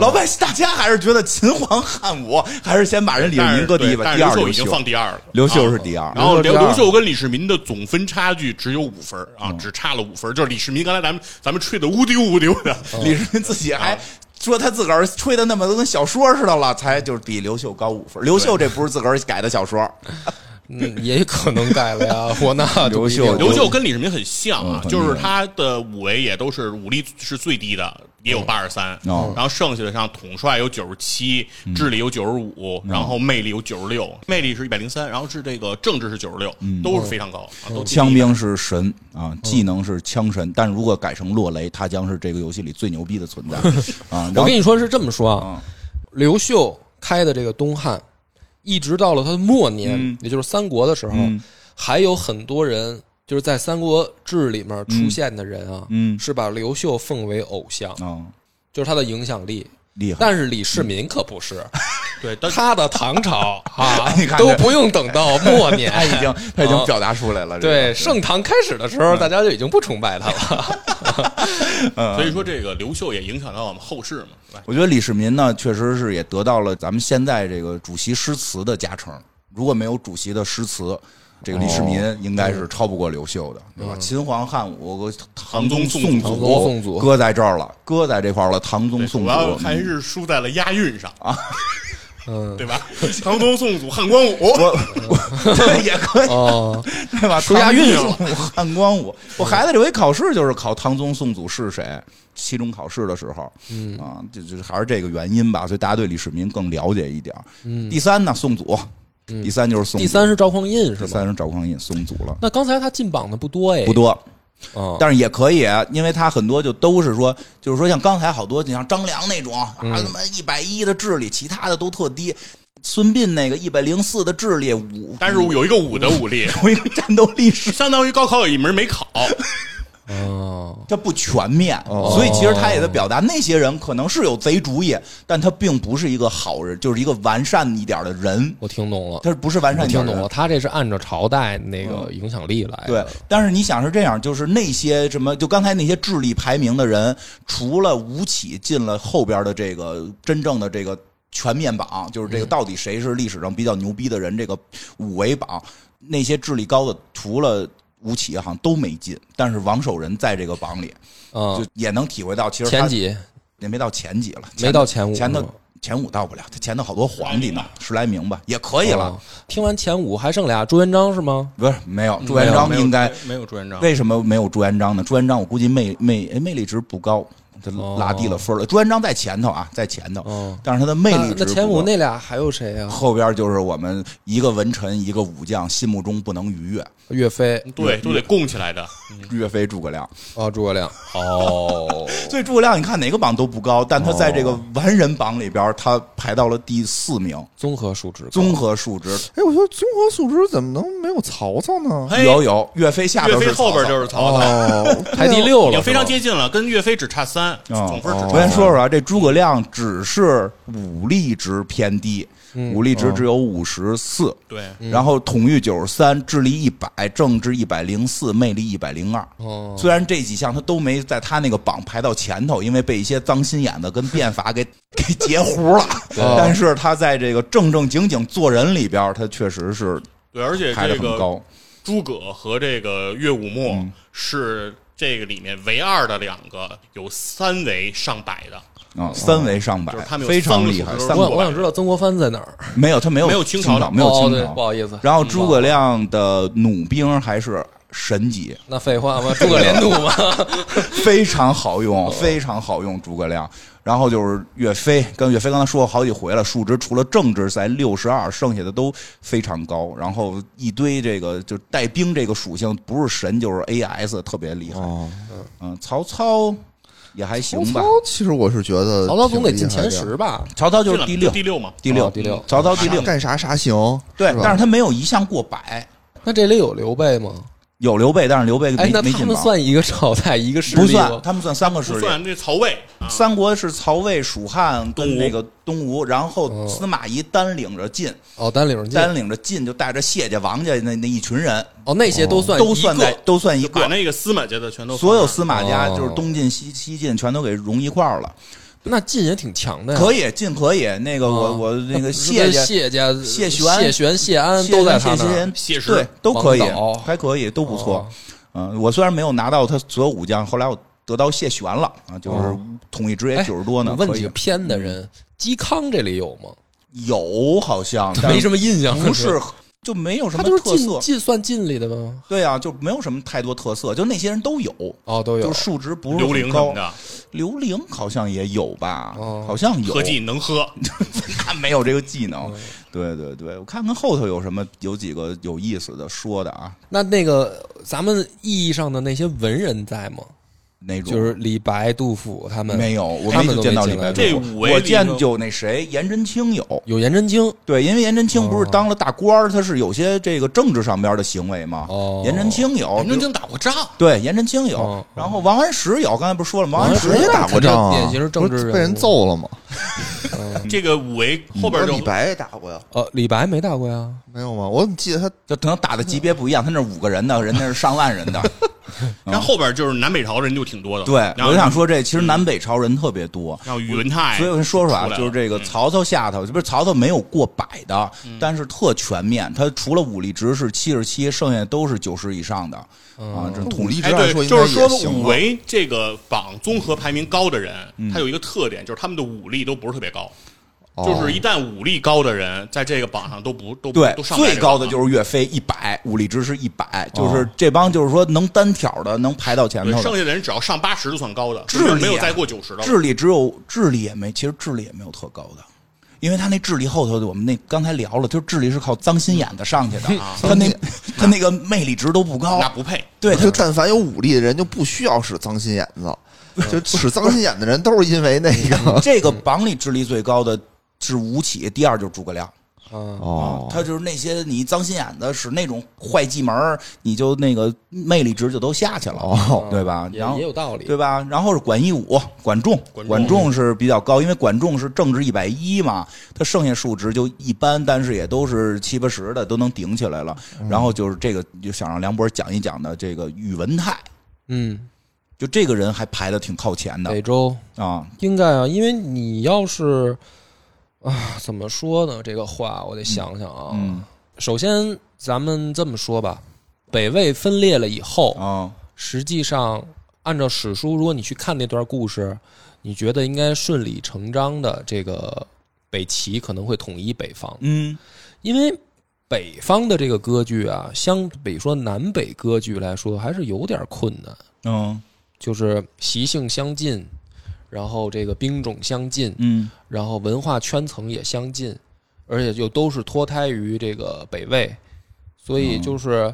Speaker 1: 老百姓大家还是觉得秦皇汉武，还是先把人李世
Speaker 4: 但
Speaker 1: 民
Speaker 4: 是
Speaker 1: 搁第一
Speaker 4: 对
Speaker 1: 吧。
Speaker 4: 但
Speaker 1: 第
Speaker 4: 是
Speaker 1: 二
Speaker 4: 刘秀
Speaker 1: 刘
Speaker 4: 已经
Speaker 1: 秀
Speaker 4: 放，第二了，
Speaker 1: 刘秀
Speaker 4: 啊
Speaker 1: 是第二。嗯
Speaker 4: 然后
Speaker 3: 刘
Speaker 4: 刘
Speaker 3: 秀
Speaker 4: 刘秀跟李世民的总分差距只有五分啊，只差了五分。就是李世民刚才咱们咱们吹的乌丢乌丢的，
Speaker 1: 李世民自己
Speaker 4: 啊
Speaker 1: 还说他自个儿吹的那么都跟小说似的了，才就是比刘秀高五分。刘秀这不是自个儿改的小 说，
Speaker 2: 嗯，也可能改了呀。 我那就不一定
Speaker 1: 刘秀
Speaker 4: 刘秀跟李世民很像啊，
Speaker 1: 嗯
Speaker 4: 就是他的武威也都是武力是最低的，也有八十三，
Speaker 1: 哦嗯
Speaker 4: 然后剩下的像统帅有九十七，智力有九十五，然后魅力有九十六，魅力是一百零三，然后是这个政治是九十六，都是非常高啊，
Speaker 1: 嗯
Speaker 4: 都
Speaker 1: 哦枪兵是神啊，
Speaker 4: 嗯
Speaker 1: 技能是枪神，但如果改成落雷，他将是这个游戏里最牛逼的存 在啊。然
Speaker 2: 我
Speaker 1: 后嗯
Speaker 2: 跟你说是这么说啊，刘秀开的这个东汉，一直到了他的末年，
Speaker 1: 嗯
Speaker 2: 也就是三国的时候，还有很多人就是在《三国志》里面出现的人啊，
Speaker 1: 嗯
Speaker 2: 是把刘秀奉为偶像，
Speaker 1: 啊，
Speaker 2: 就是他的影响力。
Speaker 1: 厉害。
Speaker 2: 但是李世民可不 是，
Speaker 4: 对，但
Speaker 2: 他的唐朝啊
Speaker 1: 你看，
Speaker 2: 都
Speaker 1: 这
Speaker 2: 不用等到末年，
Speaker 1: 他已经他已经
Speaker 2: 啊
Speaker 1: 表达出来了，嗯这
Speaker 2: 对
Speaker 1: 个
Speaker 2: 盛唐开始的时候，大家就已经不崇拜他了。
Speaker 1: 啊
Speaker 4: 所以说这个刘秀也影响到我们后世嘛，对吧？
Speaker 1: 我觉得李世民呢，确实是也得到了咱们现在这个主席诗词的加成。如果没有主席的诗词，这个李世民应该是超不过刘秀的，对吧？秦皇汉武、唐宗宋
Speaker 2: 唐宗宋祖
Speaker 1: 搁在这儿了，搁在这块儿了。唐宗
Speaker 4: 对
Speaker 1: 宋
Speaker 4: 主
Speaker 1: 祖，
Speaker 4: 要还是输在了押韵上啊，
Speaker 2: 嗯
Speaker 4: 对吧？唐宗宋祖汉光武，
Speaker 1: 我我 对也可以
Speaker 2: 哦，
Speaker 1: 对吧？
Speaker 2: 说押韵
Speaker 1: 唐宗宋祖汉光武，我孩子这回考试就是考唐宗宋祖是谁。期中考试的时候，嗯啊，就就还是这个原因吧，所以大家对李世民更了解一点儿。第三呢，宋祖，嗯第三就是宋祖，
Speaker 2: 第三是赵匡胤是
Speaker 1: 第
Speaker 2: 吧？
Speaker 1: 三是赵匡胤松足了，
Speaker 2: 那刚才他进榜的不多哎，
Speaker 1: 不多，
Speaker 2: 嗯，
Speaker 1: 但是也可以，啊因为他很多就都是说，就是说像刚才好多，你像张良那种啊，他妈一百一的智力，其他的都特低。孙膑那个一百零四的智力，五
Speaker 4: 但是有一个武的武力，
Speaker 1: 有一个战斗力是
Speaker 4: 相当于高考有一门没考，
Speaker 2: 哦，
Speaker 1: 它不全面，所以其实他也在表达那些人可能是有贼主意，但他并不是一个好人，就是一个完善一点的人，
Speaker 2: 我听懂了，
Speaker 1: 他不是完
Speaker 2: 我
Speaker 1: 善一点的
Speaker 2: 听懂
Speaker 1: 人
Speaker 2: 了，。他这是按照朝代那个影响力来
Speaker 1: 对
Speaker 2: 的。，
Speaker 1: 但是你想是这样，就是那些什么，就刚才那些智力排名的人，除了吴起进了后边的这个真正的这个全面榜，就是
Speaker 2: 嗯
Speaker 1: 这个到底谁是历史上比较牛逼的人，这个五维榜，那些智力高的除了。吴起好像都没进，但是王守仁在这个榜里，就
Speaker 2: 嗯，
Speaker 1: 也能体会到，其实他
Speaker 2: 前几
Speaker 1: 也没到前几了，
Speaker 2: 没到前五，
Speaker 1: 前头
Speaker 2: 嗯
Speaker 1: 前五到不了，他前头好多皇帝呢，十来名吧，也可以了。
Speaker 2: 哦听完前五还剩俩，朱元璋是吗？
Speaker 1: 不是没
Speaker 2: 嗯
Speaker 1: 有朱元璋
Speaker 4: 没有
Speaker 1: 应该
Speaker 4: 没有朱
Speaker 2: 啊
Speaker 4: 元璋。
Speaker 1: 为什么没有朱元璋呢？朱元璋我估计魅魅哎魅力值不高，他拉低了分儿了。朱元璋在前头啊，在前头，
Speaker 2: 哦
Speaker 1: 但是他的魅力
Speaker 2: 那
Speaker 1: 值
Speaker 2: 那前
Speaker 1: 不
Speaker 2: 五
Speaker 1: 高
Speaker 2: 那俩还有谁啊？
Speaker 1: 后边就是我们一个文臣一个武将心目中不能逾越，
Speaker 2: 岳飞
Speaker 4: 对，都得供起来的。
Speaker 2: 嗯
Speaker 1: 岳飞、诸葛亮。
Speaker 2: 哦，诸葛亮哦，
Speaker 1: 所以诸葛亮你看哪个榜都不高，但他在这个完人榜里边，他排到了第四名，
Speaker 2: 综合数值高
Speaker 1: 综合数值
Speaker 3: 哎，我说综合素质怎么能没有曹操 呢？
Speaker 2: 哎
Speaker 4: 嘿
Speaker 1: 有有岳飞下边
Speaker 4: 岳飞
Speaker 1: 是
Speaker 4: 哎后边
Speaker 1: 曹操
Speaker 4: 就是曹操，
Speaker 3: 哦，
Speaker 2: 排第六
Speaker 4: 已
Speaker 2: 了，
Speaker 4: 经非常
Speaker 2: 是吧
Speaker 4: 接近了，跟岳飞只差
Speaker 1: 哦
Speaker 4: 三，
Speaker 2: 嗯
Speaker 4: 总分只
Speaker 2: 哦
Speaker 1: 我
Speaker 4: 差
Speaker 1: 先说说啊，这诸葛亮只是武力值偏低，
Speaker 2: 嗯
Speaker 1: 武力值只有五十四，
Speaker 4: 对。
Speaker 1: 然后统御九十三，智力一百，政治一百零四，魅力一百零二。
Speaker 2: 哦
Speaker 1: 虽然这几项他都没在他那个榜排到前头，因为被一些脏心眼子跟变法给给截胡 了，但是他在这个正正经经做人里边，他确实是
Speaker 4: 对，而且
Speaker 1: 排的
Speaker 4: 这
Speaker 1: 很
Speaker 4: 个
Speaker 1: 高。嗯
Speaker 4: 诸葛和这个岳武穆是这个里面唯二的两个有三维上百的，
Speaker 1: 啊，三维上百
Speaker 4: 就是他，们有
Speaker 1: 非
Speaker 4: 三
Speaker 1: 常
Speaker 4: 个
Speaker 1: 厉
Speaker 4: 组
Speaker 1: 害。
Speaker 4: 织
Speaker 1: 三
Speaker 4: 我
Speaker 1: 个
Speaker 2: 我我想知道曾国藩在哪儿？
Speaker 1: 没有，他没有
Speaker 4: 没有清朝的
Speaker 1: 没有
Speaker 2: 哦
Speaker 1: 清
Speaker 2: 对
Speaker 1: 朝，
Speaker 2: 不好意思。
Speaker 1: 然后
Speaker 2: 嗯
Speaker 1: 诸葛亮的弩兵还是神级，
Speaker 2: 那废 话吗？诸葛连弩吗？
Speaker 1: 非常好
Speaker 2: 哦
Speaker 1: 用，非常好用诸葛亮。然后就是岳飞，跟岳飞刚才说过好几回了，数值除了政治才六十二，剩下的都非常高。然后一堆这个就带兵这个属性，不是神就是 AS，特别厉害。
Speaker 3: 哦，
Speaker 1: 嗯，曹操也还
Speaker 3: 曹
Speaker 1: 行吧
Speaker 3: 操，其实我是觉得
Speaker 2: 曹操总得
Speaker 3: 挺
Speaker 2: 进
Speaker 3: 厉害
Speaker 2: 前
Speaker 3: 的
Speaker 2: 十吧？
Speaker 1: 曹操就是
Speaker 4: 进了
Speaker 1: 第六，
Speaker 4: 第六嘛，
Speaker 1: 第六，
Speaker 2: 哦第六
Speaker 1: 曹操第六，
Speaker 3: 干啥啥行，
Speaker 1: 对
Speaker 3: 是，吧
Speaker 1: 但是他没有一项过百。
Speaker 2: 那这里有刘备吗？
Speaker 1: 有刘备，但是刘备
Speaker 2: 哎
Speaker 1: 没，
Speaker 2: 那
Speaker 1: 没
Speaker 2: 他
Speaker 1: 进
Speaker 2: 们
Speaker 1: 堡，
Speaker 2: 算一个朝代一个势力
Speaker 1: 不算，
Speaker 2: 吗？
Speaker 1: 他们算三个势
Speaker 4: 不
Speaker 1: 力。
Speaker 4: 算这曹魏啊，
Speaker 1: 三国是曹魏、蜀汉
Speaker 4: 东
Speaker 1: 跟
Speaker 4: 吴
Speaker 1: 那个东吴，然后
Speaker 2: 哦
Speaker 1: 司马懿单领着进，
Speaker 2: 哦，单领儿进
Speaker 1: 单领着进就带着谢家、王家那那一群人，
Speaker 2: 哦，那些都算
Speaker 1: 都
Speaker 2: 一
Speaker 1: 算
Speaker 2: 个
Speaker 1: 在都算一
Speaker 4: 把
Speaker 1: 个，
Speaker 4: 那个司马家的全都
Speaker 1: 所有
Speaker 4: 放
Speaker 1: 司马家
Speaker 2: 哦
Speaker 1: 就是东晋、西西晋全都给融一块儿了。
Speaker 2: 那晋也挺强的呀。
Speaker 1: 可以进，可以那个我
Speaker 2: 啊
Speaker 1: 我那个
Speaker 2: 是不是
Speaker 1: 谢家。
Speaker 2: 谢家、
Speaker 1: 谢玄
Speaker 2: 谢玄、谢安
Speaker 1: 谢
Speaker 2: 都在
Speaker 1: 谢
Speaker 2: 他那儿。
Speaker 1: 贤
Speaker 4: 谢石
Speaker 1: 对都可以
Speaker 2: 王导，
Speaker 1: 还可以，都不错
Speaker 2: 哦。
Speaker 1: 嗯，我虽然没有拿到他所有武将，后来我得到谢玄了啊，就是
Speaker 2: 哦
Speaker 1: 统一职也
Speaker 2: 哎
Speaker 1: 九十多呢
Speaker 2: 我。问
Speaker 1: 可
Speaker 2: 几
Speaker 1: 以嗯
Speaker 2: 个偏的人，嵇康这里有吗？
Speaker 1: 有好像，但
Speaker 2: 没什么印
Speaker 4: 啊
Speaker 2: 象，
Speaker 1: 不是就没有什
Speaker 2: 他
Speaker 1: 么
Speaker 2: 就
Speaker 1: 特
Speaker 2: 是晋
Speaker 1: 色。
Speaker 2: 晋算晋里的吗？
Speaker 1: 对啊，就没有什么太多特色，就那些人都有，
Speaker 2: 哦，都有
Speaker 1: 就。数值不是
Speaker 4: 啊刘
Speaker 1: 很
Speaker 4: 伶什么
Speaker 1: 高。
Speaker 4: 的，
Speaker 1: 刘伶好像也有吧，
Speaker 2: 哦
Speaker 1: 好像有
Speaker 4: 何。进能喝，
Speaker 1: 他没有这个技
Speaker 2: 哦
Speaker 1: 能。对对对，我看看后头有什么，有几个有意思的说的啊，
Speaker 2: 那那个咱们意义上的那些文人在吗？
Speaker 1: 那种
Speaker 2: 就是李白、杜甫他们
Speaker 1: 没有，我
Speaker 2: 他们
Speaker 1: 就
Speaker 2: 都
Speaker 1: 见到
Speaker 2: 进
Speaker 1: 李白
Speaker 2: 来
Speaker 1: 杜
Speaker 4: 这
Speaker 1: 甫
Speaker 4: 五位
Speaker 1: 我
Speaker 4: 里
Speaker 1: 见
Speaker 4: 头
Speaker 1: 有那谁颜真卿有。
Speaker 2: 有颜真卿，
Speaker 1: 对，因为颜真卿
Speaker 2: 哦
Speaker 1: 不是当了大官儿，他是有些这个政治上边的行为嘛。
Speaker 2: 哦
Speaker 1: 颜真卿有，
Speaker 4: 颜真
Speaker 1: 比如
Speaker 4: 卿打过仗，
Speaker 1: 对颜真卿有
Speaker 2: 哦，
Speaker 1: 然后王安石有，刚才不是说了，王安石
Speaker 3: 谁
Speaker 1: 也打
Speaker 3: 打过仗啊？
Speaker 2: 典型是政治
Speaker 3: 不
Speaker 2: 人
Speaker 3: 是
Speaker 2: 物
Speaker 3: 被人揍了吗？
Speaker 1: 嗯
Speaker 4: 这个五维后边
Speaker 3: 我
Speaker 4: 就
Speaker 3: 李白也打过呀，
Speaker 2: 呃，李白没打过呀。
Speaker 3: 没有吗？我怎么记得他
Speaker 1: 就可能打的级别不一样，他那五个人的，人家是上万人 的。
Speaker 4: 然后后边就是南北朝人就挺多的。
Speaker 1: 对，
Speaker 4: 然
Speaker 1: 我
Speaker 4: 后
Speaker 1: 就想说这，其实南北朝人特别多，
Speaker 4: 然后宇文泰，
Speaker 1: 所以我跟说说啊
Speaker 4: 出，来了嗯
Speaker 1: 就是这个曹操下头，不是曹操没有过百的，但是特全面。他除了武力值是七十七，剩下都是九十以上的啊，这
Speaker 3: 武
Speaker 1: 统
Speaker 3: 力
Speaker 1: 一
Speaker 3: 值
Speaker 4: 哎，
Speaker 3: 按说
Speaker 4: 对，
Speaker 3: 应该
Speaker 4: 就
Speaker 3: 也
Speaker 4: 是说
Speaker 3: 行
Speaker 4: 五
Speaker 3: 吧？
Speaker 4: 维这个榜综合排名高的人，
Speaker 1: 嗯
Speaker 4: 他有一个特点，就是他们的武力都不是特别高，
Speaker 3: 哦
Speaker 4: 就是一旦武力高的人在这个榜上都不都不
Speaker 1: 对
Speaker 4: 都上不来
Speaker 1: 最
Speaker 4: 这个
Speaker 1: 高
Speaker 4: 榜
Speaker 1: 的就是岳飞一百，武力值是一百，就是这帮就是说能单挑的能排到前
Speaker 4: 对，
Speaker 1: 头
Speaker 4: 剩
Speaker 1: 的。
Speaker 4: 下的人只要上八十就算高的，
Speaker 1: 智力啊
Speaker 4: 没有再过九十的了。
Speaker 1: 智力只有智力也没，其实智力也没有特高的。因为他那智力后头的，我们那刚才聊了，就是智力是靠脏心眼子上去的， 他那他那个魅力值都不高
Speaker 4: 那。不配，
Speaker 1: 对，他
Speaker 3: 就但凡有武力的人，就不需要使脏心眼子， 就使脏心眼的人都是因为那个
Speaker 1: 这个榜里智力最高的是吴起，第二就是诸葛亮。
Speaker 2: 嗯，
Speaker 1: 啊
Speaker 3: 哦，
Speaker 1: 他就是那些你脏心眼子使那种坏计门儿，你就那个魅力值就都下去了，
Speaker 3: 哦
Speaker 1: 对吧？
Speaker 2: 也
Speaker 1: 然后
Speaker 2: 也有道理。
Speaker 1: 对吧？然后是管义武、管仲，
Speaker 4: 管仲嗯
Speaker 1: 管仲是比较高，因为管仲是正值一百一嘛，他剩下数值就一般，但是也都是七八十的，都能顶起来了。
Speaker 2: 嗯
Speaker 1: 然后就是这个，就想让梁博讲一讲的这个宇文泰，
Speaker 2: 嗯，
Speaker 1: 就这个人还排的挺靠前的
Speaker 2: 北周
Speaker 1: 啊。
Speaker 2: 应该啊，因为你要是啊，怎么说呢？这个话我得想想啊。
Speaker 1: 嗯
Speaker 2: 首先，咱们这么说吧，北魏分裂了以后，
Speaker 1: 啊，
Speaker 2: 实际上按照史书，如果你去看那段故事，你觉得应该顺理成章的，这个北齐可能会统一北方，
Speaker 1: 嗯
Speaker 2: 因为北方的这个割据啊，相比说南北割据来说，还是有点困难。
Speaker 1: 嗯
Speaker 2: 就是习性相近，然后这个兵种相近，
Speaker 1: 嗯
Speaker 2: 然后文化圈层也相近，而且又都是脱胎于这个北魏，所以
Speaker 1: 嗯
Speaker 2: 就是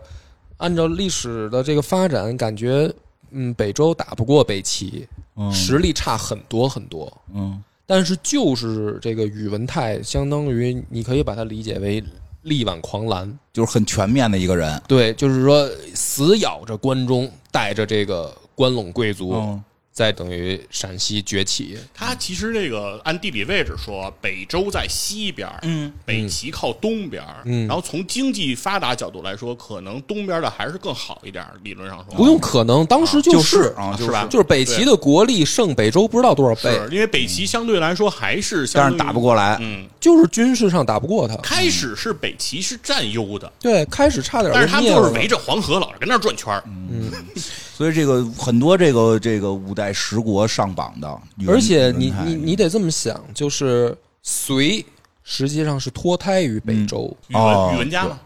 Speaker 2: 按照历史的这个发展，感觉嗯北周打不过北齐，
Speaker 1: 嗯
Speaker 2: 实力差很多很多。
Speaker 1: 嗯
Speaker 2: 但是就是这个宇文泰，相当于你可以把它理解为力挽狂澜，
Speaker 1: 就是很全面的一个人。
Speaker 2: 对，就是说死咬着关中，带着这个关陇贵族。
Speaker 1: 嗯
Speaker 2: 再等于陕西崛起，
Speaker 4: 它其实这个按地理位置说，北周在西边，嗯，北齐靠东边，嗯，然后从经济发达角度来说，可能东边的还是更好一点，理论上说，
Speaker 2: 不用可能，当时、
Speaker 1: 就是啊，就是
Speaker 4: 吧
Speaker 2: 就是北齐的国力胜北周不知道多少倍，
Speaker 4: 是因为北齐相对来说还是相
Speaker 1: 但是
Speaker 4: 对于
Speaker 1: 打不，过来。
Speaker 4: 嗯，
Speaker 2: 就是军事上打不过他。
Speaker 4: 开始是北齐是占优的，
Speaker 2: 对，开始
Speaker 1: 嗯
Speaker 2: 差点
Speaker 4: 但是他们
Speaker 2: 灭
Speaker 4: 就
Speaker 2: 了
Speaker 4: 是围着黄河老是跟那儿转圈儿，
Speaker 1: 所以这个很多这个这个五代十国上榜的，宇文
Speaker 2: 而且你
Speaker 1: 宇文泰
Speaker 2: 你你得这么想，就是隋实际上是脱胎于北周，
Speaker 4: 宇
Speaker 1: 哦
Speaker 4: 文宇文家嘛，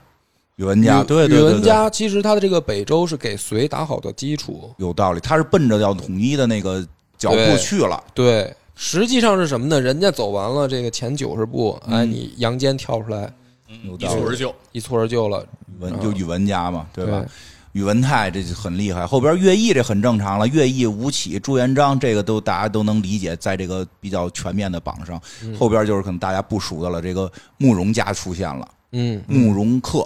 Speaker 1: 宇文家，
Speaker 2: 宇
Speaker 1: 嗯啊对对
Speaker 2: 宇
Speaker 1: 对
Speaker 2: 文
Speaker 1: 对，
Speaker 2: 家其实他的这个北周是给隋打好的基础。
Speaker 1: 有道理，他是奔着要统一的那个脚步
Speaker 2: 对
Speaker 1: 去了。
Speaker 2: 对，实际上是什么呢？人家走完了这个前九十步，哎，
Speaker 1: 嗯
Speaker 2: 你杨坚跳出来
Speaker 1: 有
Speaker 4: 嗯一嗯
Speaker 1: 道
Speaker 4: 蹴
Speaker 1: 理嗯
Speaker 4: 而就，
Speaker 2: 一蹴而就了。
Speaker 1: 宇文就宇文家嘛，对吧
Speaker 2: 对？
Speaker 1: 宇文泰这就很厉害，后边乐毅这很正常了，乐毅、吴起、朱元璋这个都大家都能理解，在这个比较全面的榜上，
Speaker 2: 嗯
Speaker 1: 后边就是可能大家不熟的了，这个慕容家出现了，
Speaker 2: 嗯
Speaker 1: 慕容克，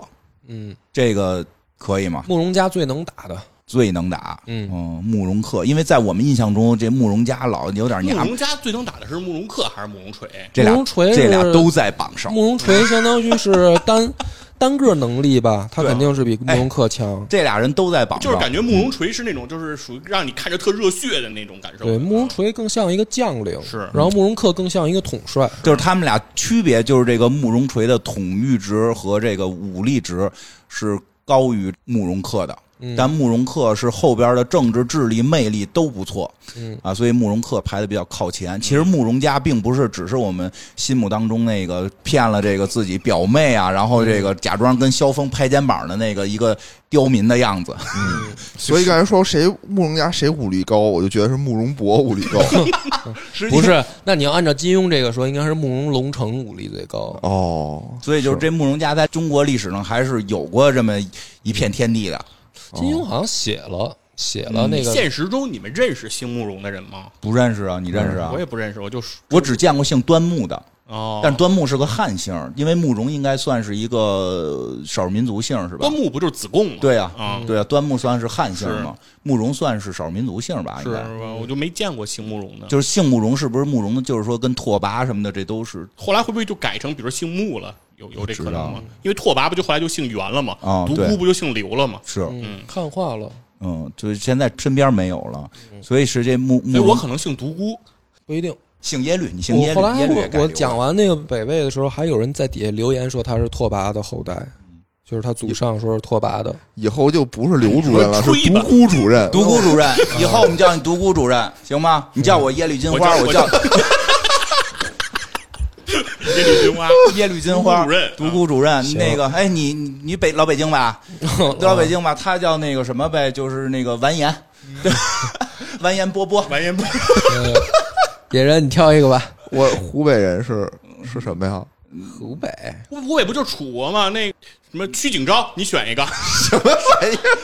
Speaker 2: 嗯，
Speaker 1: 这个可以吗？
Speaker 2: 慕容家最能打的，
Speaker 1: 最能打，
Speaker 2: 嗯
Speaker 1: 慕容克，因为在我们印象中，这慕容家老有点
Speaker 4: 慕
Speaker 1: 娘
Speaker 4: 容，家最能打的是慕容克还是慕容垂？
Speaker 1: 这俩
Speaker 2: 慕容垂
Speaker 1: 这俩
Speaker 2: 是
Speaker 1: 都在榜上。
Speaker 2: 慕容垂相当于是单单个能力吧，他
Speaker 1: 对
Speaker 2: 肯定是比慕
Speaker 1: 哎
Speaker 2: 容克强。
Speaker 1: 这俩人都在榜上，
Speaker 4: 就是感觉慕容垂是那种，就是属于让你看着特热血的那种感受。
Speaker 2: 对，慕容垂更像一个将领，
Speaker 4: 是
Speaker 2: 然后慕容克更像一个统帅。
Speaker 1: 就是他们俩区别就是这个慕容垂的统御值和这个武力值是高于慕容克的，但慕容克是后边的政治、智力、魅力都不错，
Speaker 2: 嗯
Speaker 1: 啊，所以慕容克排的比较靠前。其实慕容家并不是只是我们心目当中那个骗了这个自己表妹啊，然后这个假装跟萧峰拍肩膀的那个一个刁民的样子，
Speaker 3: 所以刚才说谁慕容家谁武力高，我就觉得是慕容博武力高。
Speaker 2: 不是，那你要按照金庸这个说，应该是慕容龙城武力最高。
Speaker 3: 哦，
Speaker 1: 所以就是这慕容家在中国历史上还是有过这么一片天地的，
Speaker 2: 金庸好像写了写了那个，
Speaker 4: 现实中你们认识姓慕容的人吗？
Speaker 1: 不认识啊？你认识啊？
Speaker 4: 我也不认识，我就是
Speaker 1: 我只见过姓端木的，
Speaker 4: 哦，
Speaker 1: 但端木是个汉姓儿，因为慕容应该算是一个少数民族姓儿是吧
Speaker 4: 端？木不就是子贡吗？
Speaker 1: 对嗯呀、
Speaker 4: 啊，
Speaker 1: 对呀、端木算是汉姓儿嘛，慕容算是少数民族姓儿吧？
Speaker 4: 是
Speaker 1: 应该
Speaker 4: 吧？我就没见过姓慕容的。
Speaker 1: 就是姓慕容，是不是慕容的？就是说跟拓跋什么的，这都是
Speaker 4: 后来会不会就改成，比如姓穆了？有有这可能
Speaker 1: 不
Speaker 4: 吗？因为拓跋不就后来就姓元了吗？
Speaker 1: 哦
Speaker 4: 独
Speaker 1: 对
Speaker 4: 孤不就姓刘了吗？
Speaker 1: 是
Speaker 2: 嗯，汉化了
Speaker 1: 嗯，就是现在身边没有了，所以是这慕慕
Speaker 4: 所以我
Speaker 1: 容
Speaker 4: 可能姓独孤，
Speaker 2: 不一定。
Speaker 1: 姓耶律，你姓耶
Speaker 2: 我
Speaker 1: 律
Speaker 2: 后，来
Speaker 1: 耶律也改
Speaker 2: 我我
Speaker 1: 流了
Speaker 2: 讲完那个北魏的时候，还有人在底下留言说他是拓跋的后代，就是他祖上说是拓跋的。
Speaker 3: 以后就不是刘主任了，是
Speaker 4: 吹
Speaker 3: 独
Speaker 4: 吧
Speaker 3: 孤主任。
Speaker 1: 独孤主任，以后我们叫你独孤主任行吗？你叫我耶律金
Speaker 4: 我
Speaker 1: 花，
Speaker 4: 叫
Speaker 1: 我
Speaker 4: 我
Speaker 1: 叫
Speaker 4: 耶律金花，
Speaker 1: 耶律金花
Speaker 4: 独孤主任
Speaker 1: 独孤主任，那个，哎，你你你北老北京吧，老北京吧，他叫那个什么呗，就是那个完颜，对， 完颜波波，
Speaker 4: 完颜 不
Speaker 2: 野人，你挑一个吧。
Speaker 3: 我湖北人是是什么呀？
Speaker 2: 湖北，
Speaker 4: 湖北不就是楚国吗？那什么屈景昭，你选一个，
Speaker 2: 嗯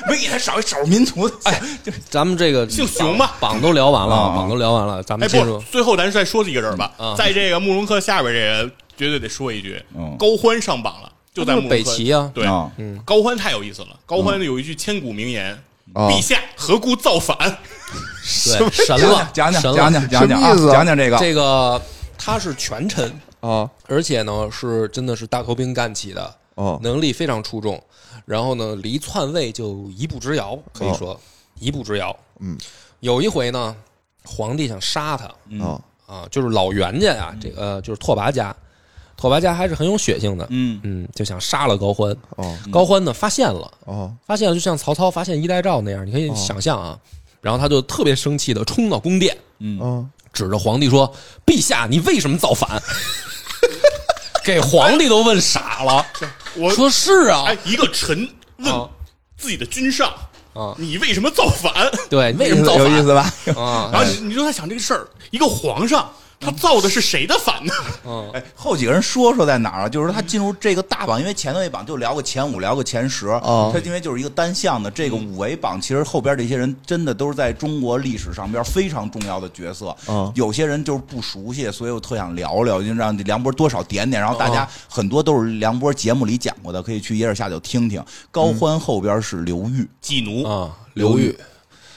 Speaker 1: 没给他少一少数民族的，哎，
Speaker 2: 咱们这个
Speaker 4: 姓熊吧
Speaker 2: 榜榜都聊完了，
Speaker 1: 啊
Speaker 2: 榜都聊完了，咱
Speaker 4: 哎，
Speaker 2: 们进
Speaker 4: 不
Speaker 2: 入，。
Speaker 4: 最后咱再说一个人吧
Speaker 2: 嗯啊，
Speaker 4: 在这个慕容克下边这人，绝对得说一句
Speaker 1: 嗯，
Speaker 4: 高欢上榜了，就在慕容
Speaker 2: 北
Speaker 4: 克
Speaker 2: 齐啊
Speaker 4: 对，
Speaker 1: 啊
Speaker 4: 高欢太有意思了，高欢有一句千古名言：“
Speaker 3: 啊
Speaker 4: 陛下何故造反
Speaker 2: 对，神了，
Speaker 1: 讲讲
Speaker 2: 神
Speaker 1: 讲
Speaker 2: 了
Speaker 1: 讲讲讲讲
Speaker 3: 什么意思
Speaker 1: 啊，
Speaker 3: 啊
Speaker 1: 讲讲这个，
Speaker 2: 这个他是权臣，
Speaker 3: 啊
Speaker 2: 而且呢是真的是大头兵干起的，
Speaker 3: 哦
Speaker 2: 能力非常出众。然后呢，离篡位就一步之遥，可以
Speaker 1: 啊
Speaker 2: 说、一步之遥。
Speaker 3: 嗯，
Speaker 2: 有一回呢，皇帝想杀他
Speaker 3: 啊
Speaker 2: 啊，就是老袁家
Speaker 1: 嗯
Speaker 2: 啊，这个、呃就是拓跋家，拓跋家还是很有血性的，
Speaker 1: 嗯
Speaker 2: 嗯，就想杀了高欢。
Speaker 3: 哦
Speaker 2: 高欢呢发现了，
Speaker 3: 哦
Speaker 2: 发现了，就像曹操发现衣带诏那样，你
Speaker 1: 哦
Speaker 2: 可以想象啊。然后他就特别生气的冲到宫殿，
Speaker 3: 哦
Speaker 2: 指着皇帝说：“陛下，你为什么 造反？”给皇帝都问傻了，？”
Speaker 4: 我
Speaker 2: 说是啊
Speaker 4: 哎，一个臣问
Speaker 2: 啊
Speaker 4: 自己的君上
Speaker 2: 啊，
Speaker 4: 你为什么造反？
Speaker 2: 对，为什么造
Speaker 1: 有意
Speaker 2: 反
Speaker 1: 思吧？
Speaker 2: 啊？
Speaker 4: 然后你你就在想这个事儿，一个皇上
Speaker 2: 嗯
Speaker 4: 他造的是谁的反呢？
Speaker 1: 哎，后几个人说说在哪儿啊？就是他进入这个大榜，因为前头一榜就聊个前五，聊个前十，
Speaker 3: 哦
Speaker 1: 他因为就是一个单项的这个五维榜，其实后边这些人真的都是在中国历史上边非常重要的角色。
Speaker 3: 哦
Speaker 1: 有些人就是不熟悉，所以我特想聊聊，就让梁博多少点点，然后大家很多都是梁博节目里讲过的，可以去野尔下酒听听。高欢后边是刘裕，
Speaker 4: 季奴
Speaker 2: 啊，刘裕，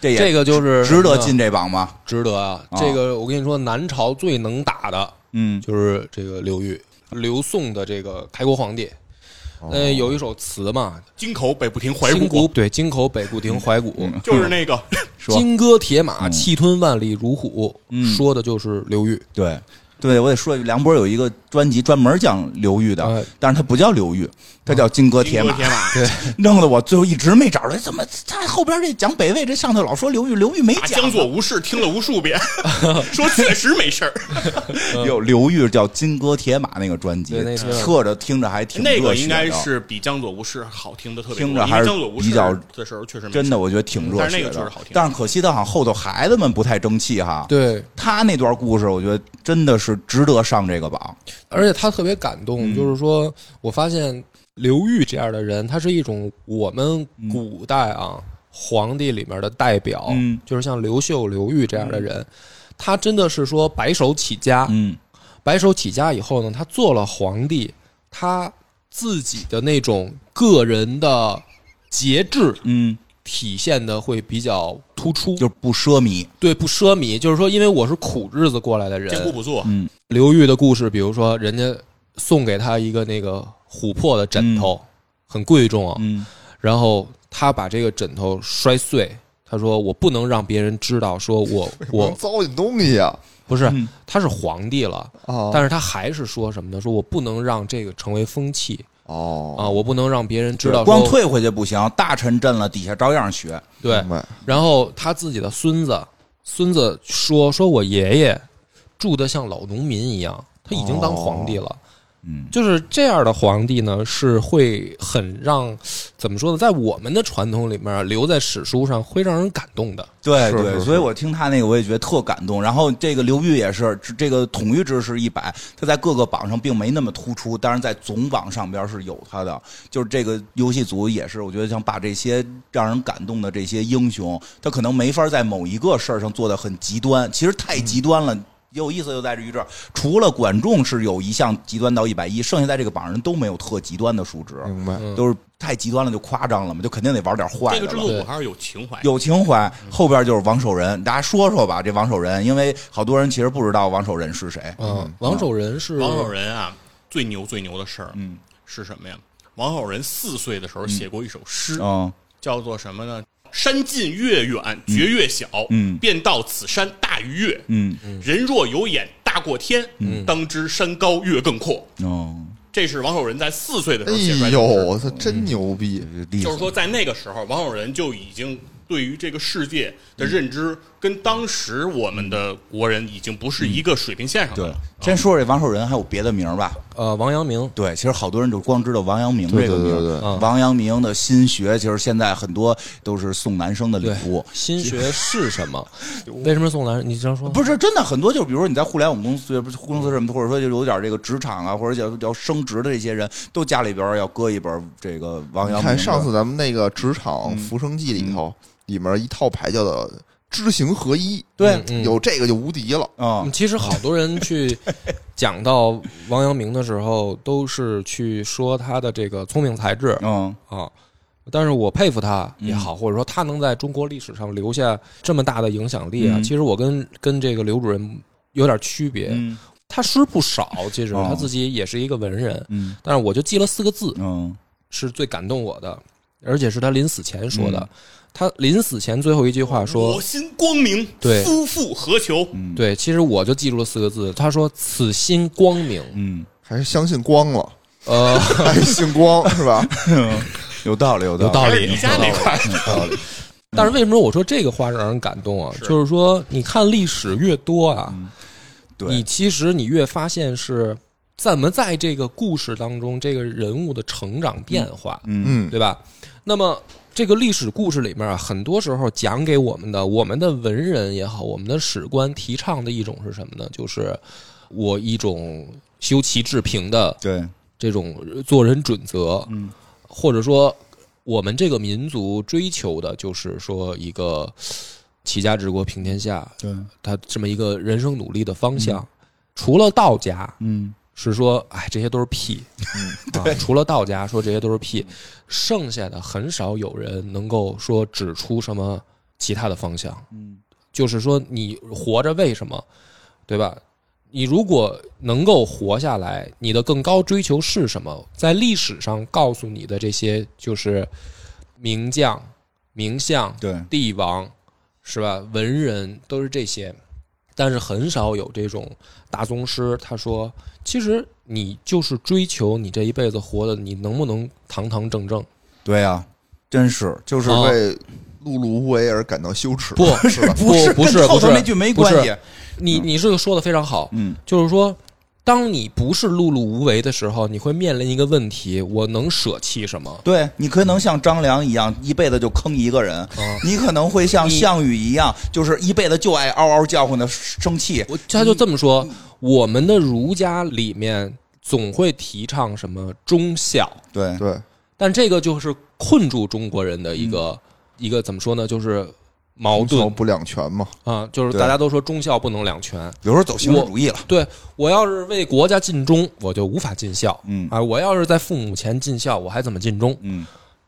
Speaker 1: 这也
Speaker 2: 这个就是嗯
Speaker 1: 值得进这榜吗？
Speaker 2: 值得啊！
Speaker 1: 啊
Speaker 2: 这个我跟你说，南朝最能打的
Speaker 1: 嗯，
Speaker 2: 就是这个刘裕，刘宋的这个开国皇帝。
Speaker 1: 哦
Speaker 2: 呃，有一首词嘛，
Speaker 4: 金口北不停怀
Speaker 2: 金谷
Speaker 4: 古
Speaker 2: 对金口北固亭怀古，
Speaker 1: 嗯
Speaker 4: 就是那个
Speaker 1: 说
Speaker 2: 金戈铁马，气吞万里如虎，说的就是刘裕。
Speaker 1: 对。对，我得说，梁博有一个专辑专门讲刘裕的，
Speaker 2: 哎
Speaker 1: 但是他不叫刘裕，他叫金戈
Speaker 4: 金
Speaker 1: 铁
Speaker 4: 戈
Speaker 1: 马，
Speaker 4: 铁马。
Speaker 1: 弄得我最后一直没找着，怎么他后边这讲北魏这上头老说刘裕，刘裕没
Speaker 4: 大
Speaker 1: 讲
Speaker 4: 江左无事，听了无数 遍，说确实没事儿。
Speaker 1: 有刘裕叫金戈铁马那个专辑
Speaker 2: 对那，个
Speaker 1: 侧着听着还 挺
Speaker 4: 那
Speaker 1: 热
Speaker 4: 个
Speaker 1: 血
Speaker 4: 应
Speaker 1: 的啊
Speaker 4: 该是比江左无事好听的特别多，
Speaker 1: 听着
Speaker 4: 因
Speaker 1: 还
Speaker 4: 为
Speaker 1: 是
Speaker 4: 江左无事
Speaker 1: 比较
Speaker 4: 的时候确实没
Speaker 1: 真
Speaker 4: 事
Speaker 1: 的，
Speaker 4: 儿
Speaker 1: 我觉得挺热血的。
Speaker 4: 但是那个确实好听
Speaker 1: 但是可惜他好像后头孩子们不太争气哈。
Speaker 2: 对，
Speaker 1: 他那段故事，我觉得真的是值得上这个榜。
Speaker 2: 而且他特别感动，就是说我发现刘裕这样的人，他是一种我们古代啊、皇帝里面的代表，
Speaker 1: 嗯
Speaker 2: 就是像刘秀、刘裕这样的人，他真的是说白手起家，
Speaker 1: 嗯
Speaker 2: 白手起家以后呢，他做了皇帝，他自己的那种个人的节制
Speaker 1: 嗯，
Speaker 2: 体现的会比较突出，
Speaker 1: 就是不奢靡，
Speaker 2: 对不奢靡，就是说，因为我是苦日子过来的人
Speaker 4: 艰，苦朴素，
Speaker 1: 嗯
Speaker 2: 刘裕的故事，比如说人家送给他一个那个琥珀的枕头，很贵重啊，
Speaker 1: 嗯
Speaker 2: 然后他把这个枕头摔碎。他说：“我不能让别人知道，说 我我
Speaker 3: 能糟践东西啊！
Speaker 2: 不是
Speaker 1: 嗯，
Speaker 2: 他是皇帝了，
Speaker 3: 哦
Speaker 2: 但是他还是说什么呢？说我不能让这个成为风气
Speaker 3: 哦，
Speaker 2: 啊，我不能让别人知道。
Speaker 1: 光退回去不行，大臣震了，底下照样学。
Speaker 2: 对
Speaker 3: 明，白
Speaker 2: 然后他自己的孙子，孙子说：“说我爷爷住的像老农民一样，他已经当皇帝了。
Speaker 1: 嗯，
Speaker 2: 就是这样的皇帝呢，是会很让怎么说呢，在我们的传统里面啊留在史书上，会让人感动的。
Speaker 1: 对
Speaker 3: 是
Speaker 1: 对，
Speaker 3: 是是
Speaker 1: 所以我听他那个我也觉得特感动。然后这个刘裕也是，这这个统御制是一百，他在各个榜上并没那么突出，但是在总榜上边是有他的。就是这个游戏组也是，我觉得想把这些让人感动的这些英雄，他可能没法在某一个事儿上做的很极端，其实太极端
Speaker 3: 嗯
Speaker 1: 了。有意思就在于这儿，除了管仲是有一项极端到一百一，剩下在这个榜上都没有特极端的数值，
Speaker 3: 明白，
Speaker 1: 都是太极端了就夸张了嘛，就肯定得玩点坏的了。
Speaker 4: 这个制作组还是有情怀。
Speaker 1: 有情怀，
Speaker 3: 嗯
Speaker 1: 后边就是王守仁，大家说说吧，这王守仁，因为好多人其实不知道王守仁是谁。
Speaker 2: 嗯，王守仁是
Speaker 4: 王守仁啊，最牛最牛的事儿
Speaker 1: 嗯
Speaker 4: 是什么呀？王守仁四岁的时候写过一首诗，
Speaker 1: 嗯
Speaker 4: 叫做什么呢？山近月远觉月小，
Speaker 1: 嗯
Speaker 4: 便到此山大于月。
Speaker 1: 嗯
Speaker 4: 人若有眼大过天，当知山高月更阔。
Speaker 1: 哦，
Speaker 4: 这是王守仁在四岁的时候写出
Speaker 3: 哎
Speaker 4: 来的
Speaker 3: 呦，
Speaker 4: 诗。
Speaker 3: 我操，真牛逼！
Speaker 1: 历
Speaker 4: 就是
Speaker 1: 史
Speaker 4: 说，在那个时候，王守仁就已经对于这个世界的认知，跟当时我们的国人已经不是一个水平线上的
Speaker 1: 对
Speaker 3: 嗯
Speaker 4: 了。。
Speaker 1: 先说说这王守仁还有别的名儿吧？
Speaker 2: 呃王阳明，
Speaker 1: 对，其实好多人就光知道王阳明这个名
Speaker 3: 对对对
Speaker 1: 儿。
Speaker 3: 对
Speaker 2: 嗯
Speaker 1: 王阳明的心学，其实现在很多都是送男生的礼
Speaker 2: 对
Speaker 1: 物，。
Speaker 2: 心学是什么？为什么送男？你这样说
Speaker 1: 不是真的很多，就是比如说你在互联网公司、不是公司什么的，或者说就有点这个职场啊，或者叫要升职的这些人，都家里边儿要搁一本儿这个王阳明
Speaker 3: 你
Speaker 1: 的。
Speaker 3: 看上次咱们那个职场浮生记里头，里面一套牌叫做知行合一，
Speaker 1: 对，
Speaker 2: 嗯
Speaker 3: 有这个就无敌了。
Speaker 1: 啊
Speaker 2: 嗯，其实好多人去讲到王阳明的时候，都是去说他的这个聪明才智
Speaker 1: 嗯
Speaker 2: 啊。但是我佩服他也
Speaker 1: 嗯
Speaker 2: 好，或者说他能在中国历史上留下这么大的影响力啊。
Speaker 1: 嗯
Speaker 2: 其实我跟跟这个刘主任有点区别，
Speaker 1: 嗯
Speaker 2: 他诗不少，其实
Speaker 1: 哦
Speaker 2: 他自己也是一个文人，
Speaker 1: 嗯
Speaker 2: 但是我就记了四个字，
Speaker 1: 嗯
Speaker 2: 是最感动我的，而且是他临死前说
Speaker 1: 嗯
Speaker 2: 的。他临死前最后一句话说
Speaker 4: 我
Speaker 1: 哦
Speaker 4: 心光明，
Speaker 2: 对嗯
Speaker 4: 夫妇何求？：“
Speaker 1: 嗯
Speaker 2: 对，其实我就记住了四个字，他说此心光明。
Speaker 1: 嗯，
Speaker 3: 还是相信光了，
Speaker 2: 呃，
Speaker 3: 还是信 光是吧？
Speaker 1: 有道理，有
Speaker 2: 有道
Speaker 4: 还
Speaker 2: 理
Speaker 4: 是，你家那块儿
Speaker 2: 但是为什么我说这个话让人感动啊？
Speaker 4: 是
Speaker 2: 就是说，你看历史越多
Speaker 1: 嗯
Speaker 2: 啊，
Speaker 1: 对
Speaker 2: 你其实你越发现是怎么在这个故事当中，这个人物的成长变化，
Speaker 1: 嗯
Speaker 3: 嗯，
Speaker 2: 对吧？那么这个历史故事里面啊，很多时候讲给我们的，我们的文人也好，我们的史官提倡的一种是什么呢？就是我一种修齐治平的
Speaker 1: 对，
Speaker 2: 这种做人准则，嗯，或者说我们这个民族追求的就是说一个齐家治国平天下，
Speaker 1: 对，
Speaker 2: 它这么一个人生努力的方向。除了道家
Speaker 1: 嗯
Speaker 2: 是说，哎，这些都是屁，嗯，啊、除了道家说这些都是屁，剩下的很少有人能够说指出什么其他的方向。
Speaker 1: 嗯
Speaker 2: 就是说你活着为什么，对吧？你如果能够活下来，你的更高追求是什么？在历史上告诉你的这些，就是名将、名相、
Speaker 1: 对，
Speaker 2: 帝王，是吧？文人都是这些，但是很少有这种大宗师。他说，其实你就是追求你这一辈子活的，你能不能堂堂正正？
Speaker 1: 对呀，真是就是
Speaker 3: 是
Speaker 2: 哦
Speaker 3: 为碌碌无为而感到 羞耻。
Speaker 2: 不，
Speaker 3: 是吧？
Speaker 2: 不
Speaker 1: 是
Speaker 2: 不是
Speaker 1: 跟后
Speaker 2: 不
Speaker 1: 头
Speaker 2: 是
Speaker 1: 那句没
Speaker 2: 不
Speaker 1: 关
Speaker 2: 是
Speaker 1: 系，
Speaker 2: 你你这个说的非常好，
Speaker 1: 嗯，
Speaker 2: 就是说，当你不是碌碌无为的时候，你会面临一个问题：我能舍弃什么？
Speaker 1: 对你可能像张良一样一辈子就坑一个人，你可能会像
Speaker 2: 哦你
Speaker 1: 项羽一样，就是一辈子就爱嗷嗷叫唤的生气，
Speaker 2: 我他就这么说，我们的儒家里面总会提倡什么忠孝，
Speaker 1: 对，
Speaker 3: 对，
Speaker 2: 但这个就是困住中国人的一
Speaker 1: 嗯
Speaker 2: 个、一个怎么说呢？就是矛
Speaker 3: 忠孝
Speaker 2: 盾
Speaker 3: 不两全嘛。
Speaker 2: 啊，就是
Speaker 1: 对
Speaker 2: 大家都说忠孝不能两全，
Speaker 1: 有时候走形式主义了，
Speaker 2: 对我要是为国家尽忠，我就无法尽孝。
Speaker 1: 嗯
Speaker 2: 啊，我要是在父母前尽孝，我还怎么尽忠？
Speaker 1: 嗯，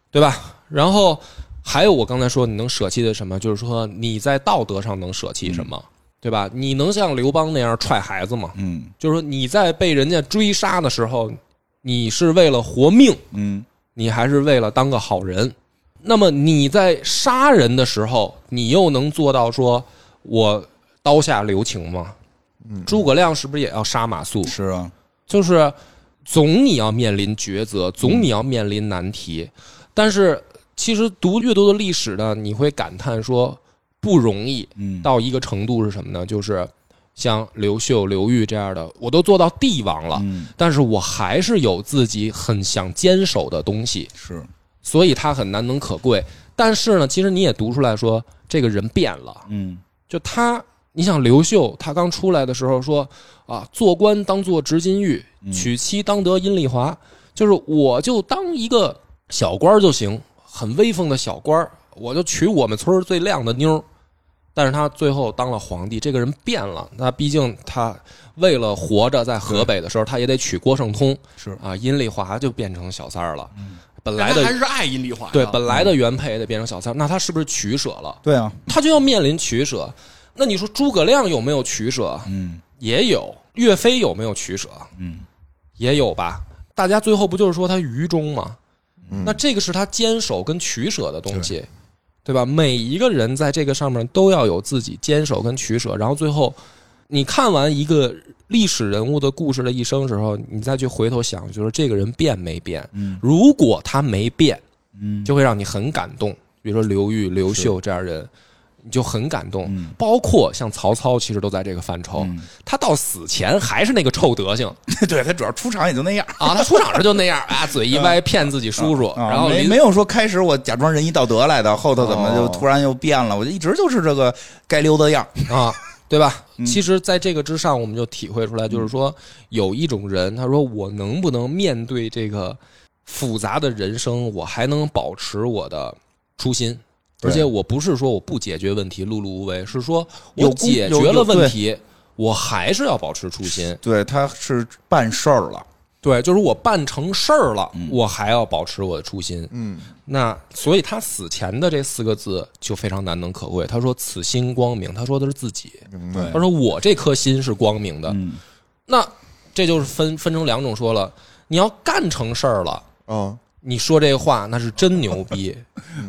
Speaker 2: 对吧？然后还有我刚才说你能舍弃的什么，就是说你在道德上能舍弃什么，对吧？你能像刘邦那样踹孩子吗？
Speaker 1: 嗯
Speaker 2: 就是说你在被人家追杀的时候，你是为了活命，
Speaker 1: 嗯
Speaker 2: 你还是为了当个好人。那么你在杀人的时候，你又能做到说我刀下留情吗？
Speaker 1: 嗯
Speaker 2: 诸葛亮是不是也要杀马谡？
Speaker 1: 是啊，
Speaker 2: 就是总你要面临抉择，
Speaker 1: 嗯
Speaker 2: 总你要面临难题。但是其实读越多的历史呢，你会感叹说不容易。
Speaker 1: 嗯
Speaker 2: 到一个程度是什么呢？就是像刘秀、刘裕这样的，我都做到帝王了，
Speaker 1: 嗯
Speaker 2: 但是我还是有自己很想坚守的东西，
Speaker 1: 是
Speaker 2: 所以他很难能可贵。但是呢，其实你也读出来说，这个人变了，
Speaker 1: 嗯
Speaker 2: 就他。你想刘秀，他刚出来的时候说啊，做官当做执金玉，娶妻当得阴丽华，就是我就当一个小官儿就行，很威风的小官儿，我就娶我们村儿最靓的妞儿。但是他最后当了皇帝，这个人变了。那毕竟他为了活着，在河北的时候，他也得娶郭圣通，
Speaker 1: 是
Speaker 2: 啊，阴丽华就变成小三儿了。本
Speaker 4: 但
Speaker 2: 来
Speaker 4: 他还
Speaker 2: 的
Speaker 4: 是爱阴丽华呀
Speaker 2: 对本来的原配得变成小三儿，那他是不是取舍了？
Speaker 1: 对啊，
Speaker 2: 他就要面临取舍。那你说诸葛亮有没有取舍？
Speaker 1: 嗯
Speaker 2: 也有。岳飞有没有取舍？
Speaker 1: 嗯，
Speaker 2: 也有吧。大家最后不就是说他愚忠吗？
Speaker 1: 嗯
Speaker 2: 那这个是他坚守跟取舍的东西，对吧？每一个人在这个上面都要有自己坚守跟取舍，然后最后你看完一个历史人物的故事的一生时候，你再去回头想，就是这个人变没变？
Speaker 1: 嗯
Speaker 2: 如果他没变，
Speaker 1: 嗯
Speaker 2: 就会让你很感动。比如说刘裕、刘秀这样人，你就很感动。
Speaker 1: 嗯
Speaker 2: 包括像曹操，其实都在这个范畴。
Speaker 1: 嗯
Speaker 2: 他到死前还是那个臭德行
Speaker 1: 对他主要出场也就那样。
Speaker 2: 啊！他出场时就那样啊，嘴一
Speaker 1: 嗯
Speaker 2: 歪骗自己叔叔，
Speaker 1: 啊
Speaker 2: 然后
Speaker 1: 没
Speaker 2: 临哦
Speaker 1: 没有说开始我假装仁义道德来的，后头怎么就突然又变了？我就一直就是这个该溜的样儿。
Speaker 2: 啊，对吧？
Speaker 1: 嗯
Speaker 2: 其实，在这个之上，我们就体会出来，就是说，有一种人，他说我能不能面对这个复杂的人生，我还能保持我的初心。而
Speaker 1: 对
Speaker 2: 且我不是说我不解决问题碌碌无为，是说我
Speaker 1: 有功
Speaker 2: 解
Speaker 1: 有
Speaker 2: 决了
Speaker 1: 有
Speaker 2: 问
Speaker 1: 对
Speaker 2: 题，我还是要保持初心。
Speaker 1: 对，他是办事儿了。
Speaker 2: 对，就是我办成事儿了，
Speaker 1: 嗯
Speaker 2: 我还要保持我的初心。
Speaker 3: 嗯，
Speaker 2: 那所以他死前的这四个字就非常难能可贵。他说“此心光明”，他说的是自己。
Speaker 1: 对
Speaker 2: 他，说我这颗心是光明的。
Speaker 1: 嗯
Speaker 2: 那这就是分分成两种说了，你要干成事儿了，
Speaker 3: 哦，
Speaker 2: 你说这话那是真牛逼。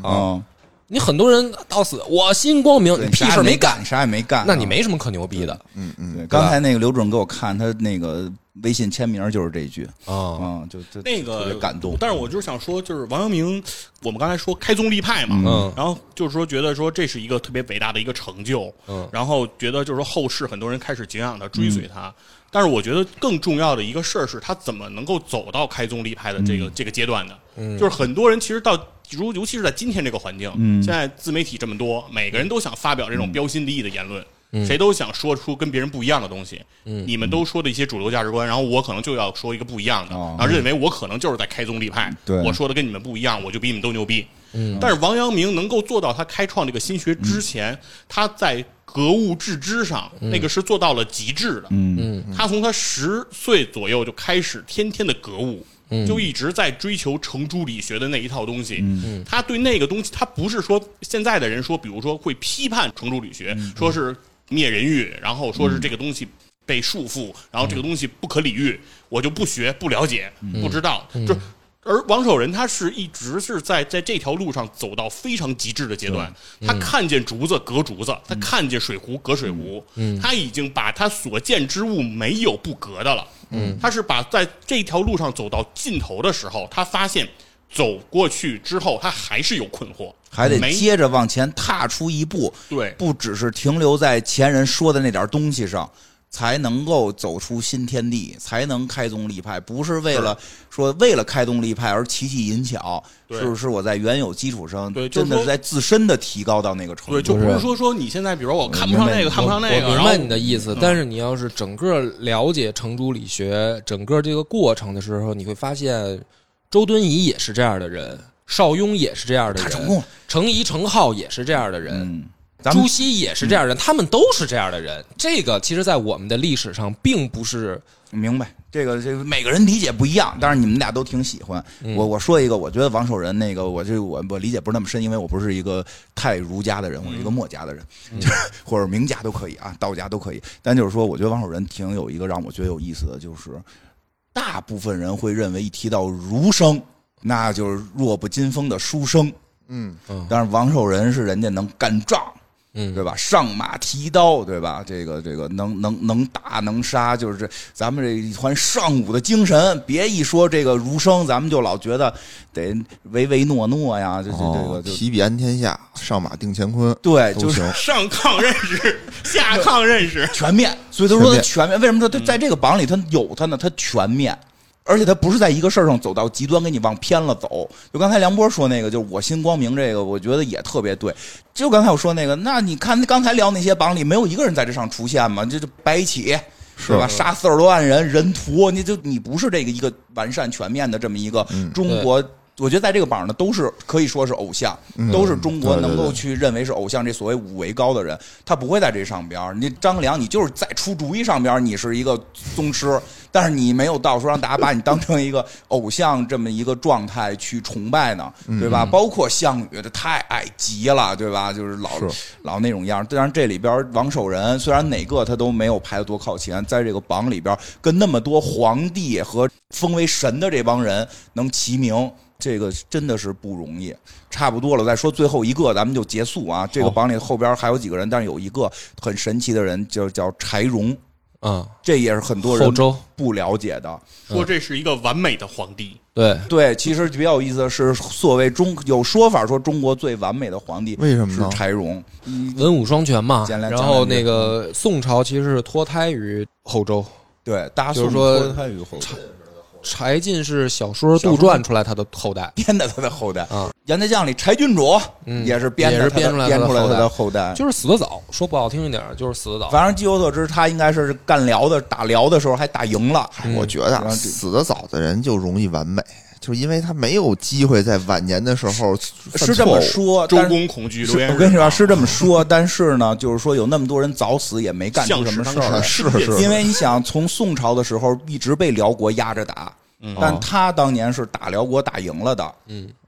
Speaker 1: 啊，
Speaker 2: 你很多人到死我心光明，
Speaker 1: 对
Speaker 2: 你屁
Speaker 1: 啥
Speaker 2: 事
Speaker 1: 也
Speaker 2: 儿
Speaker 1: 没
Speaker 2: 干，
Speaker 1: 啥也没干。啊
Speaker 2: 那你没什么可牛逼的
Speaker 3: 嗯嗯，
Speaker 1: 对，
Speaker 2: 吧
Speaker 1: 刚才那个刘主任给我看他那个微信签名就是这一句
Speaker 2: 啊。
Speaker 1: 啊，就就
Speaker 4: 那
Speaker 1: 特
Speaker 4: 个
Speaker 1: 别感动。
Speaker 4: 但是我就是想说，就是王阳明，我们刚才说开宗立派嘛，
Speaker 2: 嗯
Speaker 4: 然后就是说觉得说这是一个特别伟大的一个成就，
Speaker 2: 嗯
Speaker 4: 然后觉得就是说后世很多人开始敬仰他、追随他。但是我觉得更重要的一个事儿是他怎么能够走到开宗立派的这个、这个阶段的，就是很多人其实到如尤其是在今天这个环境，
Speaker 1: 嗯
Speaker 4: 现在自媒体这么多，每个人都想发表这种标新立异的言论。谁都想说出跟别人不一样的东西，你们都说的一些主流价值观，然后我可能就要说一个不一样的，
Speaker 1: 哦
Speaker 4: 然后认为我可能就是在开宗立派，
Speaker 1: 对
Speaker 4: 我说的跟你们不一样，我就比你们都牛逼。但是王阳明能够做到他开创这个新学之前，他在格物致知上，那个是做到了极致的。
Speaker 1: 嗯
Speaker 4: 他从他十岁左右就开始天天的格物。就一直在追求程朱理学的那一套东西，他对那个东西，他不是说现在的人说，比如说会批判程朱理学，说是灭人欲，然后说是这个东西被束缚，然后这个东西不可理喻，我就不学、不了解、不知道，就是而王守仁他是一直是在在这条路上走到非常极致的阶段，他看见竹子隔竹子，他看见水壶隔水壶，他已经把他所见之物没有不隔的了。他是把在这条路上走到尽头的时候，他发现走过去之后，他还是有困惑，
Speaker 1: 还得
Speaker 4: 没
Speaker 1: 接着往前踏出一步，
Speaker 4: 对
Speaker 1: 不只是停留在前人说的那点东西上，才能够走出新天地，才能开宗立派。不是为了说为了开宗立派而奇技淫巧，
Speaker 4: 对
Speaker 1: 啊是是我在原有基础上，
Speaker 4: 对就
Speaker 1: 真
Speaker 4: 是
Speaker 1: 的
Speaker 4: 说
Speaker 1: 是在自身的提高到那个程度。
Speaker 4: 对，就不
Speaker 2: 就是
Speaker 4: 是说说你现在，比如说我看不上那个，看不上那个，
Speaker 2: 我
Speaker 4: 然
Speaker 2: 明
Speaker 4: 后嗯
Speaker 2: 白你的意思，但是你要是整个了解程朱理学整个这个过程的时候，你会发现周敦颐也是这样的人，邵雍也是这样的
Speaker 1: 他
Speaker 2: 人，
Speaker 1: 成功了，
Speaker 2: 程颐、程颢也是这样的人，
Speaker 1: 嗯，咱们嗯
Speaker 2: 朱熹也是这样人，他们都是这样的人。这个其实，在我们的历史上，并不是
Speaker 1: 明白，这个这个每个人理解不一样，但是你们俩都挺喜欢。
Speaker 4: 嗯
Speaker 1: 我我说一个，我觉得王守仁那个，我这我我理解不是那么深，因为我不是一个太儒家的人，我是一
Speaker 4: 嗯
Speaker 1: 个墨家的人，就是或者名家都可以啊，道家都可以。但就是说，我觉得王守仁挺有一个让我觉得有意思的，就是大部分人会认为一提到儒生，那就是弱不禁风的书生。
Speaker 3: 嗯，
Speaker 1: 但是王守仁是人家能干仗，
Speaker 2: 嗯
Speaker 1: 对吧？上马提刀，对吧？这个这个能能能打能杀，就是这咱们这一团尚武的精神。别一说这个儒生，咱们就老觉得得唯唯诺诺呀，这这这
Speaker 3: 哦
Speaker 1: 个，就
Speaker 3: 提笔安天下，上马定乾坤，
Speaker 1: 对，
Speaker 3: 都
Speaker 1: 就是
Speaker 3: 行
Speaker 4: 上炕认识， 下炕认识，
Speaker 1: 全面。所以他说他
Speaker 3: 全面
Speaker 1: 全面，为什嗯么说他在这个榜里他有他呢？他全面。而且他不是在一个事儿上走到极端，给你往偏了走。就刚才梁波说那个，就是我心光明这个，我觉得也特别对。就刚才我说那个，那你看刚才聊那些榜里，没有一个人在这上出现嘛？这就白起。是吧？杀四十多万人，人屠，你就你不是这个一个完善全面的这么一个中国，我觉得在这个榜上呢，都是可以说是偶像，都是中国
Speaker 3: 嗯对对
Speaker 1: 能够
Speaker 3: 对
Speaker 1: 去认为是偶像这所谓武为高的人，他不会在这上边儿。你张良，你就是在出主意上边儿，你是一个宗师，但是你没有到说让大家把你当成一个偶像这么一个状态去崇拜呢，
Speaker 3: 嗯
Speaker 1: 对吧？包括项羽，这太矮极了，对吧？就是老老那种样儿。当然，这里边儿王守仁虽然哪个他都没有排得多靠前，在这个榜里边儿跟那么多皇帝和封为神的这帮人能齐名。这个真的是不容易，差不多了，再说最后一个，咱们就结束啊。这个榜里后边还有几个人，但是有一个很神奇的人，就叫柴荣，
Speaker 2: 啊，
Speaker 1: 这也是很多
Speaker 2: 后
Speaker 1: 人
Speaker 2: 周
Speaker 1: 不了解的。
Speaker 4: 说这是一个完美的皇帝。
Speaker 2: 对，
Speaker 1: 对，其实比较有意思的是，所谓中有说法说中国最完美的皇帝
Speaker 3: 为什么
Speaker 1: 是
Speaker 3: 呢？
Speaker 1: 柴荣，
Speaker 2: 文武双全嘛。
Speaker 1: 嗯简单嗯
Speaker 2: 然后那个宋朝其实是脱胎于后周，
Speaker 1: 对，大
Speaker 2: 就
Speaker 1: 宋
Speaker 2: 是说
Speaker 1: 托他于后代
Speaker 2: 柴进是小说杜撰出来他的后代。
Speaker 1: 编的他的后代
Speaker 2: 啊。
Speaker 1: 杨家将里柴郡主
Speaker 2: 嗯
Speaker 1: 也是编
Speaker 2: 也
Speaker 1: 的
Speaker 2: 是
Speaker 1: 他的，
Speaker 2: 编出来
Speaker 1: 编
Speaker 2: 他的
Speaker 1: 出来
Speaker 2: 后
Speaker 1: 他
Speaker 2: 代
Speaker 1: 的后代，
Speaker 2: 就是死得早，说不好听一点儿，就是死得早。
Speaker 1: 反正据我所知，他应该是干辽的，打辽的时候还打赢了。
Speaker 2: 嗯
Speaker 3: 我觉得
Speaker 1: 然
Speaker 3: 啊
Speaker 1: 后这
Speaker 3: 死得早的人就容易完美，就是因为他没有机会在晚年的时候犯
Speaker 1: 是这么
Speaker 3: 错误
Speaker 1: 说，
Speaker 4: 周
Speaker 1: 呃但是
Speaker 4: 公恐惧
Speaker 1: 是
Speaker 4: 刘焉
Speaker 1: 我跟你说啊是这么说，但是呢，就是说有那么多人早死也没干出
Speaker 4: 像
Speaker 1: 什
Speaker 4: 是
Speaker 1: 么
Speaker 4: 当
Speaker 1: 事儿来，
Speaker 4: 时
Speaker 3: 是是
Speaker 1: 因为你想，从宋朝的时候一直被辽国压着打，但他当年是打辽国打赢了的，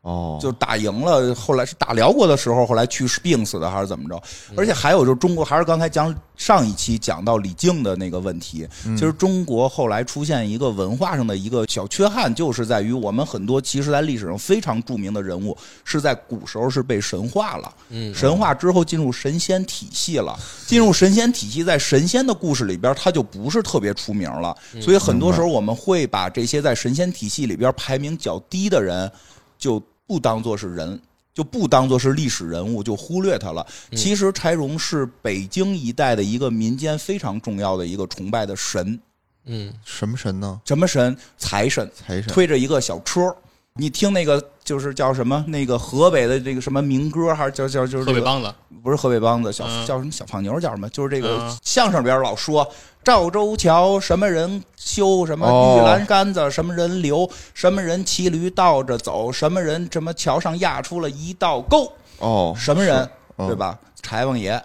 Speaker 3: 哦，
Speaker 1: 就打赢了。后来是打辽国的时候，后来去世病死的还是怎么着？而且还有就是中国，还是刚才讲上一期讲到李靖的那个问题。其实中国后来出现一个文化上的一个小缺憾，就是在于我们很多其实，在历史上非常著名的人物，是在古时候是被神化了。
Speaker 2: 嗯
Speaker 1: 神话之后进入神仙体系了，进入神仙体系，在神仙的故事里边，它就不是特别出名了。所以很多时候我们会把这些在神仙体系里边排名较低的人，就不当做是人。就不当做是历史人物，就忽略他了。
Speaker 4: 嗯
Speaker 1: 其实柴荣是北京一带的一个民间非常重要的一个崇拜的神，
Speaker 2: 嗯，
Speaker 3: 什么神呢？
Speaker 1: 什么神？财神。
Speaker 3: 财神
Speaker 1: 推着一个小车。你听那个就是叫什么那个河北的这个什么民歌，还是叫叫就是、这
Speaker 4: 河
Speaker 1: 个、
Speaker 4: 北帮子，
Speaker 1: 不是河北梆子，小、
Speaker 4: 嗯
Speaker 1: 叫什么小胖妞叫什么？就是这个
Speaker 4: 嗯
Speaker 1: 相声里边老说赵州桥什么人修，什么
Speaker 3: 哦
Speaker 1: 玉栏杆子什么人留，什么人骑驴倒着走，什么人什么桥上压出了一道沟，
Speaker 3: 哦，
Speaker 1: 什么人
Speaker 3: 是嗯
Speaker 1: 对吧？柴王爷，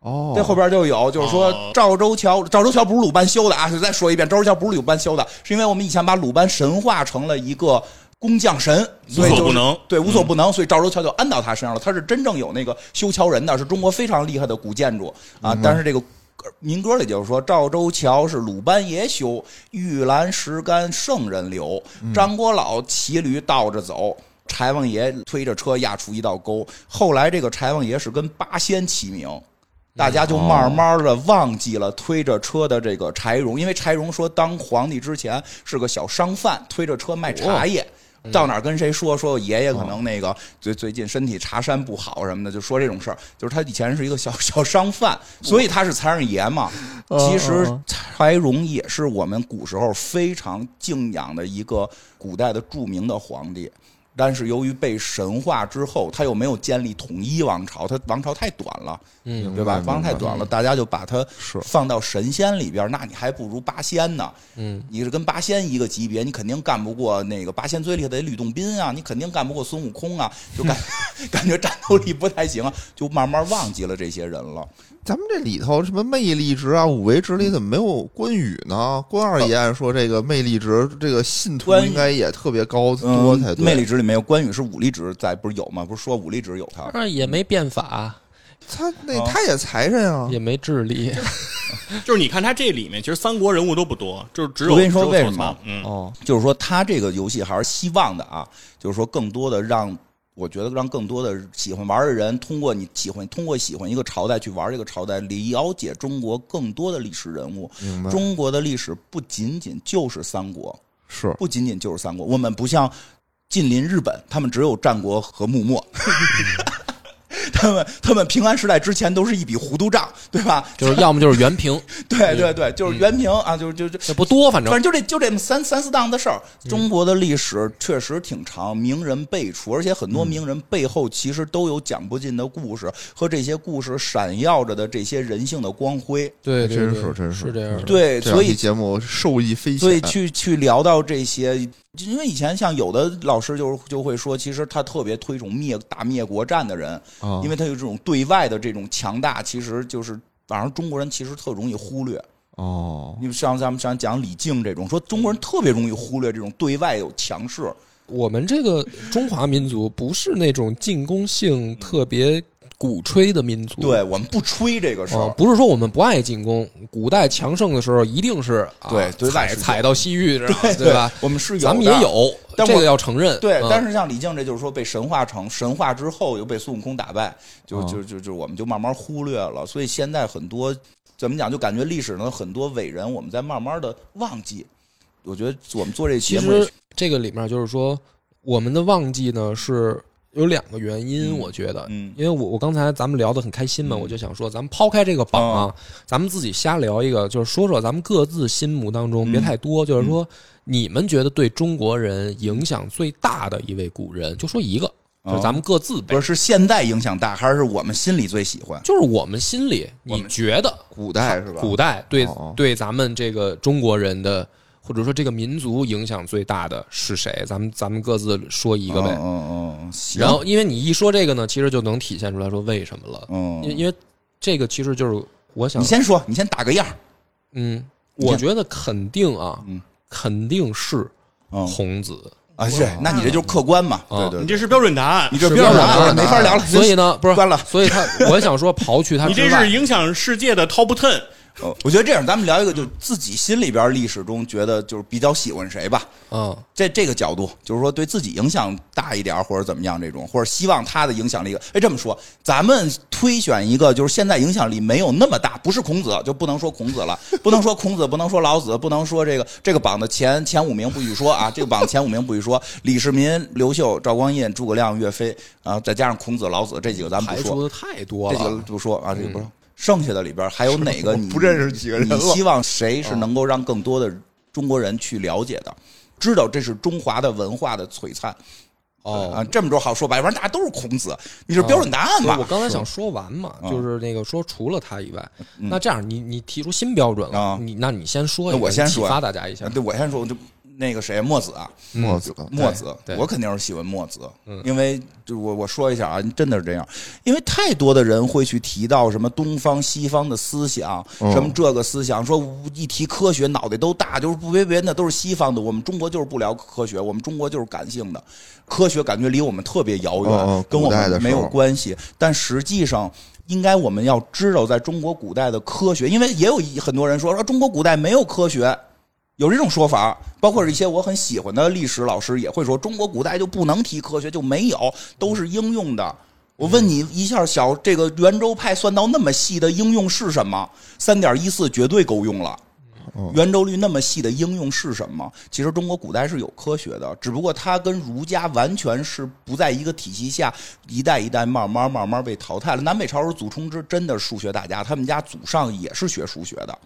Speaker 3: 哦，
Speaker 1: 这后边就有，就是说
Speaker 4: 哦
Speaker 1: 赵州桥，赵州桥不是鲁班修的啊！再说一遍，赵州桥不是鲁班修的，是因为我们以前把鲁班神化成了一个工匠神，所以
Speaker 4: 无
Speaker 1: 就
Speaker 4: 所不
Speaker 1: 是
Speaker 4: 能嗯
Speaker 1: 对，无所不能，所以赵州桥就安到他身上了。他是真正有那个修桥人的，是中国非常厉害的古建筑啊。但是这个呃民歌里就是说，赵州桥是鲁班爷修，玉兰石杆圣人留，
Speaker 4: 嗯
Speaker 1: 张果老骑驴倒着走。柴王爷推着车压出一道沟，后来这个柴王爷是跟八仙齐名，大家
Speaker 4: 哦
Speaker 1: 就慢慢的忘记了推着车的这个柴荣，因为柴荣说当皇帝之前是个小商贩，推着车卖
Speaker 4: 哦
Speaker 1: 茶叶。到哪儿跟谁说说我爷爷可能那个最最近身体茶山不好什么的，就说这种事儿。就是他以前是一个小 小商贩，所以他是财神爷嘛。其实柴荣也是我们古时候非常敬仰的一个古代的著名的皇帝。但是由于被神化之后，他又没有建立统一王朝，他王朝太短了，
Speaker 2: 嗯
Speaker 1: 对吧？
Speaker 3: 明白
Speaker 1: 王朝太短了，大家就把它
Speaker 3: 是
Speaker 1: 放到神仙里边儿，那你还不如八仙呢。
Speaker 2: 嗯，
Speaker 1: 你是跟八仙一个 级别，你肯定干不过那个八仙最厉害的吕洞宾啊，你肯定干不过孙悟空啊，就感感觉战斗力不太行啊，就慢慢忘记了这些人了。
Speaker 3: 咱们这里头什么魅力值啊、五维
Speaker 1: 嗯
Speaker 3: 值里怎么没有关羽呢？关二爷按说这个魅力值，这个信徒
Speaker 1: 哦关羽
Speaker 3: 应该也特别高多
Speaker 1: 嗯
Speaker 3: 才，对。
Speaker 1: 魅力值里面有关羽是武力值在，不是有吗？不是说武力值有他，
Speaker 2: 那也没变法，
Speaker 3: 他那
Speaker 1: 啊
Speaker 3: 他也财神啊，
Speaker 2: 也没智力。
Speaker 4: 就是你看他这里面，其实三国人物都不多，就是只有
Speaker 1: 我跟你说
Speaker 4: 只有
Speaker 1: 为
Speaker 4: 曹
Speaker 1: 什么
Speaker 4: 操嗯，
Speaker 2: 哦，
Speaker 1: 就是说他这个游戏还是希望的啊，就是说更多的让。我觉得让更多的喜欢玩的人通过你喜欢通过喜欢一个朝代去玩这个朝代，了解中国更多的历史人物。
Speaker 3: 明白？
Speaker 1: 中国的历史不仅仅就是三国，
Speaker 3: 是
Speaker 1: 不仅仅就是三国。我们不像近邻日本，他们只有战国和幕 末。他们他们平安时代之前都是一笔糊涂账，对吧？
Speaker 2: 就是要么就是原平，
Speaker 1: 对对对，
Speaker 3: 嗯
Speaker 1: 就是元平啊，就是就是
Speaker 2: 这不多，反
Speaker 1: 反
Speaker 2: 正
Speaker 1: 正就这就这三三四档子事儿，中国的历史确实挺长，名人辈出，而且很多名人背后其实都有讲不尽的故事和这些故事闪耀着的这些人性的光辉。
Speaker 2: 对，对
Speaker 3: 真
Speaker 2: 对
Speaker 3: 是真
Speaker 2: 是这样的
Speaker 1: 对，
Speaker 3: 这
Speaker 1: 所
Speaker 3: 两
Speaker 1: 以
Speaker 3: 期节目受益匪
Speaker 1: 所以
Speaker 3: 浅。
Speaker 1: 去去聊到这些，就因为以前像有的老师就是就会说，其实他特别推崇灭大灭国战的人，
Speaker 3: 啊
Speaker 1: 因为他有这种对外的这种强大，其实就是。反正中国人其实特容易忽略，
Speaker 3: 哦，
Speaker 1: 你像咱们像讲李靖这种，说中国人特别容易忽略这种对外有强势，
Speaker 2: 我们这个中华民族不是那种进攻性特别鼓吹的民族，
Speaker 1: 对我们不吹这个事
Speaker 2: 啊
Speaker 1: 儿，，
Speaker 2: 不是说我们不爱进攻。古代强盛的时候，一定是啊
Speaker 1: 对对外
Speaker 2: 踩
Speaker 1: 是这样
Speaker 2: 踩到西域这样，
Speaker 1: 对
Speaker 2: 吧？
Speaker 1: 我们是有的
Speaker 2: 咱们也有，嗯
Speaker 1: 但我
Speaker 2: 这个要承认。啊
Speaker 1: 对，但
Speaker 2: 是
Speaker 1: 是像李靖，这就是说被神化成神化之后，又被孙悟空打败，就
Speaker 2: 哦
Speaker 1: 就就就我们就慢慢忽略了。所以现在很多怎么讲，就感觉历史上的很多伟人，我们在慢慢的忘记。我觉得我们做这
Speaker 2: 其
Speaker 1: 节目也
Speaker 2: 实
Speaker 1: 是，
Speaker 2: 这个里面就是说，我们的忘记呢是有两个原因，
Speaker 1: 嗯
Speaker 2: 我觉得。
Speaker 1: 嗯
Speaker 2: 因为我我刚才咱们聊得很开心嘛，
Speaker 1: 嗯哦
Speaker 2: 我就想说，咱们抛开这个榜啊，咱们自己瞎聊一个，就是说说咱们各自心目当中，
Speaker 1: 嗯
Speaker 2: 别太多，就是说你们觉得对中国人影响最大的一位古人，就说一个，就是咱们各自呗
Speaker 1: 哦不是，是现在影响大，还是我们心里最喜欢？
Speaker 2: 就是我们心里你觉得
Speaker 3: 古代是吧？
Speaker 2: 古代对
Speaker 3: 哦
Speaker 2: 对咱们这个中国人的或者说这个民族影响最大的是谁？咱们咱们各自说一
Speaker 1: 一
Speaker 2: 个呗。
Speaker 1: 嗯嗯，行
Speaker 2: 然后，因为你一说这个呢，其实就能体现出来说为什么了。因为
Speaker 1: 嗯，
Speaker 2: 因为这个其实就是我想
Speaker 1: 你，先说，你先打个样儿。
Speaker 2: 嗯，
Speaker 1: 你先
Speaker 2: 我觉得肯定啊，
Speaker 1: 嗯
Speaker 2: 肯定是
Speaker 1: 嗯
Speaker 2: 孔子。
Speaker 1: 啊，是，那你这就是客观嘛？对
Speaker 2: 啊
Speaker 1: 对
Speaker 4: 嗯
Speaker 1: 对，
Speaker 4: 你这是标准答案
Speaker 1: 你，这
Speaker 2: 是
Speaker 1: 标准
Speaker 2: 标
Speaker 1: 答
Speaker 3: 准
Speaker 1: 案没
Speaker 3: 答案
Speaker 1: 法聊了，
Speaker 2: 所以呢，不是
Speaker 1: 关了
Speaker 2: 所以他，我想说，刨去他
Speaker 4: 你这
Speaker 2: 之
Speaker 4: 是
Speaker 2: 外，
Speaker 4: 影响世界的 top ten。
Speaker 1: 哦，我觉得这样，咱们聊一个，就自己心里边历史中觉得就是比较喜欢谁吧，
Speaker 2: 嗯，
Speaker 1: 这这个角度，就是说对自己影响大一点儿，或者怎么样这种，或者希望他的影响力。哎，这么说，咱们推选一个，就是现在影响力没有那么大，不是孔子，就不能说孔子了，不能说孔子，不能说老子，不能说这个这个榜的前前五名不许说啊，这个榜的前五名不许说，李世民、刘秀、赵光胤、诸葛亮、岳飞啊，再加上孔子、老子这几个咱们
Speaker 2: 排
Speaker 1: 不说，
Speaker 2: 除的太多
Speaker 1: 这几个
Speaker 2: 了。
Speaker 1: 不说啊，这个不说。剩下的里边还有哪个你
Speaker 3: 不认识几个人了
Speaker 1: 你希望谁是能够让更多的中国人去了解的，知道这是中华的文化的璀璨
Speaker 2: 哦，
Speaker 1: 啊？这么着好说吧，要不然大家都是孔子，你是标准答案
Speaker 2: 哦所以我
Speaker 1: 吧？
Speaker 2: 刚才想说完嘛，
Speaker 1: 嗯
Speaker 2: 就是那个说除了他以外，那这样你你提出新标准了，
Speaker 1: 啊
Speaker 2: 你那你先说一个，
Speaker 1: 那我先
Speaker 2: 你启
Speaker 1: 说啊嗯
Speaker 2: 发大家一下。
Speaker 1: 对，我先说，我就那个谁，墨子啊，
Speaker 3: 墨子，
Speaker 1: 墨子
Speaker 2: 对，嗯对
Speaker 1: 我肯定是喜欢墨子，因为就我我说一下啊，真的是这样，因为太多的人会去提到什么东方西方的思想，
Speaker 3: 嗯
Speaker 1: 什么这个思想，说一提科学脑袋都大，就是不别别的都是西方的，我们中国就是不聊科学，我们中国就是感性的，科学感觉离我们特别遥
Speaker 3: 嗯嗯
Speaker 1: 远，跟我
Speaker 3: 古代的
Speaker 1: 们
Speaker 3: 时
Speaker 1: 没
Speaker 3: 候
Speaker 1: 有关系，但实际上。应该我们要知道，在中国古代的科学，因为也有一很多人说说中国古代没有科学，有这种说法，包括一些我很喜欢的历史老师也会说，中国古代就不能提科学，就没有，都是应用的。我问你一下，小这个圆周派算到那么细的应用是什么？三点一四绝对够用了
Speaker 3: 哦。
Speaker 1: 圆周率那么细的应用是什么？其实中国古代是有科学的，只不过它跟儒家完全是不在一个体系下，一代一代慢慢慢慢被淘汰了。南北朝时候祖冲之真的是数学大家，他们家祖上也是学数学的。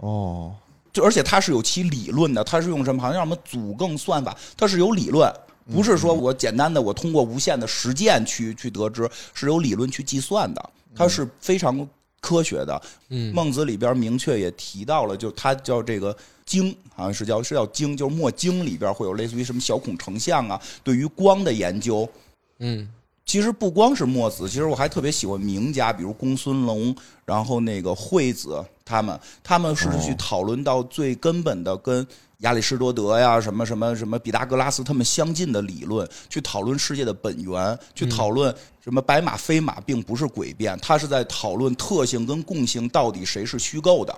Speaker 3: 哦，
Speaker 1: 就而且它是有其理论的，它是用什么？好像叫什么阻更算法，它是有理论，不是说我简单的我通过无限的实践去去得知，是有理论去计算的，它是非常科学的。
Speaker 2: 嗯
Speaker 1: 孟子里边明确也提到了，就它叫这个经，好像是叫是叫经，就是《墨经》里边会有类似于什么小孔成像啊，对于光的研究，
Speaker 2: 嗯，
Speaker 1: 其实不光是墨子，其实我还特别喜欢名家，比如公孙龙，然后那个惠子他们，他们是去讨论到最根本的跟。亚里士多德呀，什么什么什么毕达哥拉斯他们相近的理论，去讨论世界的本源，去讨论什么白马非马并不是诡辩，他是在讨论特性跟共性到底谁是虚构的。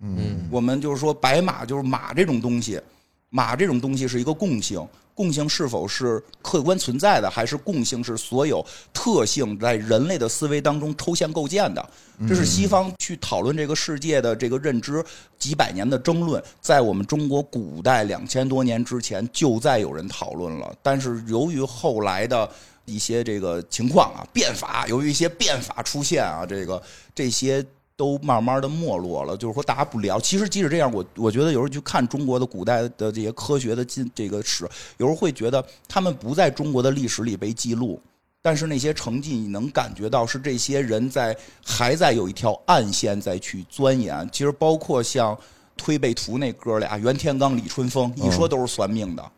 Speaker 1: 嗯，我们就是说白马就是马这种东西，马这种东西是一个共性，共性是否是客观存在的，还是共性是所有特性在人类的思维当中抽象构建的？这是西方去讨论这个世界的这个认知几百年的争论，在我们中国古代两千多年之前就在有人讨论了，但是由于后来的。一些这个情况啊，变法，由于一些变法出现啊，这个这些都慢慢的没落了，就是说大家不聊。其实即使这样，我我觉得有时候去看中国的古代的这些科学的进这个史，有时候会觉得他们不在中国的历史里被记录，但是那些成绩你能感觉到是这些人在还在有一条暗线再去钻研。其实包括像推背图那哥俩，袁天罡、李春风，一说都是算命的。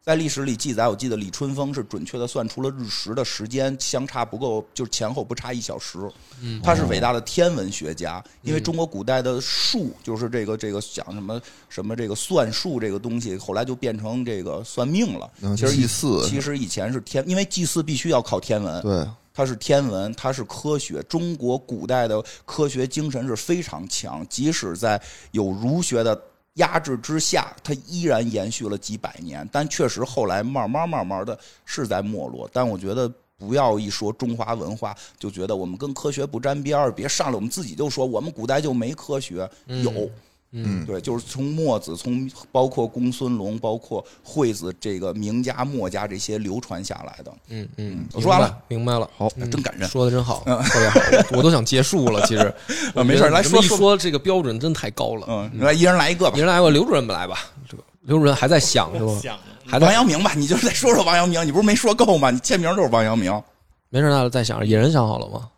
Speaker 1: 在历史里记载，我记得李春风是准确的算出了日食的时间相差不够，就是前后不差一小时。嗯，他是伟大的天文学家，因为中国古代的术就是这个这个讲什么什么这个算术这个东西，后来就变成这个算命了。
Speaker 3: 嗯
Speaker 1: 其实以
Speaker 3: 祭祀
Speaker 1: 其实以前是天，因为祭祀必须要靠天文。
Speaker 3: 对，
Speaker 1: 它是天文，它是科学。中国古代的科学精神是非常强，即使在有儒学的压制之下，它依然延续了几百年。但确实后来慢慢慢慢的是在没落。但我觉得不要一说中华文化，就觉得我们跟科学不沾边儿，别上来我们自己就说我们古代就没科学，有。
Speaker 3: 嗯
Speaker 1: 对，就是从墨子，从包括公孙龙，包括惠子这个名家、墨家这些流传下来的。
Speaker 2: 嗯嗯，
Speaker 1: 我说完了
Speaker 2: 明白，明白了，
Speaker 3: 好
Speaker 2: 嗯
Speaker 1: 真感人嗯
Speaker 2: 说的真好，特别好，我我都想结束了。其 实我
Speaker 1: 啊没
Speaker 2: 觉
Speaker 1: 事
Speaker 2: 得
Speaker 1: 来
Speaker 2: 你这么
Speaker 1: 说
Speaker 2: 一
Speaker 1: 说
Speaker 2: 说这个标准真太高了。
Speaker 1: 嗯，来一人来一个吧
Speaker 2: 你。来吧，刘主任来吧，这个刘主任还在想
Speaker 1: 哎
Speaker 2: 是吧？
Speaker 4: 想呢
Speaker 2: 还
Speaker 1: 王
Speaker 2: 在
Speaker 1: 阳明吧，你就是再说说王阳明，你不是没说够吗？你签名就是王阳明。
Speaker 2: 没事儿，那再想，野人想好了吗？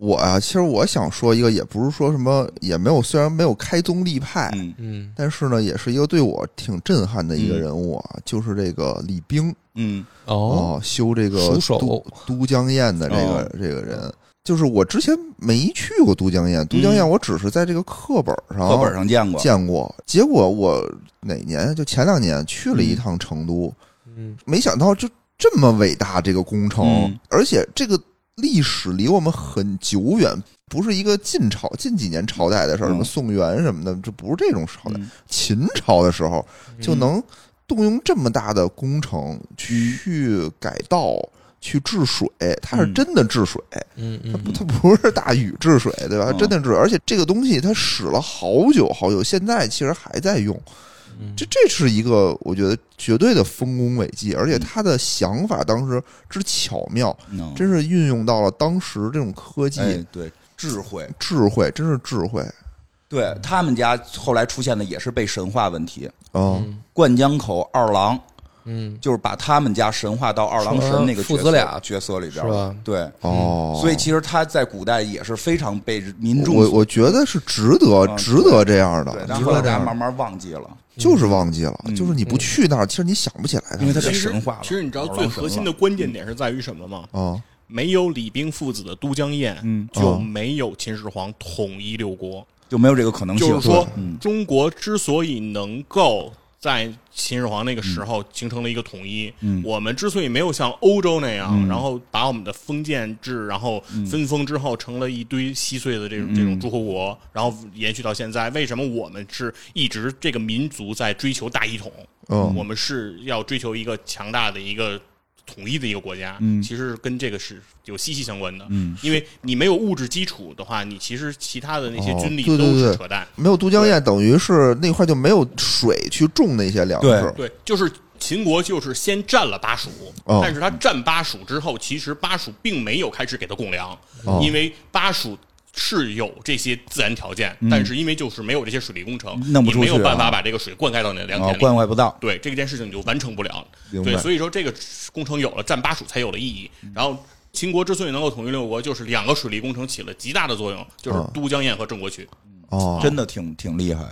Speaker 3: 我啊，其实我想说一个，也不是说什么，也没有，虽然没有开宗立派，
Speaker 1: 嗯
Speaker 2: 嗯
Speaker 3: 但是呢，也是一个对我挺震撼的一个人物啊，就是这个李冰
Speaker 1: 嗯
Speaker 2: 哦，
Speaker 3: 啊修这个
Speaker 2: 熟手
Speaker 3: 都都江堰的这个、
Speaker 1: 哦
Speaker 3: 这个人。就是我之前没去过都江堰，都江堰我只是在这个课本上
Speaker 1: 嗯课本上见过。
Speaker 3: 哦见过。结果我哪年就前两年去了一趟成都，
Speaker 2: 嗯
Speaker 3: 没想到就这么伟大这个工程，
Speaker 1: 嗯
Speaker 3: 而且这个历史离我们很久远，不是一个晋朝近几年朝代的事儿，
Speaker 1: 嗯
Speaker 3: 什么宋元什么的，这不是这种朝代。
Speaker 1: 嗯
Speaker 3: 秦朝的时候就能动用这么大的工程去改道。去治水，它是
Speaker 1: 嗯
Speaker 3: 真的治水，
Speaker 2: 嗯
Speaker 3: 它
Speaker 2: 嗯
Speaker 3: 不它不是大禹治水，对吧？它
Speaker 1: 嗯
Speaker 3: 真的治水，而且这个东西它使了好久好久，现在其实还在用。
Speaker 2: 嗯，
Speaker 3: 这这是一个我觉得绝对的丰功伟绩，而且他的想法当时之巧妙，
Speaker 1: 嗯
Speaker 3: 真是运用到了当时这种科技、
Speaker 1: 哎对智慧，
Speaker 3: 智慧，真是智慧
Speaker 1: 对他们家后来出现的也是被神话问题。
Speaker 3: 啊！
Speaker 2: 嗯
Speaker 1: 灌江口二郎
Speaker 2: 嗯
Speaker 1: 就是把他们家神话到二郎神那个角色
Speaker 2: 父子俩
Speaker 1: 角色里边
Speaker 2: 是吧
Speaker 1: 对，
Speaker 3: 哦，
Speaker 1: 嗯所以其实他在古代也是非常被民众
Speaker 3: 我
Speaker 1: 所
Speaker 3: 我觉得是值得、
Speaker 1: 啊
Speaker 3: 值得这样的
Speaker 1: 对，，但
Speaker 3: 值
Speaker 1: 后来
Speaker 3: 得这
Speaker 1: 大家
Speaker 3: 样
Speaker 1: 慢
Speaker 3: 的，
Speaker 1: 慢忘记了，
Speaker 3: 就是忘记了，
Speaker 1: 嗯
Speaker 3: 就是你不去那儿，其实你想不起来
Speaker 1: 因为
Speaker 3: 的
Speaker 1: 他
Speaker 4: 其
Speaker 1: 被
Speaker 4: 实
Speaker 1: 神化了。
Speaker 4: 其实你知道最核心
Speaker 1: 的
Speaker 4: 的关键点是在于什么吗？
Speaker 3: 啊。
Speaker 4: 没有李冰父子的都江堰，
Speaker 1: 嗯
Speaker 4: 就没有秦始皇统一六国。
Speaker 1: 就没有这个可能性。
Speaker 4: 就是说
Speaker 1: 对嗯，
Speaker 4: 中国之所以能够在秦始皇那个时候形成了一个统一，
Speaker 1: 嗯
Speaker 4: 我们之所以没有像欧洲那样，
Speaker 1: 嗯
Speaker 4: 然后把我们的封建制，然后分封之后成了一堆稀碎的这种、
Speaker 1: 嗯
Speaker 4: 这种诸侯国，然后延续到现在，为什么我们是一直这个民族在追求大一统？
Speaker 3: 嗯
Speaker 4: 我们是要追求一个强大的一个。统一的一个国家，
Speaker 1: 嗯
Speaker 4: 其实跟这个是有息息相关的。
Speaker 1: 嗯
Speaker 4: 因为你没有物质基础的话，你其实其他的那些
Speaker 3: 哦
Speaker 4: 军力
Speaker 3: 对对
Speaker 4: 都是
Speaker 3: 对
Speaker 4: 扯淡。
Speaker 3: 没有都江堰，等于是那块就没有水去种那些粮
Speaker 1: 对
Speaker 3: 食，
Speaker 4: 对，就是秦国就是先占了巴蜀，
Speaker 3: 哦
Speaker 4: 但是他占巴蜀之后，其实巴蜀并没有开始给他供粮，
Speaker 3: 哦
Speaker 4: 因为巴蜀。是有这些自然条件，但是因为就是没有这些水利工程，
Speaker 1: 弄不
Speaker 4: 你
Speaker 1: 出
Speaker 4: 没有
Speaker 1: 去
Speaker 4: 办
Speaker 1: 啊
Speaker 4: 法把这个水灌溉到你的良
Speaker 1: 啊
Speaker 4: 田，里。
Speaker 1: 惯坏不到。
Speaker 4: 对这件事情你就完成不了。
Speaker 3: 明白
Speaker 4: 对，所以说这个工程有了，占巴蜀才有了意义。然后秦国之所以能够统一六国，就是两个水利工程起了极大的作用，就是
Speaker 3: 哦
Speaker 4: 都江堰和郑国渠。
Speaker 3: 哦，
Speaker 1: 真的挺挺厉害。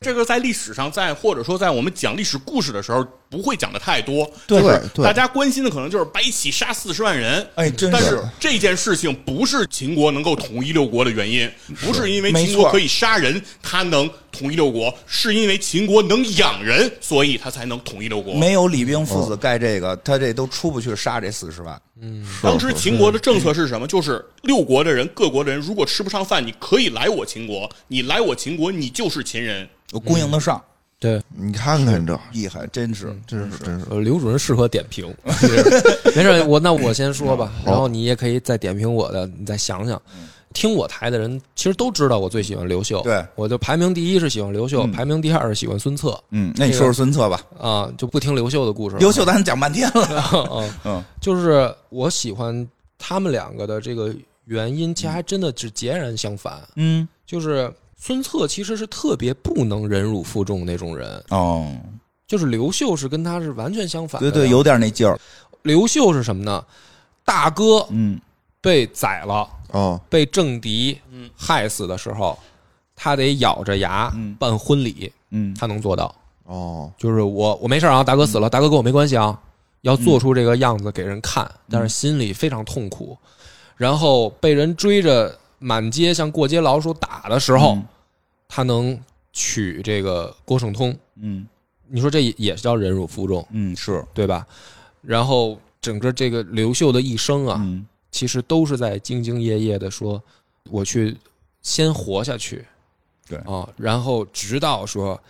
Speaker 4: 这个在历史上，在或者说在我们讲历史故事的时候，不会讲的太多，
Speaker 1: 对
Speaker 4: 就是
Speaker 3: 对
Speaker 4: 大家关心的可能就是白起杀四十万人，
Speaker 1: 哎真是
Speaker 4: 但是这件事情不是秦国能够统一六国的原因，不是因为
Speaker 1: 没
Speaker 4: 秦国
Speaker 1: 错
Speaker 4: 可以杀人，他能统一六国，是因为秦国能养人，所以他才能统一六国。
Speaker 1: 没有李冰父子盖这个，他这都出不去杀这四十万。
Speaker 4: 当时
Speaker 1: 嗯
Speaker 4: 秦国的政策是什么？就是六国的人，各国的人，如果吃不上饭，你可以来我秦国，你来我秦国，你就是秦人。
Speaker 1: 我供应得上，
Speaker 2: 对，
Speaker 3: 你看看这，
Speaker 1: 厉害，真是。
Speaker 3: 真是真是
Speaker 2: 呃，刘主任适合点 评，没事，我那我先说
Speaker 1: 嗯
Speaker 2: 吧，然后你也可以再点评我的，你再想想。听我台的人其实都知道我最喜欢刘秀，
Speaker 1: 对
Speaker 2: 我就排名第一是喜欢刘秀，排名第二是喜欢孙策
Speaker 1: 嗯，那你说说孙策吧，
Speaker 2: 啊、就不听刘秀的故事了。
Speaker 1: 刘秀咱讲半天了。
Speaker 2: 嗯，
Speaker 1: 嗯，
Speaker 2: 就是我喜欢他们两个的这个原因，其实还真的是截然相反。
Speaker 1: 嗯，
Speaker 2: 就是孙策其实是特别不能忍辱负重那种人，
Speaker 1: 哦，
Speaker 2: 就是刘秀是跟他是完全相反的。
Speaker 1: 对对，有点那劲儿。
Speaker 2: 刘秀是什么呢？大哥
Speaker 1: 嗯，
Speaker 2: 被宰了，
Speaker 3: 哦，
Speaker 2: 被政敌
Speaker 4: 嗯
Speaker 2: 害死的时候，他得咬着牙
Speaker 1: 嗯
Speaker 2: 办婚礼，
Speaker 1: 嗯，
Speaker 2: 他能做到。
Speaker 3: 哦，
Speaker 2: 就是我我没事啊，大哥死了，大哥跟我没关系啊，要
Speaker 1: 嗯
Speaker 2: 做出这个样子给人看，但是心里非常痛苦，然后被人追着满街像过街老鼠打的时候
Speaker 1: 嗯，
Speaker 2: 他能娶这个郭圣通，
Speaker 1: 嗯
Speaker 2: 你说这也也叫忍辱负重，
Speaker 1: 嗯，是，
Speaker 2: 对吧？然后整个这个刘秀的一生啊，
Speaker 1: 嗯
Speaker 2: 其实都是在兢兢业业的说，我去先活下去，
Speaker 1: 对
Speaker 2: 啊，然后直到说，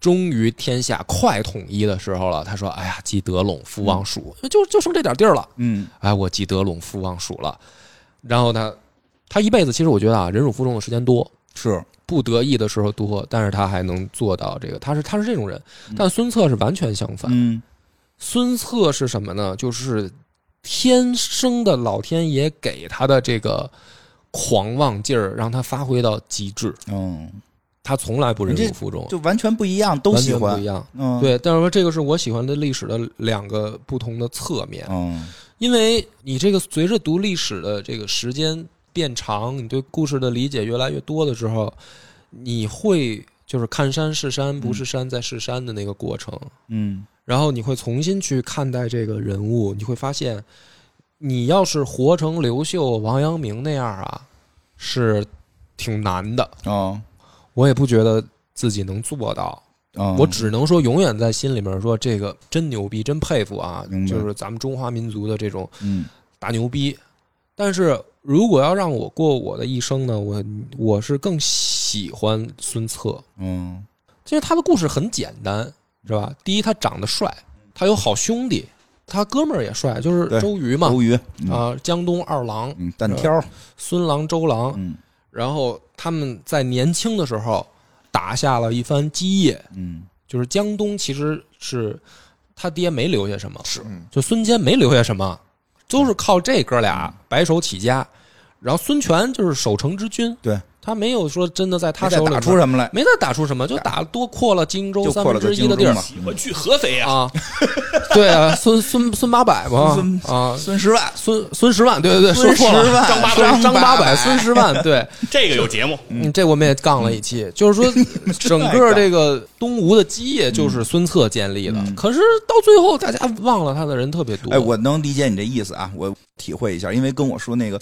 Speaker 2: 终于天下快统一的时候了，他说：“哎呀，既得陇复望蜀，就就剩这点地儿了。
Speaker 1: 嗯，
Speaker 2: 哎，我既得陇复望蜀了。”然后他，他一辈子其实我觉得啊，忍辱负重的时间多，
Speaker 1: 是，
Speaker 2: 不得意的时候多，但是他还能做到这个，他是他是这种人。但孙策是完全相反，
Speaker 1: 嗯
Speaker 2: 孙策是什么呢？就是天生的老天爷给他的这个狂妄劲儿，让他发挥到极致。
Speaker 1: 嗯，
Speaker 2: 他从来不忍辱负重，
Speaker 1: 就完全不一样，都
Speaker 2: 完
Speaker 1: 喜
Speaker 2: 全不
Speaker 1: 欢
Speaker 2: 一。样。
Speaker 1: 嗯，，
Speaker 2: 对，但是说这个是我喜欢的历史的两个不同的侧面，
Speaker 1: 嗯
Speaker 2: 因为你这个随着读历史的这个时间变长，你对故事的理解越来越多的时候，你会就是看山是山，不是山再是山的那个过程。
Speaker 1: 嗯
Speaker 2: 然后你会重新去看待这个人物，你会发现，你要是活成刘秀、王阳明那样啊，是挺难的。
Speaker 1: 哦
Speaker 2: 我也不觉得自己能做到，
Speaker 1: 哦，
Speaker 2: 我只能说永远在心里面说这个真牛逼，真佩服啊
Speaker 1: 明！白
Speaker 2: 就是咱们中华民族的这种
Speaker 1: 嗯
Speaker 2: 大牛逼。但是如果要让我过我的一生呢，我我是更喜欢孙策，
Speaker 1: 嗯
Speaker 2: 其实他的故事很简单，是吧？第一，他长得帅，他有好兄弟，他哥们儿也帅，就是
Speaker 1: 对
Speaker 2: 周瑜嘛，
Speaker 1: 周瑜，嗯
Speaker 2: 啊、江东二郎、
Speaker 1: 嗯，单挑，
Speaker 2: 孙郎、周郎，
Speaker 1: 嗯
Speaker 2: 然后他们在年轻的时候打下了一番基业。
Speaker 1: 嗯
Speaker 2: 就是江东其实是他爹没留下什么，
Speaker 1: 是
Speaker 3: 嗯
Speaker 2: 就孙坚没留下什么，都是靠这哥俩白手起家。然后孙权就是守城之君，
Speaker 1: 对
Speaker 2: 他没有说真的在他
Speaker 1: 没再
Speaker 2: 手里
Speaker 1: 打
Speaker 2: 面
Speaker 1: 出什么来？
Speaker 2: 没再打出什么，就打多扩了荆州
Speaker 1: 就
Speaker 2: 三
Speaker 1: 扩
Speaker 2: 分
Speaker 1: 了个
Speaker 2: 之一的地
Speaker 1: 荆州
Speaker 2: 儿
Speaker 1: 嘛
Speaker 4: 喜欢去合肥啊，
Speaker 2: 啊，对啊，孙孙孙八百嘛
Speaker 1: 孙
Speaker 2: 啊，
Speaker 1: 孙十 万，
Speaker 2: 孙孙十万，对对对，说
Speaker 1: 孙十
Speaker 2: 错了，
Speaker 1: 万，
Speaker 4: 张八
Speaker 2: 张
Speaker 1: 张
Speaker 2: 八
Speaker 1: 百，
Speaker 2: 孙十万，对，
Speaker 4: 这个有节目。
Speaker 2: 嗯，这我们也杠了一期，就是说
Speaker 1: 嗯
Speaker 2: 整个这个东吴的基业就是孙策建立的，可是到最后大家忘了他的人特别
Speaker 1: 嗯
Speaker 2: 多，
Speaker 1: 哎，我能理解你这意思啊，我体会一下，因为跟我说那个，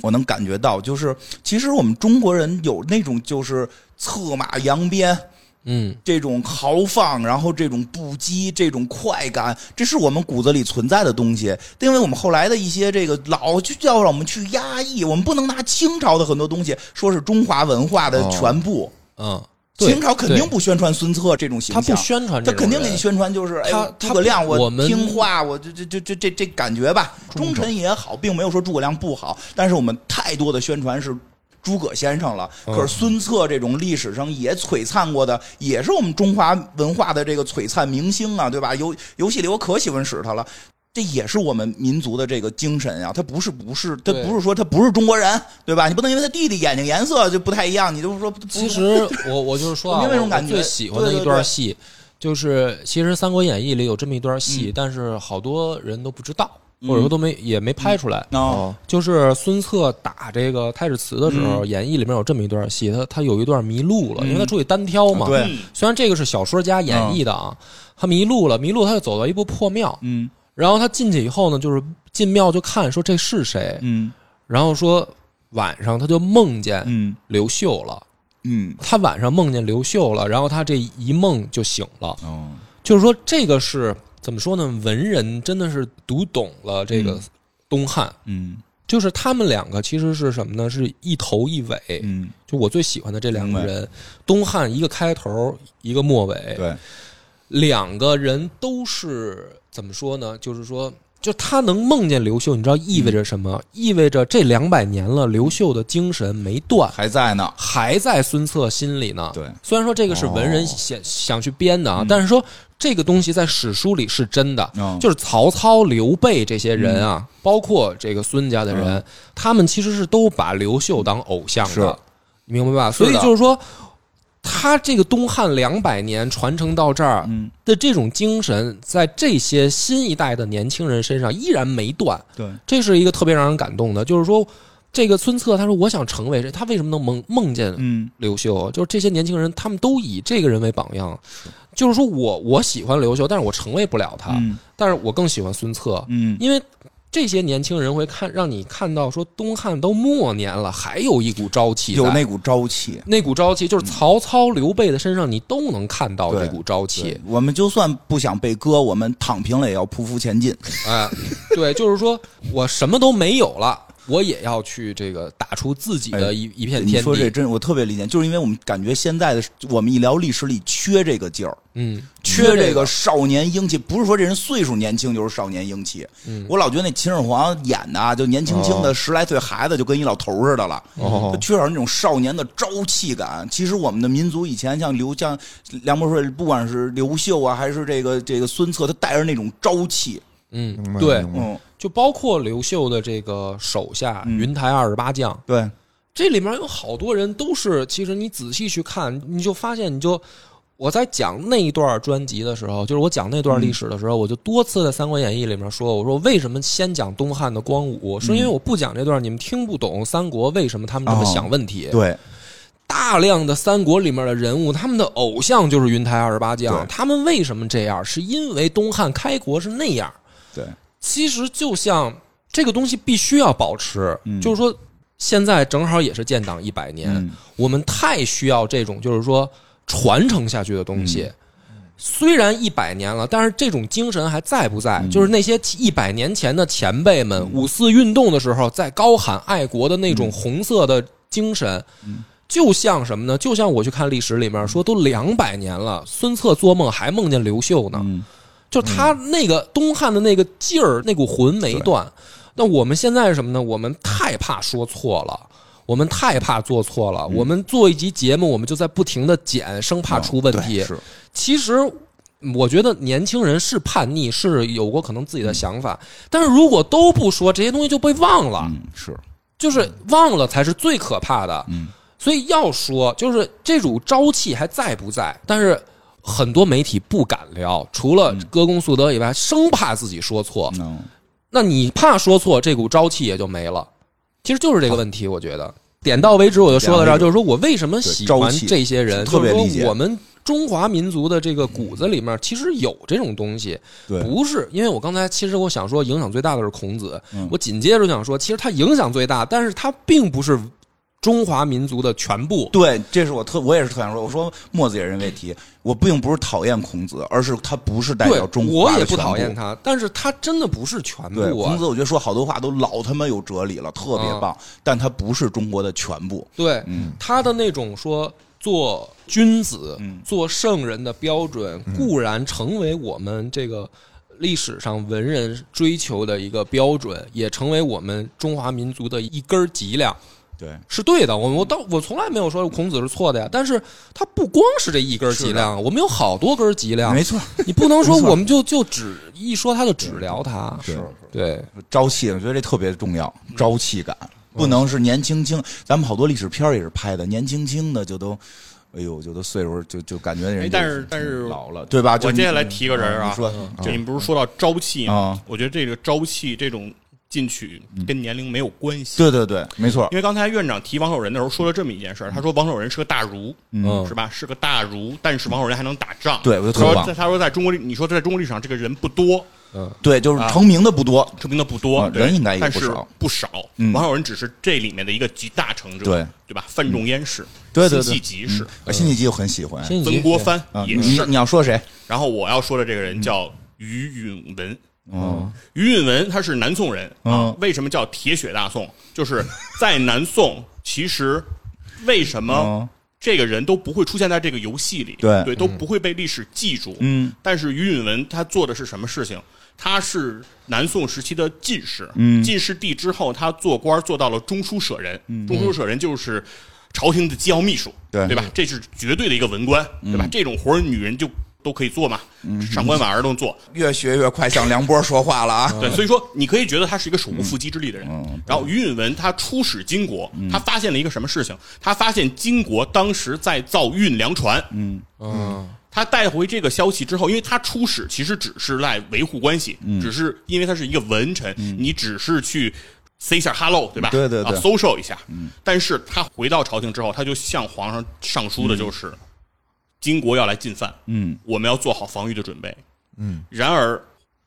Speaker 1: 我能感觉到，就是其实我们中国人有那种就是策马扬鞭。
Speaker 2: 嗯，
Speaker 1: 这种豪放，然后这种不羁，这种快感，这是我们骨子里存在的东西。因为我们后来的一些这个老就要让我们去压抑，我们不能拿清朝的很多东西说是中华文化的全部。
Speaker 2: 嗯，对
Speaker 1: 清朝肯定，不宣传孙策这种
Speaker 2: 对
Speaker 1: 形
Speaker 2: 他
Speaker 1: 象，
Speaker 2: 不宣传
Speaker 1: 他
Speaker 2: 这种人，
Speaker 1: 肯定给你宣传就是，哎
Speaker 2: 他
Speaker 1: 呦，
Speaker 2: 他
Speaker 1: 诸葛亮
Speaker 2: 我
Speaker 1: 我
Speaker 2: 们
Speaker 1: 听话，我这这这这这这感觉吧，忠臣也好，并没有说诸葛亮不好，但是我们太多的宣传是。诸葛先生了，
Speaker 2: 嗯
Speaker 1: 可是孙策这种历史上也璀璨过的，也是我们中华文化的这个璀璨明星啊，对吧？游游戏里我可喜欢使他了，这也是我们民族的这个精神啊。他不是不是，他
Speaker 2: 对
Speaker 1: 不是说他不是中国人，对吧？你不能因为他弟弟眼睛颜色就不太一样，你就说不
Speaker 2: 其实 我我就是说啊，
Speaker 1: 我明白这种
Speaker 2: 我
Speaker 1: 感觉
Speaker 2: 最喜欢的
Speaker 1: 对对
Speaker 2: 一段
Speaker 1: 对嗯
Speaker 2: 戏，就是其实《三国演义》里有这么一段戏，但是好多人都不知道。或者说都没也没拍出来。
Speaker 1: 哦，
Speaker 3: 哦，
Speaker 2: 就是孙策打这个太史慈的时
Speaker 1: 嗯
Speaker 2: 候，演义里面有这么一段戏，他他有一段迷路了，因为他出去单挑嘛。
Speaker 1: 啊对
Speaker 4: 嗯
Speaker 2: 虽然这个是小说家演绎的啊，他迷路了，迷路他就走到一部破庙，
Speaker 1: 嗯
Speaker 2: 然后他进去以后呢，就是进庙就看说这是谁，
Speaker 1: 嗯
Speaker 2: 然后说晚上他就梦见
Speaker 1: 嗯
Speaker 2: 刘秀了，
Speaker 1: 嗯，
Speaker 2: 他晚上梦见刘秀了，然后他这一梦就醒了，
Speaker 1: 哦，
Speaker 2: 就是说这个是怎么说呢？文人真的是读懂了这个
Speaker 1: 嗯
Speaker 2: 东汉，
Speaker 1: 嗯
Speaker 2: 就是他们两个其实是什么呢？是一头一尾，
Speaker 1: 嗯，
Speaker 2: 就我最喜欢的这两个
Speaker 1: 明
Speaker 2: 人，东汉一个开头，一个末尾，
Speaker 1: 对，
Speaker 2: 两个人都是怎么说呢？就是说，就他能梦见刘秀，你知道意味着什
Speaker 1: 嗯
Speaker 2: 么？意味着这两百年了，刘秀的精神没断。
Speaker 1: 还在呢，
Speaker 2: 还在孙策心里呢。
Speaker 1: 对哦
Speaker 2: 虽然说这个是文人想、想去编的啊，但是说这个东西在史书里是真的，
Speaker 1: 嗯
Speaker 2: 就是曹操、刘备这些人啊，包括这个孙家的人，他们其实是都把刘秀当偶像
Speaker 1: 嗯是
Speaker 2: 的，你明白吧？
Speaker 1: 是
Speaker 2: 所
Speaker 1: 的
Speaker 2: 以就是说。他这个东汉两百年传承到这儿
Speaker 1: 嗯
Speaker 2: 的这种精神，在这些新一代的年轻人身上依然没断，
Speaker 1: 对，
Speaker 2: 这是一个特别让人感动的，就是说，这个孙策他说我想成为谁，他为什么能梦梦见
Speaker 1: 嗯
Speaker 2: 刘秀啊？就是这些年轻人，他们都以这个人为榜样，就是说我我喜欢刘秀，但是我成为不了他，
Speaker 1: 嗯
Speaker 2: 但是我更喜欢孙策，
Speaker 1: 嗯，
Speaker 2: 因为这些年轻人会看让你看到说东汉都末年了，还有一股朝气在，
Speaker 1: 有那股朝气。
Speaker 2: 那股朝气，就是曹操、刘备的身上你都能看到
Speaker 1: 对
Speaker 2: 这股朝气，
Speaker 1: 对我们就算不想被割，我们躺平了也要匍匐前进。
Speaker 2: 哎，对，就是说我什么都没有了，我也要去这个打出自己的一、一片
Speaker 1: 哎你
Speaker 2: 天
Speaker 1: 说这
Speaker 2: 地。
Speaker 1: 真，我特别理解，就是因为我们感觉现在的我们一聊历史里缺这个劲儿，
Speaker 2: 嗯，
Speaker 1: 缺
Speaker 2: 这
Speaker 1: 这个少年英气，不是说这人岁数年轻就是少年英气。我老觉得那秦始皇演的啊，就年轻轻的十来岁孩子，就跟一老头似的了。
Speaker 3: 哦
Speaker 1: 他缺少那种少年的朝气感。其实我们的民族以前像刘像梁博说，不管是刘秀啊，还是这个这个孙策，他带着那种朝气。
Speaker 2: 嗯，
Speaker 3: 白
Speaker 2: 对
Speaker 3: 明，白
Speaker 1: 嗯，
Speaker 2: 就包括刘秀的这个手下
Speaker 1: 嗯
Speaker 2: 云台二十八将，
Speaker 1: 对，
Speaker 2: 这里面有好多人都是，其实你仔细去看，你就发现，你就我在讲那一段专辑的时候，就是我讲那
Speaker 1: 嗯
Speaker 2: 段历史的时候，我就多次在《三国演义》里面说，我说为什么先讲东汉的光武，是因为我不讲这段，你们听不懂三国为什么他们这么
Speaker 1: 嗯哦
Speaker 2: 想问题。
Speaker 1: 对，
Speaker 2: 大量的三国里面的人物，他们的偶像就是云台二十八
Speaker 1: 对
Speaker 2: 将。他们为什么这样？是因为东汉开国是那样。
Speaker 1: 对，
Speaker 2: 其实就像这个东西必须要保持，就是说现在正好也是建党一百年，
Speaker 1: 嗯
Speaker 2: 我们太需要这种就是说传承下去的东西。虽然一百年了，但是这种精神还在不
Speaker 1: 嗯
Speaker 2: 在？就是那些一百年前的前辈们，五四运动的时候在高喊爱国的那
Speaker 1: 嗯
Speaker 2: 种红色的精神，就像什么呢？就像我去看历史里面
Speaker 1: 嗯
Speaker 2: 说，都两百年了，孙策做梦还梦见刘秀呢，
Speaker 1: 嗯
Speaker 2: 就他那个东汉的那个劲儿、那股魂没
Speaker 1: 嗯
Speaker 2: 断。那我们现在是什么呢？我们太怕说错了。我们太怕做错
Speaker 1: 嗯
Speaker 2: 了，我们做一集节目，我们就在不停的剪，生怕出问题。
Speaker 1: 哦对是，
Speaker 2: 其实我觉得年轻人是叛逆，是有过可能自己的想法，但是如果都不说，这些东西就被忘了。
Speaker 1: 嗯是，
Speaker 2: 就是忘了才是最可怕的。嗯，所以要说就是这股朝气还在不在，但是很多媒体不敢聊，除了歌功颂德以外，生怕自己说错。
Speaker 1: 嗯，
Speaker 2: 那你怕说错，这股朝气也就没了。其实就是这个问题，我觉得点到为止，我就说到这
Speaker 1: 点到为
Speaker 2: 儿，
Speaker 1: 止
Speaker 2: 就是说我为什么喜
Speaker 1: 对朝
Speaker 2: 欢
Speaker 1: 气
Speaker 2: 这些人，
Speaker 1: 特
Speaker 2: 就
Speaker 1: 别
Speaker 2: 是
Speaker 1: 理解
Speaker 2: 说我们中华民族的这个骨子里面其实有这种东西，
Speaker 1: 对
Speaker 2: 不是因为我刚才其实我想说影响最大的是孔子，
Speaker 1: 嗯
Speaker 2: 我紧接着想说，其实他影响最大，但是他并不是中华民族的全部。
Speaker 1: 对，这是我特我也是特想说，我说墨子也认为题，我并不是讨厌孔子，而是他不是代
Speaker 2: 对
Speaker 1: 表，中国，
Speaker 2: 我也不讨厌。他，但是他真的不是全
Speaker 1: 对，
Speaker 2: 部
Speaker 1: 孔
Speaker 2: 啊。
Speaker 1: 子我觉得说好多话都老他妈有哲理了，特别
Speaker 2: 嗯
Speaker 1: 棒，但他不是中国的全部。
Speaker 2: 对，他的那种说做君子、
Speaker 1: 嗯
Speaker 2: 做圣人的标准，固然成为我们这个历史上文人追求的一个标准，也成为我们中华民族的一根儿脊梁，
Speaker 1: 对，
Speaker 2: 是对的。我我到我从来没有说孔子是错的呀，但是他不光是这一根儿脊梁，我们有好多根儿脊梁
Speaker 1: 没。错，
Speaker 2: 你不能说
Speaker 1: 没错
Speaker 2: 我们就就只一说他就只聊他，
Speaker 1: 是
Speaker 2: 对，
Speaker 1: 朝气，我觉得这特别重要，
Speaker 4: 嗯
Speaker 1: 朝气感不能是年轻轻。咱们好多历史片儿也是拍的，年轻轻的就都哎呦，有的岁数就就感觉人
Speaker 4: 哎
Speaker 1: 就
Speaker 4: 但是但是
Speaker 1: 老了，对吧？就
Speaker 4: 我接下
Speaker 1: 你
Speaker 4: 来提个人儿啊
Speaker 1: 你说嗯
Speaker 4: 就你不是说到朝气吗
Speaker 1: 啊？嗯
Speaker 4: 我觉得这个朝气这种进取跟年龄没有关系。
Speaker 1: 对对对，没错
Speaker 4: 因，为刚才院长提王守仁的时候说了这么一件事儿，他说王守仁是个大儒，
Speaker 2: 嗯
Speaker 4: 是吧？是个大儒，但是王守仁还能打仗。
Speaker 1: 对我觉得
Speaker 4: 他
Speaker 1: 特
Speaker 4: 说
Speaker 1: 棒
Speaker 4: 在他说在中国历，你说在中国历史上这个人不多，
Speaker 1: 对，就是
Speaker 4: 啊
Speaker 1: 成名的不多，
Speaker 4: 成名的不多，
Speaker 1: 啊
Speaker 4: 对
Speaker 1: 人应该也
Speaker 4: 但
Speaker 1: 不
Speaker 4: 是
Speaker 1: 少
Speaker 4: 不少。
Speaker 1: 嗯
Speaker 4: 王守仁只是这里面的一个集大成者，
Speaker 1: 对
Speaker 4: 对吧？范仲淹是，
Speaker 1: 对对对
Speaker 4: 辛弃疾是，
Speaker 1: 啊辛弃疾我很喜欢。
Speaker 2: 辛弃疾
Speaker 4: 曾国藩
Speaker 1: 啊，你
Speaker 4: 也是。
Speaker 1: 你要嗯说谁？
Speaker 4: 然后我要说的这个人叫于允文，
Speaker 1: 嗯，
Speaker 4: 于允文他是南宋人啊
Speaker 1: 嗯，
Speaker 4: 为什么叫铁血大宋？就是在南宋，其实为什么
Speaker 1: 嗯
Speaker 4: 这个人都不会出现在这个游戏里？
Speaker 1: 对
Speaker 4: 都不会被历史记住。
Speaker 1: 嗯，
Speaker 4: 但是于允文他做的是什么事情？他是南宋时期的进士，
Speaker 1: 嗯
Speaker 4: 进士第之后，他做官做到了中书舍人，中书舍人就是朝廷的机要秘书，
Speaker 1: 对嗯
Speaker 4: 对吧？这是绝对的一个文官，对吧？这种活儿女人就都可以做嘛，上官婉儿都能做，
Speaker 1: 越学越快向梁波说话了 啊！
Speaker 4: 对，所以说你可以觉得他是一个手无缚鸡之力的人。
Speaker 1: 嗯
Speaker 4: 然后于允文他出使金国，他发现了一个什么事情？他发现金国当时在造运粮船。
Speaker 2: 嗯
Speaker 4: 他带回这个消息之后，因为他出使其实只是来维护关系，
Speaker 1: 嗯
Speaker 4: 只是因为他是一个文臣，你只是去。塞一下哈喽，对吧？
Speaker 1: 对对对嗯
Speaker 4: 啊，搜售一下。但是他回到朝廷之后，他就向皇上上书的就是，金国要来进犯，
Speaker 1: 嗯，
Speaker 4: 我们要做好防御的准备。嗯，然而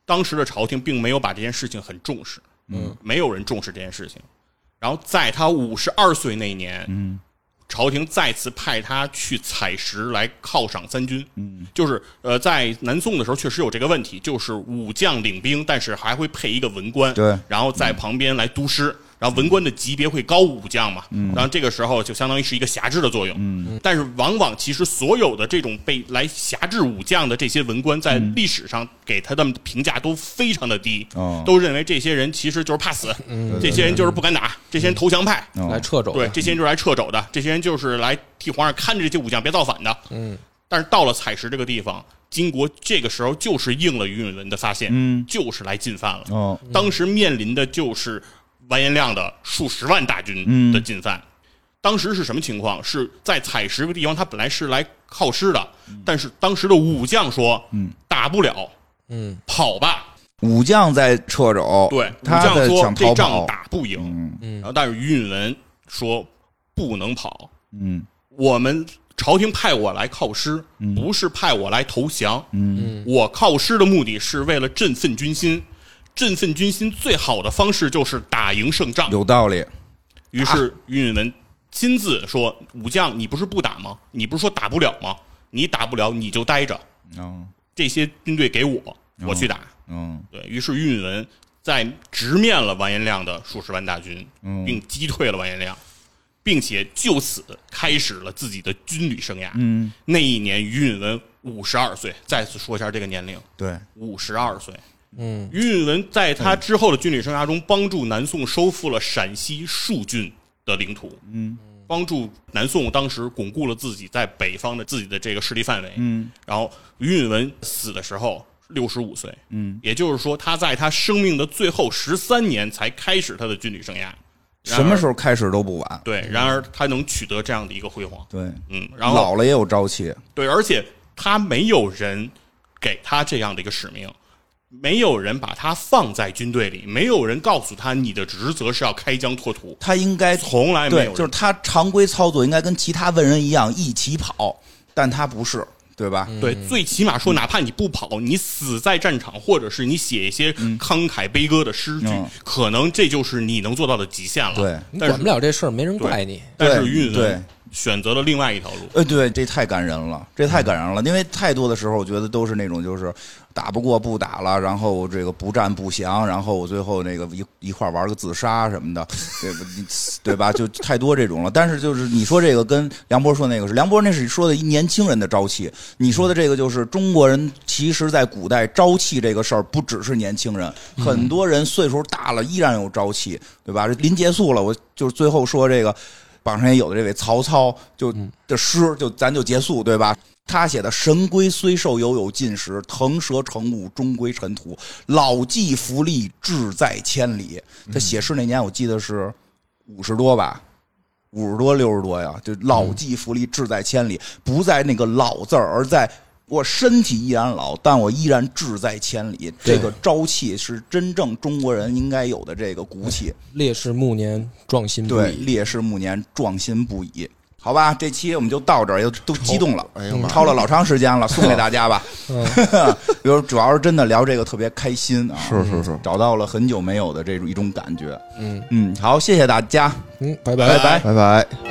Speaker 4: 当时的朝廷并没有把这件事情很重视，嗯，没有人重视这件事情。然后在他五十二岁那一年，嗯，朝廷再次派他去采石来犒赏三军。嗯，就是呃，在南宋的时候确实有这个问题，就是武将领兵，但是还会配一个文官，
Speaker 1: 对
Speaker 4: 然后在旁边来督师。然后文官的级别会高武将嘛，然后这个时候就相当于是一个辖制的作用。但是往往其实所有的这种被来辖制武将的这些文官，在历史上给他的评价都非常的低，
Speaker 1: 哦
Speaker 4: 都认为这些人其实就是怕死，这些人就是不敢打，这些人投降派，
Speaker 1: 嗯
Speaker 2: 来掣肘
Speaker 4: 对，
Speaker 2: 的
Speaker 4: 这些人就是来掣肘的，这些人就是来替皇上看着这些武将别造反的。嗯，但是到了采石这个地方，金国这个时候就是应了于允文的发现，
Speaker 1: 嗯
Speaker 4: 就是来进犯了。
Speaker 1: 哦，
Speaker 4: 当时面临的就是完颜亮的数十万大军
Speaker 1: 嗯
Speaker 4: 的进犯。当时是什么情况？是在采石这个地方，他本来是来靠师的，
Speaker 1: 嗯
Speaker 4: 但是当时的武将说，嗯，打不了，
Speaker 2: 嗯，
Speaker 4: 跑吧。
Speaker 1: 武将在掣肘，
Speaker 4: 对，武
Speaker 1: 他
Speaker 4: 将
Speaker 1: 在
Speaker 4: 说
Speaker 1: 想
Speaker 4: 这
Speaker 1: 逃
Speaker 4: 仗
Speaker 1: 跑，
Speaker 4: 打不赢，
Speaker 1: 嗯
Speaker 4: 然后但是于允文说不能跑，
Speaker 1: 嗯
Speaker 4: 我们朝廷派我来靠师，不是派我来投降。
Speaker 1: 嗯
Speaker 4: 我靠师的目的是为了振奋军心，振奋军心最好的方式就是打赢胜仗。
Speaker 1: 有道理，
Speaker 4: 于是于允文亲自说：“武将，你不是不打吗？你不是说打不了吗？你打不了，你就待着，
Speaker 1: 嗯
Speaker 4: 这些军队给我，我去打。
Speaker 1: 嗯
Speaker 4: 对于是于允文在直面了完颜亮的数十万大军，
Speaker 1: 嗯
Speaker 4: 并击退了完颜亮，并且就此开始了自己的军旅生涯。
Speaker 1: 嗯，
Speaker 4: 那一年，于允文五十二岁。再次说一下这个年龄，
Speaker 1: 对，
Speaker 4: 五十二岁。
Speaker 2: 嗯，
Speaker 4: 于允文在他之后的军旅生涯中，帮助南宋收复了陕西戍郡的领土，
Speaker 1: 嗯，
Speaker 4: 帮助南宋当时巩固了自己在北方的自己的这个势力范围，
Speaker 1: 嗯，
Speaker 4: 然后于允文死的时候六十五岁，
Speaker 1: 嗯，
Speaker 4: 也就是说他在他生命的最后十三年才开始他的军旅生涯，
Speaker 1: 什么时
Speaker 4: 候？
Speaker 1: 候开始都不晚，
Speaker 4: 对，然而他能取得这样的一个辉煌，
Speaker 1: 嗯对，
Speaker 4: 嗯，然后
Speaker 1: 老了也有朝气，
Speaker 4: 对，而且他没有人给他这样的一个使命，没有人把他放在军队里，没有人告诉他你的职责是要开疆拓土，
Speaker 1: 他应该
Speaker 4: 从来没有
Speaker 1: 对，
Speaker 4: 人
Speaker 1: 就是他常规操作应该跟其他文人一样一起跑，但他不是，对吧？
Speaker 4: 对，最起码
Speaker 1: 嗯
Speaker 4: 说，哪怕你不跑，你死在战场，或者是你写一些慷慨悲歌的诗句，
Speaker 1: 嗯
Speaker 4: 可能这就是你能做到的极限了。
Speaker 1: 对
Speaker 2: 你
Speaker 4: 但
Speaker 2: 管
Speaker 4: 是
Speaker 2: 不了这事儿，没人怪你。
Speaker 4: 但是
Speaker 1: 对
Speaker 4: 于允
Speaker 1: 对
Speaker 4: 文选择了另外一条路。
Speaker 1: 呃，对，这太感人了，这太感人了，因为太多的时候，我觉得都是那种就是打不过不打了，然后这个不战不降，然后我最后那个一一块儿玩个自杀什么的，对吧？ 你对吧？就太多这种了。但是就是你说这个跟梁波说那个是，梁波那是说的一年轻人的朝气，你说的这个就是中国人，其实在古代朝气这个事儿不只是年轻人，很多人岁数大了依然有朝气，对吧？这临结束了，我就是最后说这个。榜上也有的这位曹操就的诗，就咱就结束，对吧？他写的“神龟虽寿，犹有尽时；腾蛇乘雾，终归尘土。老骥伏枥，志在千里。”他写诗那年，我记得是五十多吧，五十多六十多呀，就老骥伏枥，志在千里，不在那个老字儿，而在我身体依然老，但我依然志在千里。这
Speaker 2: 对
Speaker 1: 个朝气是真正中国人应该有的这个骨气。
Speaker 2: 烈士暮年壮心不
Speaker 1: 对，
Speaker 2: 已。
Speaker 1: 烈士暮年，壮心不已。好吧，这期我们就到这儿，也都激动了，
Speaker 3: 哎呀妈呀
Speaker 1: 超了老长时间了，送给大家吧。 比如主要是真的聊这个特别开心啊，
Speaker 3: 是是是，
Speaker 1: 找到了很久没有的这种一种感觉。
Speaker 2: 嗯
Speaker 1: 嗯，好，谢谢大家，
Speaker 2: 嗯，拜
Speaker 1: 拜
Speaker 2: 拜
Speaker 1: 拜。
Speaker 3: 拜拜。